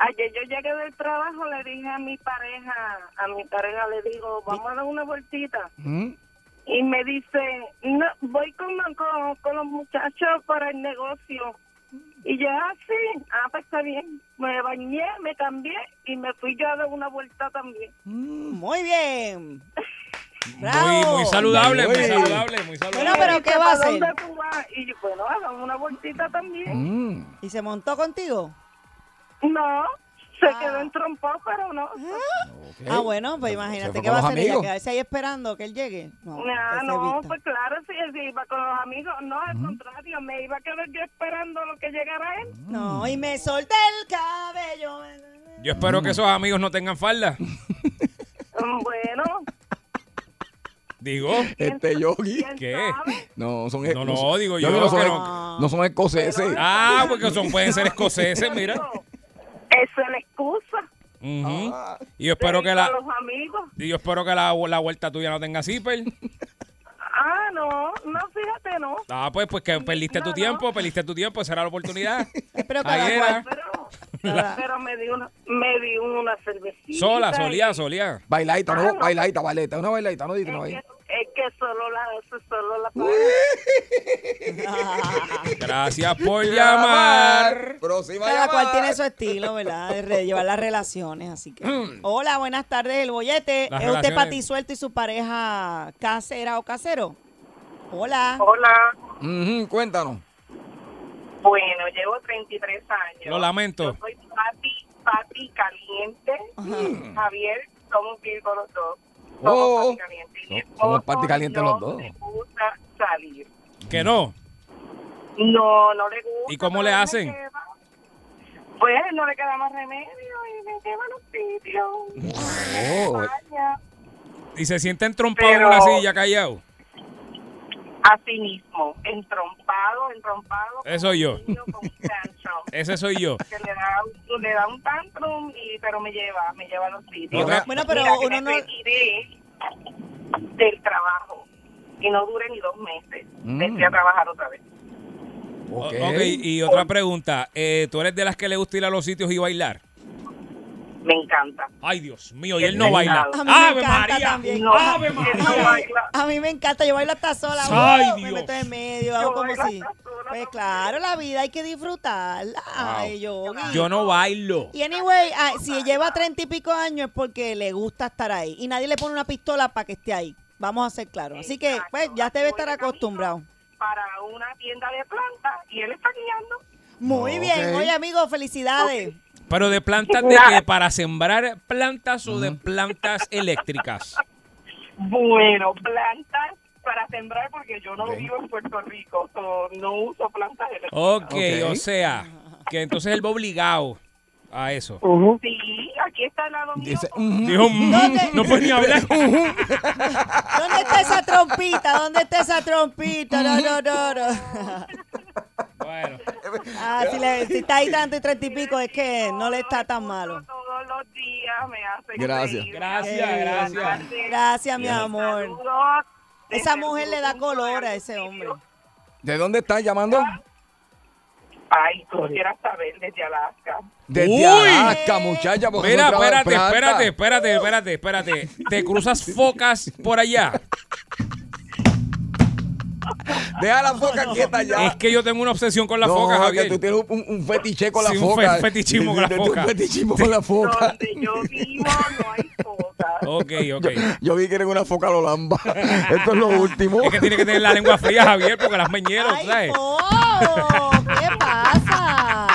Speaker 7: Ayer yo llegué del trabajo, le dije a mi pareja, a mi pareja le digo, vamos a dar una vueltita.
Speaker 3: Mm.
Speaker 7: Y me dice, no, voy con, con, con los muchachos para el negocio. Y yo, ah, sí, ah, pues está bien. Me bañé, me cambié y me fui yo a dar una vuelta también.
Speaker 4: Muy bien.
Speaker 6: muy,
Speaker 4: Bravo.
Speaker 6: muy saludable, muy
Speaker 3: Muy.
Speaker 6: saludable, muy saludable.
Speaker 4: Bueno, pero
Speaker 7: Me
Speaker 4: ¿qué
Speaker 7: dice,
Speaker 4: va a
Speaker 7: "¿Para
Speaker 4: hacer?
Speaker 7: dónde tú vas?" Y yo, bueno, a dar una vueltita también.
Speaker 3: Mm.
Speaker 4: ¿Y se montó contigo?
Speaker 7: No, se
Speaker 4: Ah.
Speaker 7: quedó entrompado, pero no.
Speaker 3: Ok.
Speaker 4: Ah, bueno, pues
Speaker 3: se
Speaker 4: imagínate,
Speaker 3: fue
Speaker 4: ¿qué
Speaker 3: con
Speaker 4: va a
Speaker 3: los
Speaker 4: hacer ella?
Speaker 3: amigos.
Speaker 4: ¿Quedarse ahí esperando que él llegue? No,
Speaker 7: Ah,
Speaker 4: que se
Speaker 7: no,
Speaker 4: vista.
Speaker 7: pues claro, sí, sí, iba con los amigos. No, al contrario, me iba a quedar yo esperando lo que llegara él.
Speaker 3: Mm.
Speaker 4: No, y me solté el cabello.
Speaker 6: Yo espero
Speaker 3: Mm.
Speaker 6: que esos amigos no tengan falda.
Speaker 7: Mm, Bueno,
Speaker 6: Digo,
Speaker 3: Este yogi.
Speaker 7: quién
Speaker 6: ¿qué?
Speaker 7: sabe.
Speaker 3: No, son
Speaker 6: No, no,
Speaker 3: son-
Speaker 6: digo
Speaker 3: no,
Speaker 6: yo
Speaker 3: No son,
Speaker 6: que
Speaker 4: no.
Speaker 3: no son escoceses.
Speaker 6: Ah, porque son, pueden ser escoceses, mira.
Speaker 7: Esa es la excusa. Oh,
Speaker 6: Ujú. Y yo espero que la,
Speaker 7: A los amigos.
Speaker 6: y yo espero que la, la vuelta tuya no tenga zipper.
Speaker 7: Ah, no, no, fíjate, no.
Speaker 6: Ah, pues, pues que perdiste tu
Speaker 7: No,
Speaker 6: tiempo, perdiste tu tiempo, esa era la oportunidad.
Speaker 4: Espero que
Speaker 6: Ahí
Speaker 4: cada
Speaker 6: era.
Speaker 7: Pero,
Speaker 4: La-
Speaker 7: pero me di una, me di una cervecita.
Speaker 6: Sola,
Speaker 7: y-
Speaker 6: solía, solía.
Speaker 3: Bailaita,
Speaker 7: Ah,
Speaker 3: no,
Speaker 7: no.
Speaker 3: bailaita, bailaita, una bailaita, no dice,
Speaker 7: Es
Speaker 3: no
Speaker 7: que,
Speaker 3: baila.
Speaker 7: es que solo la, solo la
Speaker 6: Gracias por llamar.
Speaker 3: Próxima
Speaker 4: Cada cual
Speaker 3: llamada.
Speaker 4: tiene su estilo, ¿verdad? De re- llevar las relaciones, así que.
Speaker 3: Mm.
Speaker 4: Hola, buenas tardes, el bollete.
Speaker 6: Las
Speaker 4: ¿Es usted
Speaker 6: relaciones.
Speaker 4: patisuelto y su pareja casera o casero? Hola.
Speaker 7: Hola.
Speaker 3: Ujú, cuéntanos.
Speaker 7: Bueno, llevo 33 años.
Speaker 6: Lo lamento.
Speaker 7: Yo soy papi, papi caliente. Mm. Javier, somos Virgo los dos. Somos
Speaker 3: Oh.
Speaker 7: papi caliente. Y mi
Speaker 3: So- somos
Speaker 7: esposo
Speaker 3: papi caliente los dos.
Speaker 7: No
Speaker 6: Oh.
Speaker 7: le gusta salir.
Speaker 6: Que no.
Speaker 7: No, no le gusta.
Speaker 6: ¿Y cómo le
Speaker 7: pero me
Speaker 6: hacen?
Speaker 7: lleva. Pues no le queda más remedio y me lleva a los sitios.
Speaker 3: Oh,
Speaker 7: Vaya,
Speaker 6: Y se sienten trompados en
Speaker 7: Pero-
Speaker 6: una silla callado.
Speaker 7: Así mismo, entrompado, entrompado.
Speaker 6: Eso
Speaker 7: como un
Speaker 6: yo.
Speaker 7: niño con un tantrum.
Speaker 6: Ese soy yo.
Speaker 7: que le da, un- le da un tantrum y pero me lleva, me lleva a los sitios.
Speaker 6: Otra-
Speaker 4: Bueno, pero
Speaker 7: Mira, que
Speaker 4: uno no-
Speaker 7: me retiré del trabajo y no dure ni dos meses.
Speaker 3: Mm.
Speaker 7: Me fui a trabajar otra vez.
Speaker 6: O-
Speaker 3: ok.
Speaker 6: ok, y otra pregunta. eh, ¿Tú eres de las que le gusta ir a los sitios y bailar?
Speaker 7: Me encanta.
Speaker 6: Ay, Dios mío, y él
Speaker 7: Qué
Speaker 6: no baila.
Speaker 7: pecado.
Speaker 4: A mí me
Speaker 6: ¡Ave
Speaker 4: encanta
Speaker 6: María!
Speaker 4: también.
Speaker 6: ¡Ave
Speaker 7: No,
Speaker 6: María!
Speaker 7: no baila.
Speaker 4: A mí me encanta, yo bailo hasta sola.
Speaker 6: Ay,
Speaker 4: ¡uh!
Speaker 6: Dios.
Speaker 4: Me meto en medio,
Speaker 7: Yo
Speaker 4: hago como
Speaker 7: bailo
Speaker 4: si.
Speaker 7: hasta sola
Speaker 4: Pues
Speaker 7: también.
Speaker 4: claro, la vida hay que disfrutarla. Ay, yo.
Speaker 6: Yo no bailo.
Speaker 4: Y anyway, ah, si lleva treinta y pico años es porque le gusta estar ahí. Y nadie le pone una pistola para que esté ahí. Vamos a ser claros. Así que, pues, ya te debe estar
Speaker 7: Voy de camino
Speaker 4: acostumbrado.
Speaker 7: Para una tienda de planta y él está guiando.
Speaker 4: Muy
Speaker 3: Ok.
Speaker 4: bien. Oye, amigo, felicidades.
Speaker 6: Pero de plantas de que para sembrar plantas o de plantas eléctricas.
Speaker 7: Bueno, plantas para sembrar porque yo no
Speaker 3: Ok.
Speaker 7: vivo en Puerto Rico, so, no uso plantas eléctricas.
Speaker 6: Ok,
Speaker 3: Ok.
Speaker 6: o sea, que entonces él va obligado a eso.
Speaker 7: Sí, aquí está el lado mío.
Speaker 3: Dice, ujú.
Speaker 6: Dijo, "Mm,
Speaker 4: ¿Dónde?
Speaker 6: no puede ni hablar.
Speaker 4: ¿Dónde está esa trompita? ¿Dónde está esa trompita? No, no, no, no.
Speaker 6: Bueno,
Speaker 4: Ah, si, le, si está ahí tanto y treinta y pico, es que no le está tan malo.
Speaker 7: Todos los días me hacen
Speaker 3: Gracias.
Speaker 7: reír.
Speaker 6: gracias, gracias.
Speaker 4: Gracias, mi amor.
Speaker 7: Saludos desde
Speaker 4: Esa mujer
Speaker 7: el
Speaker 4: le da
Speaker 7: profundo
Speaker 4: color a
Speaker 7: del
Speaker 4: ese
Speaker 7: sitio.
Speaker 4: hombre.
Speaker 3: ¿De dónde estás llamando?
Speaker 7: Ay, tú quieras saber desde Alaska.
Speaker 3: Desde
Speaker 6: Uy.
Speaker 3: Alaska, muchacha. porque
Speaker 6: mira,
Speaker 3: eso es un
Speaker 6: espérate,
Speaker 3: trabajo de planta.
Speaker 6: espérate, espérate, espérate, espérate. ¿Te cruzas focas por allá?
Speaker 3: Deja la foca quieta ya.
Speaker 6: Es que yo tengo una obsesión con las
Speaker 3: No,
Speaker 6: focas,
Speaker 3: que
Speaker 6: Javier.
Speaker 3: tú tienes un, un fetiche con la
Speaker 6: Sí, un fe-
Speaker 3: foca.
Speaker 6: fetichismo con la
Speaker 3: Tú tienes
Speaker 6: foca.
Speaker 3: Un fetichismo con la foca.
Speaker 7: Donde yo vivo no hay foca.
Speaker 6: Ok, ok.
Speaker 3: Yo, yo vi que era una foca lolamba. Esto es lo último.
Speaker 6: Es que tiene que tener la lengua fría, Javier, porque las meñeros,
Speaker 4: ¡Ay,
Speaker 6: ¿sabes?
Speaker 4: oh! ¿Qué pasa?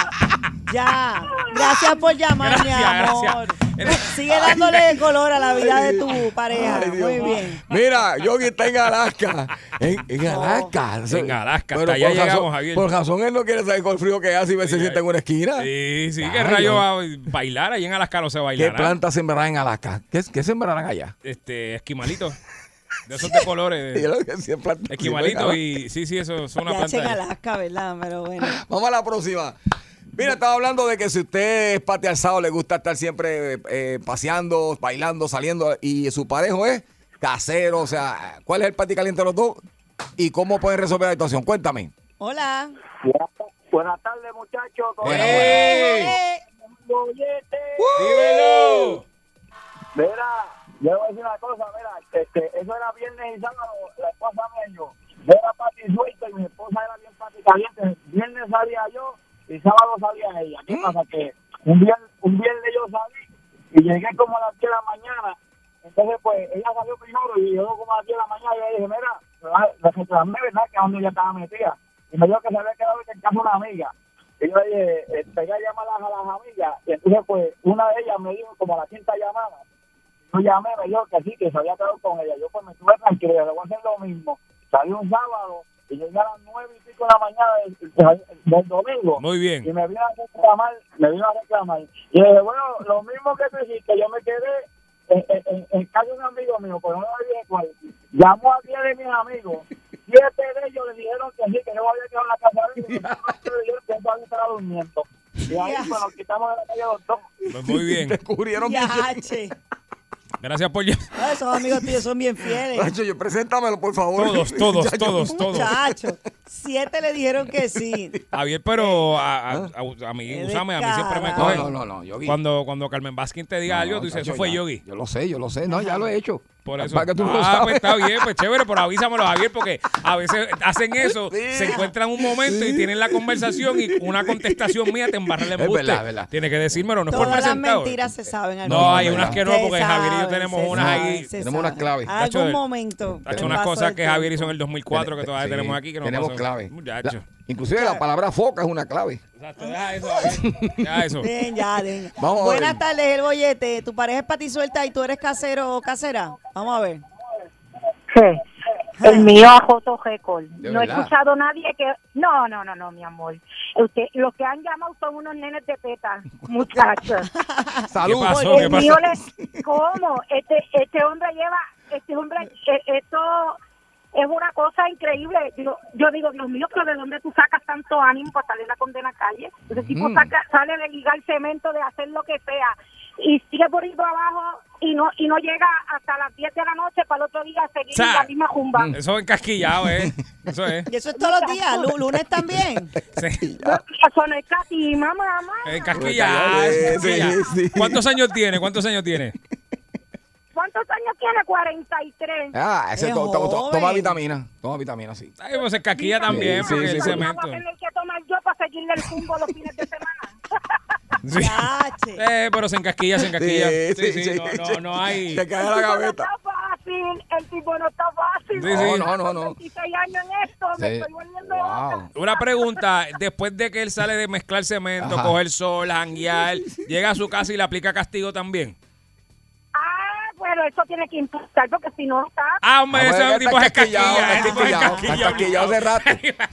Speaker 4: Ya. Gracias por llamar, mi
Speaker 6: Gracias,
Speaker 4: amor.
Speaker 6: gracias.
Speaker 4: Sigue dándole color a la vida de tu pareja.
Speaker 3: Ay, Dios
Speaker 4: Muy
Speaker 3: mío.
Speaker 4: bien.
Speaker 3: Mira, Yogi está en Alaska. En, en Alaska.
Speaker 6: En Alaska, hasta
Speaker 3: Pero
Speaker 6: allá
Speaker 3: por razón-
Speaker 6: llegamos, Javier.
Speaker 3: Por razón él no quiere salir con el frío que hace y se sienta en una esquina.
Speaker 6: Sí, sí, que
Speaker 3: Ay,
Speaker 6: rayo
Speaker 3: Dios.
Speaker 6: va a bailar ¿ah? ahí en Alaska no se
Speaker 3: ¿Qué
Speaker 6: bailará.
Speaker 3: planta sembrarán en Alaska? ¿Qué, qué sembrarán allá?
Speaker 6: Este, esquimalito. De esos de colores.
Speaker 3: Y es
Speaker 6: de-
Speaker 3: lo que siempre planta-
Speaker 6: Esquimalito y sí, sí, eso son una
Speaker 4: Ya
Speaker 6: planta.
Speaker 4: che en
Speaker 6: de-
Speaker 4: Alaska, ¿verdad? Pero bueno.
Speaker 3: Vamos a la próxima. Mira, estaba hablando de que si usted es pate alzado, le gusta estar siempre eh, paseando, bailando, saliendo, y su parejo es casero, o sea, ¿cuál es el pati caliente de los dos? ¿Y cómo pueden resolver la situación? Cuéntame.
Speaker 4: Hola.
Speaker 8: Buenas tardes, muchachos.
Speaker 3: Buena,
Speaker 6: ¡Ey!
Speaker 4: Eh,
Speaker 8: Bollete.
Speaker 6: ¡Dímelo!
Speaker 8: Mira, yo voy a decir una cosa, mira, este, eso era viernes y sábado, la esposa mía y yo. Yo era pati suelta y mi esposa era bien pati caliente. Viernes salía yo y sábado salía ella. ¿Qué pasa? Que un viernes, un viernes yo salí y llegué como a las 10 de la mañana. Entonces, pues, ella salió primero y yo como a las 10 de la mañana y yo le dije, mira, me vas- me reclamé, ¿verdad? Que es donde ella estaba metida. Y me dijo que se había quedado en casa de una amiga. Y yo le dije, eh, pegué a llamar a las, a las amigas. Y entonces, pues, una de ellas me dijo como a la quinta llamada. Yo llamé, me dijo que sí, que se había quedado con ella. Yo pues me estuve tranquilo, yo le voy a hacer lo mismo. Salí un sábado y llegué a las nueve y pico de la mañana del, del- del domingo.
Speaker 6: Muy bien.
Speaker 8: Y me vino a reclamar, me vino a reclamar. Y le dije, bueno, lo mismo que tú hiciste, yo me quedé en, en- en- en casa de un amigo mío, pero no le dije cuál. Llamó a 10 de mis amigos, siete de ellos le dijeron que sí, que yo había quedado en la casa de ellos, y los otros le dijeron que yo había estado durmiendo. Y ahí pues nos quitamos de la calle los dos.
Speaker 6: Pues muy bien.
Speaker 3: Descubrieron
Speaker 4: ya,
Speaker 3: mi-
Speaker 4: che.
Speaker 6: Gracias por llamar.
Speaker 4: Ah, Esos amigos tuyos son bien fieles.
Speaker 3: Nacho, yo, preséntamelo, por favor.
Speaker 6: Todos, todos,
Speaker 3: Ya, yo-
Speaker 6: todos, todos.
Speaker 4: Muchachos. Siete le dijeron que sí.
Speaker 6: Javier, pero a, a- a- a mí,
Speaker 4: Qué
Speaker 6: úsame, a mí siempre me
Speaker 4: descarado.
Speaker 6: coge.
Speaker 3: No, no, no, no, Yogi.
Speaker 6: Cuando, cuando Carmen Baskin te diga
Speaker 3: No,
Speaker 6: algo, tú dices,
Speaker 3: Nacho,
Speaker 6: eso fue
Speaker 3: ya.
Speaker 6: Yogi.
Speaker 3: Yo lo sé, yo lo sé. No, ya lo he hecho.
Speaker 6: Por eso.
Speaker 3: Para que tú
Speaker 6: ah,
Speaker 3: lo
Speaker 6: pues
Speaker 3: sabes.
Speaker 6: está bien, pues chévere, pero avísamelo, Javier, porque a veces hacen eso, se encuentran un momento y tienen la conversación y una contestación mía te embarra el
Speaker 3: Es
Speaker 6: embuste.
Speaker 3: verdad, verdad.
Speaker 6: Tienes que decírmelo, no es por
Speaker 4: Todas las
Speaker 6: presentado.
Speaker 4: mentiras se saben. al
Speaker 6: No,
Speaker 4: final.
Speaker 6: hay unas que no,
Speaker 4: Se
Speaker 6: porque Javier y yo
Speaker 4: saben,
Speaker 6: tenemos
Speaker 4: se
Speaker 6: unas ahí.
Speaker 4: saben, se
Speaker 3: Tenemos unas
Speaker 4: saben.
Speaker 3: claves.
Speaker 6: Tacho,
Speaker 4: Algún momento.
Speaker 6: Ha hecho
Speaker 4: el
Speaker 6: unas
Speaker 4: paso
Speaker 6: cosas
Speaker 4: del
Speaker 6: que Javier hizo
Speaker 4: tiempo.
Speaker 6: en el 2004 que todavía
Speaker 3: Sí,
Speaker 6: tenemos aquí. Que no
Speaker 3: tenemos
Speaker 6: pasó.
Speaker 3: clave.
Speaker 6: Muchacho.
Speaker 3: La- inclusive la palabra foca es una clave.
Speaker 6: Exacto, deja eso, Javier. Deja eso.
Speaker 4: Ven, ya, ven.
Speaker 3: Vamos a
Speaker 4: Buenas
Speaker 3: ver.
Speaker 4: tardes, el bollete. Tu pareja es para ti suelta y tú eres casero o casera. Vamos a ver.
Speaker 10: Sí.
Speaker 5: Ah.
Speaker 10: El mío a Joto Record.
Speaker 3: ¿De
Speaker 10: No he
Speaker 3: verdad?
Speaker 10: escuchado a nadie que... No, no, no, no, mi amor. Usted, los que han llamado son unos nenes de peta, muchachos.
Speaker 6: ¿Qué
Speaker 3: Salud.
Speaker 6: pasó? ¿Qué
Speaker 10: El mío
Speaker 6: pasó?
Speaker 10: le... ¿Cómo? Este, este hombre lleva... Este hombre... e- Esto es una cosa increíble. Yo, yo digo, Dios mío, pero ¿de dónde tú sacas tanto ánimo para salir a la condena a calle? Ese tipo
Speaker 3: Mm.
Speaker 10: saca- sale de ligar cemento, de hacer lo que sea. Y sigue por ahí para abajo y no y no llega hasta las 10 de la noche para el otro día seguir
Speaker 6: Sa-
Speaker 10: la misma jumba.
Speaker 6: Eso es encasquillado, ¿eh? Eso es.
Speaker 4: Y eso es todos los días, lu- lunes también.
Speaker 6: Sí.
Speaker 10: Eso no es catima, mamá.
Speaker 6: Encasquillado.
Speaker 3: eh, Sí,
Speaker 6: encasquillado.
Speaker 3: sí, sí.
Speaker 6: ¿Cuántos años tiene? ¿Cuántos años tiene?
Speaker 10: ¿Cuántos años tiene? 43.
Speaker 3: Ah, ese
Speaker 4: Es
Speaker 3: to- to- to- toma
Speaker 4: joven.
Speaker 3: vitamina. Toma vitamina, sí.
Speaker 6: Ay, pues encasquilla también,
Speaker 3: Sí,
Speaker 6: porque
Speaker 3: sí,
Speaker 6: el
Speaker 3: sí.
Speaker 10: Agua
Speaker 6: cemento.
Speaker 10: tener que tomar yo para seguirle el cumbo los fines de semana.
Speaker 6: Sí.
Speaker 4: Ya, che.
Speaker 6: Eh, pero se encasquilla, se encasquilla. Sí, sí, no, no, no hay.
Speaker 3: Se cae la
Speaker 10: tipo no
Speaker 3: gaveta.
Speaker 10: está fácil, el tipo no está fácil.
Speaker 6: Sí, sí.
Speaker 3: No, no, no, no.
Speaker 10: Con 26 años en esto, me
Speaker 3: Sí.
Speaker 10: estoy volviendo
Speaker 3: Wow.
Speaker 10: loca.
Speaker 6: Una pregunta, después de que él sale de mezclar cemento,
Speaker 3: Ajá.
Speaker 6: coger sol, janguear, llega a su casa y le aplica castigo también.
Speaker 10: Ah, pero eso tiene que impulsar porque si no está.
Speaker 6: Ah, hombre,
Speaker 3: Vamos a
Speaker 6: ese
Speaker 3: ver,
Speaker 6: tipo
Speaker 3: está
Speaker 6: es casquilla, el
Speaker 3: encasquillado,
Speaker 6: tipo es
Speaker 3: está encasquillado, está
Speaker 6: casquilla.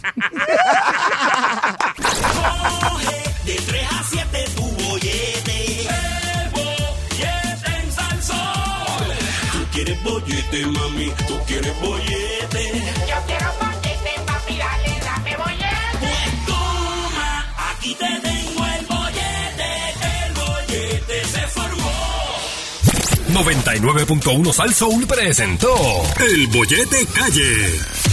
Speaker 1: De 3 a 7 tu bollete. El bollete en Salsón. Tú quieres bollete, mami. Tú quieres bollete. Yo quiero bollete, papi. Dale, dame bollete. Pues toma, aquí te tengo el bollete. El bollete se formó.
Speaker 11: 99.1 Sal Soul presentó El Bollete Calle.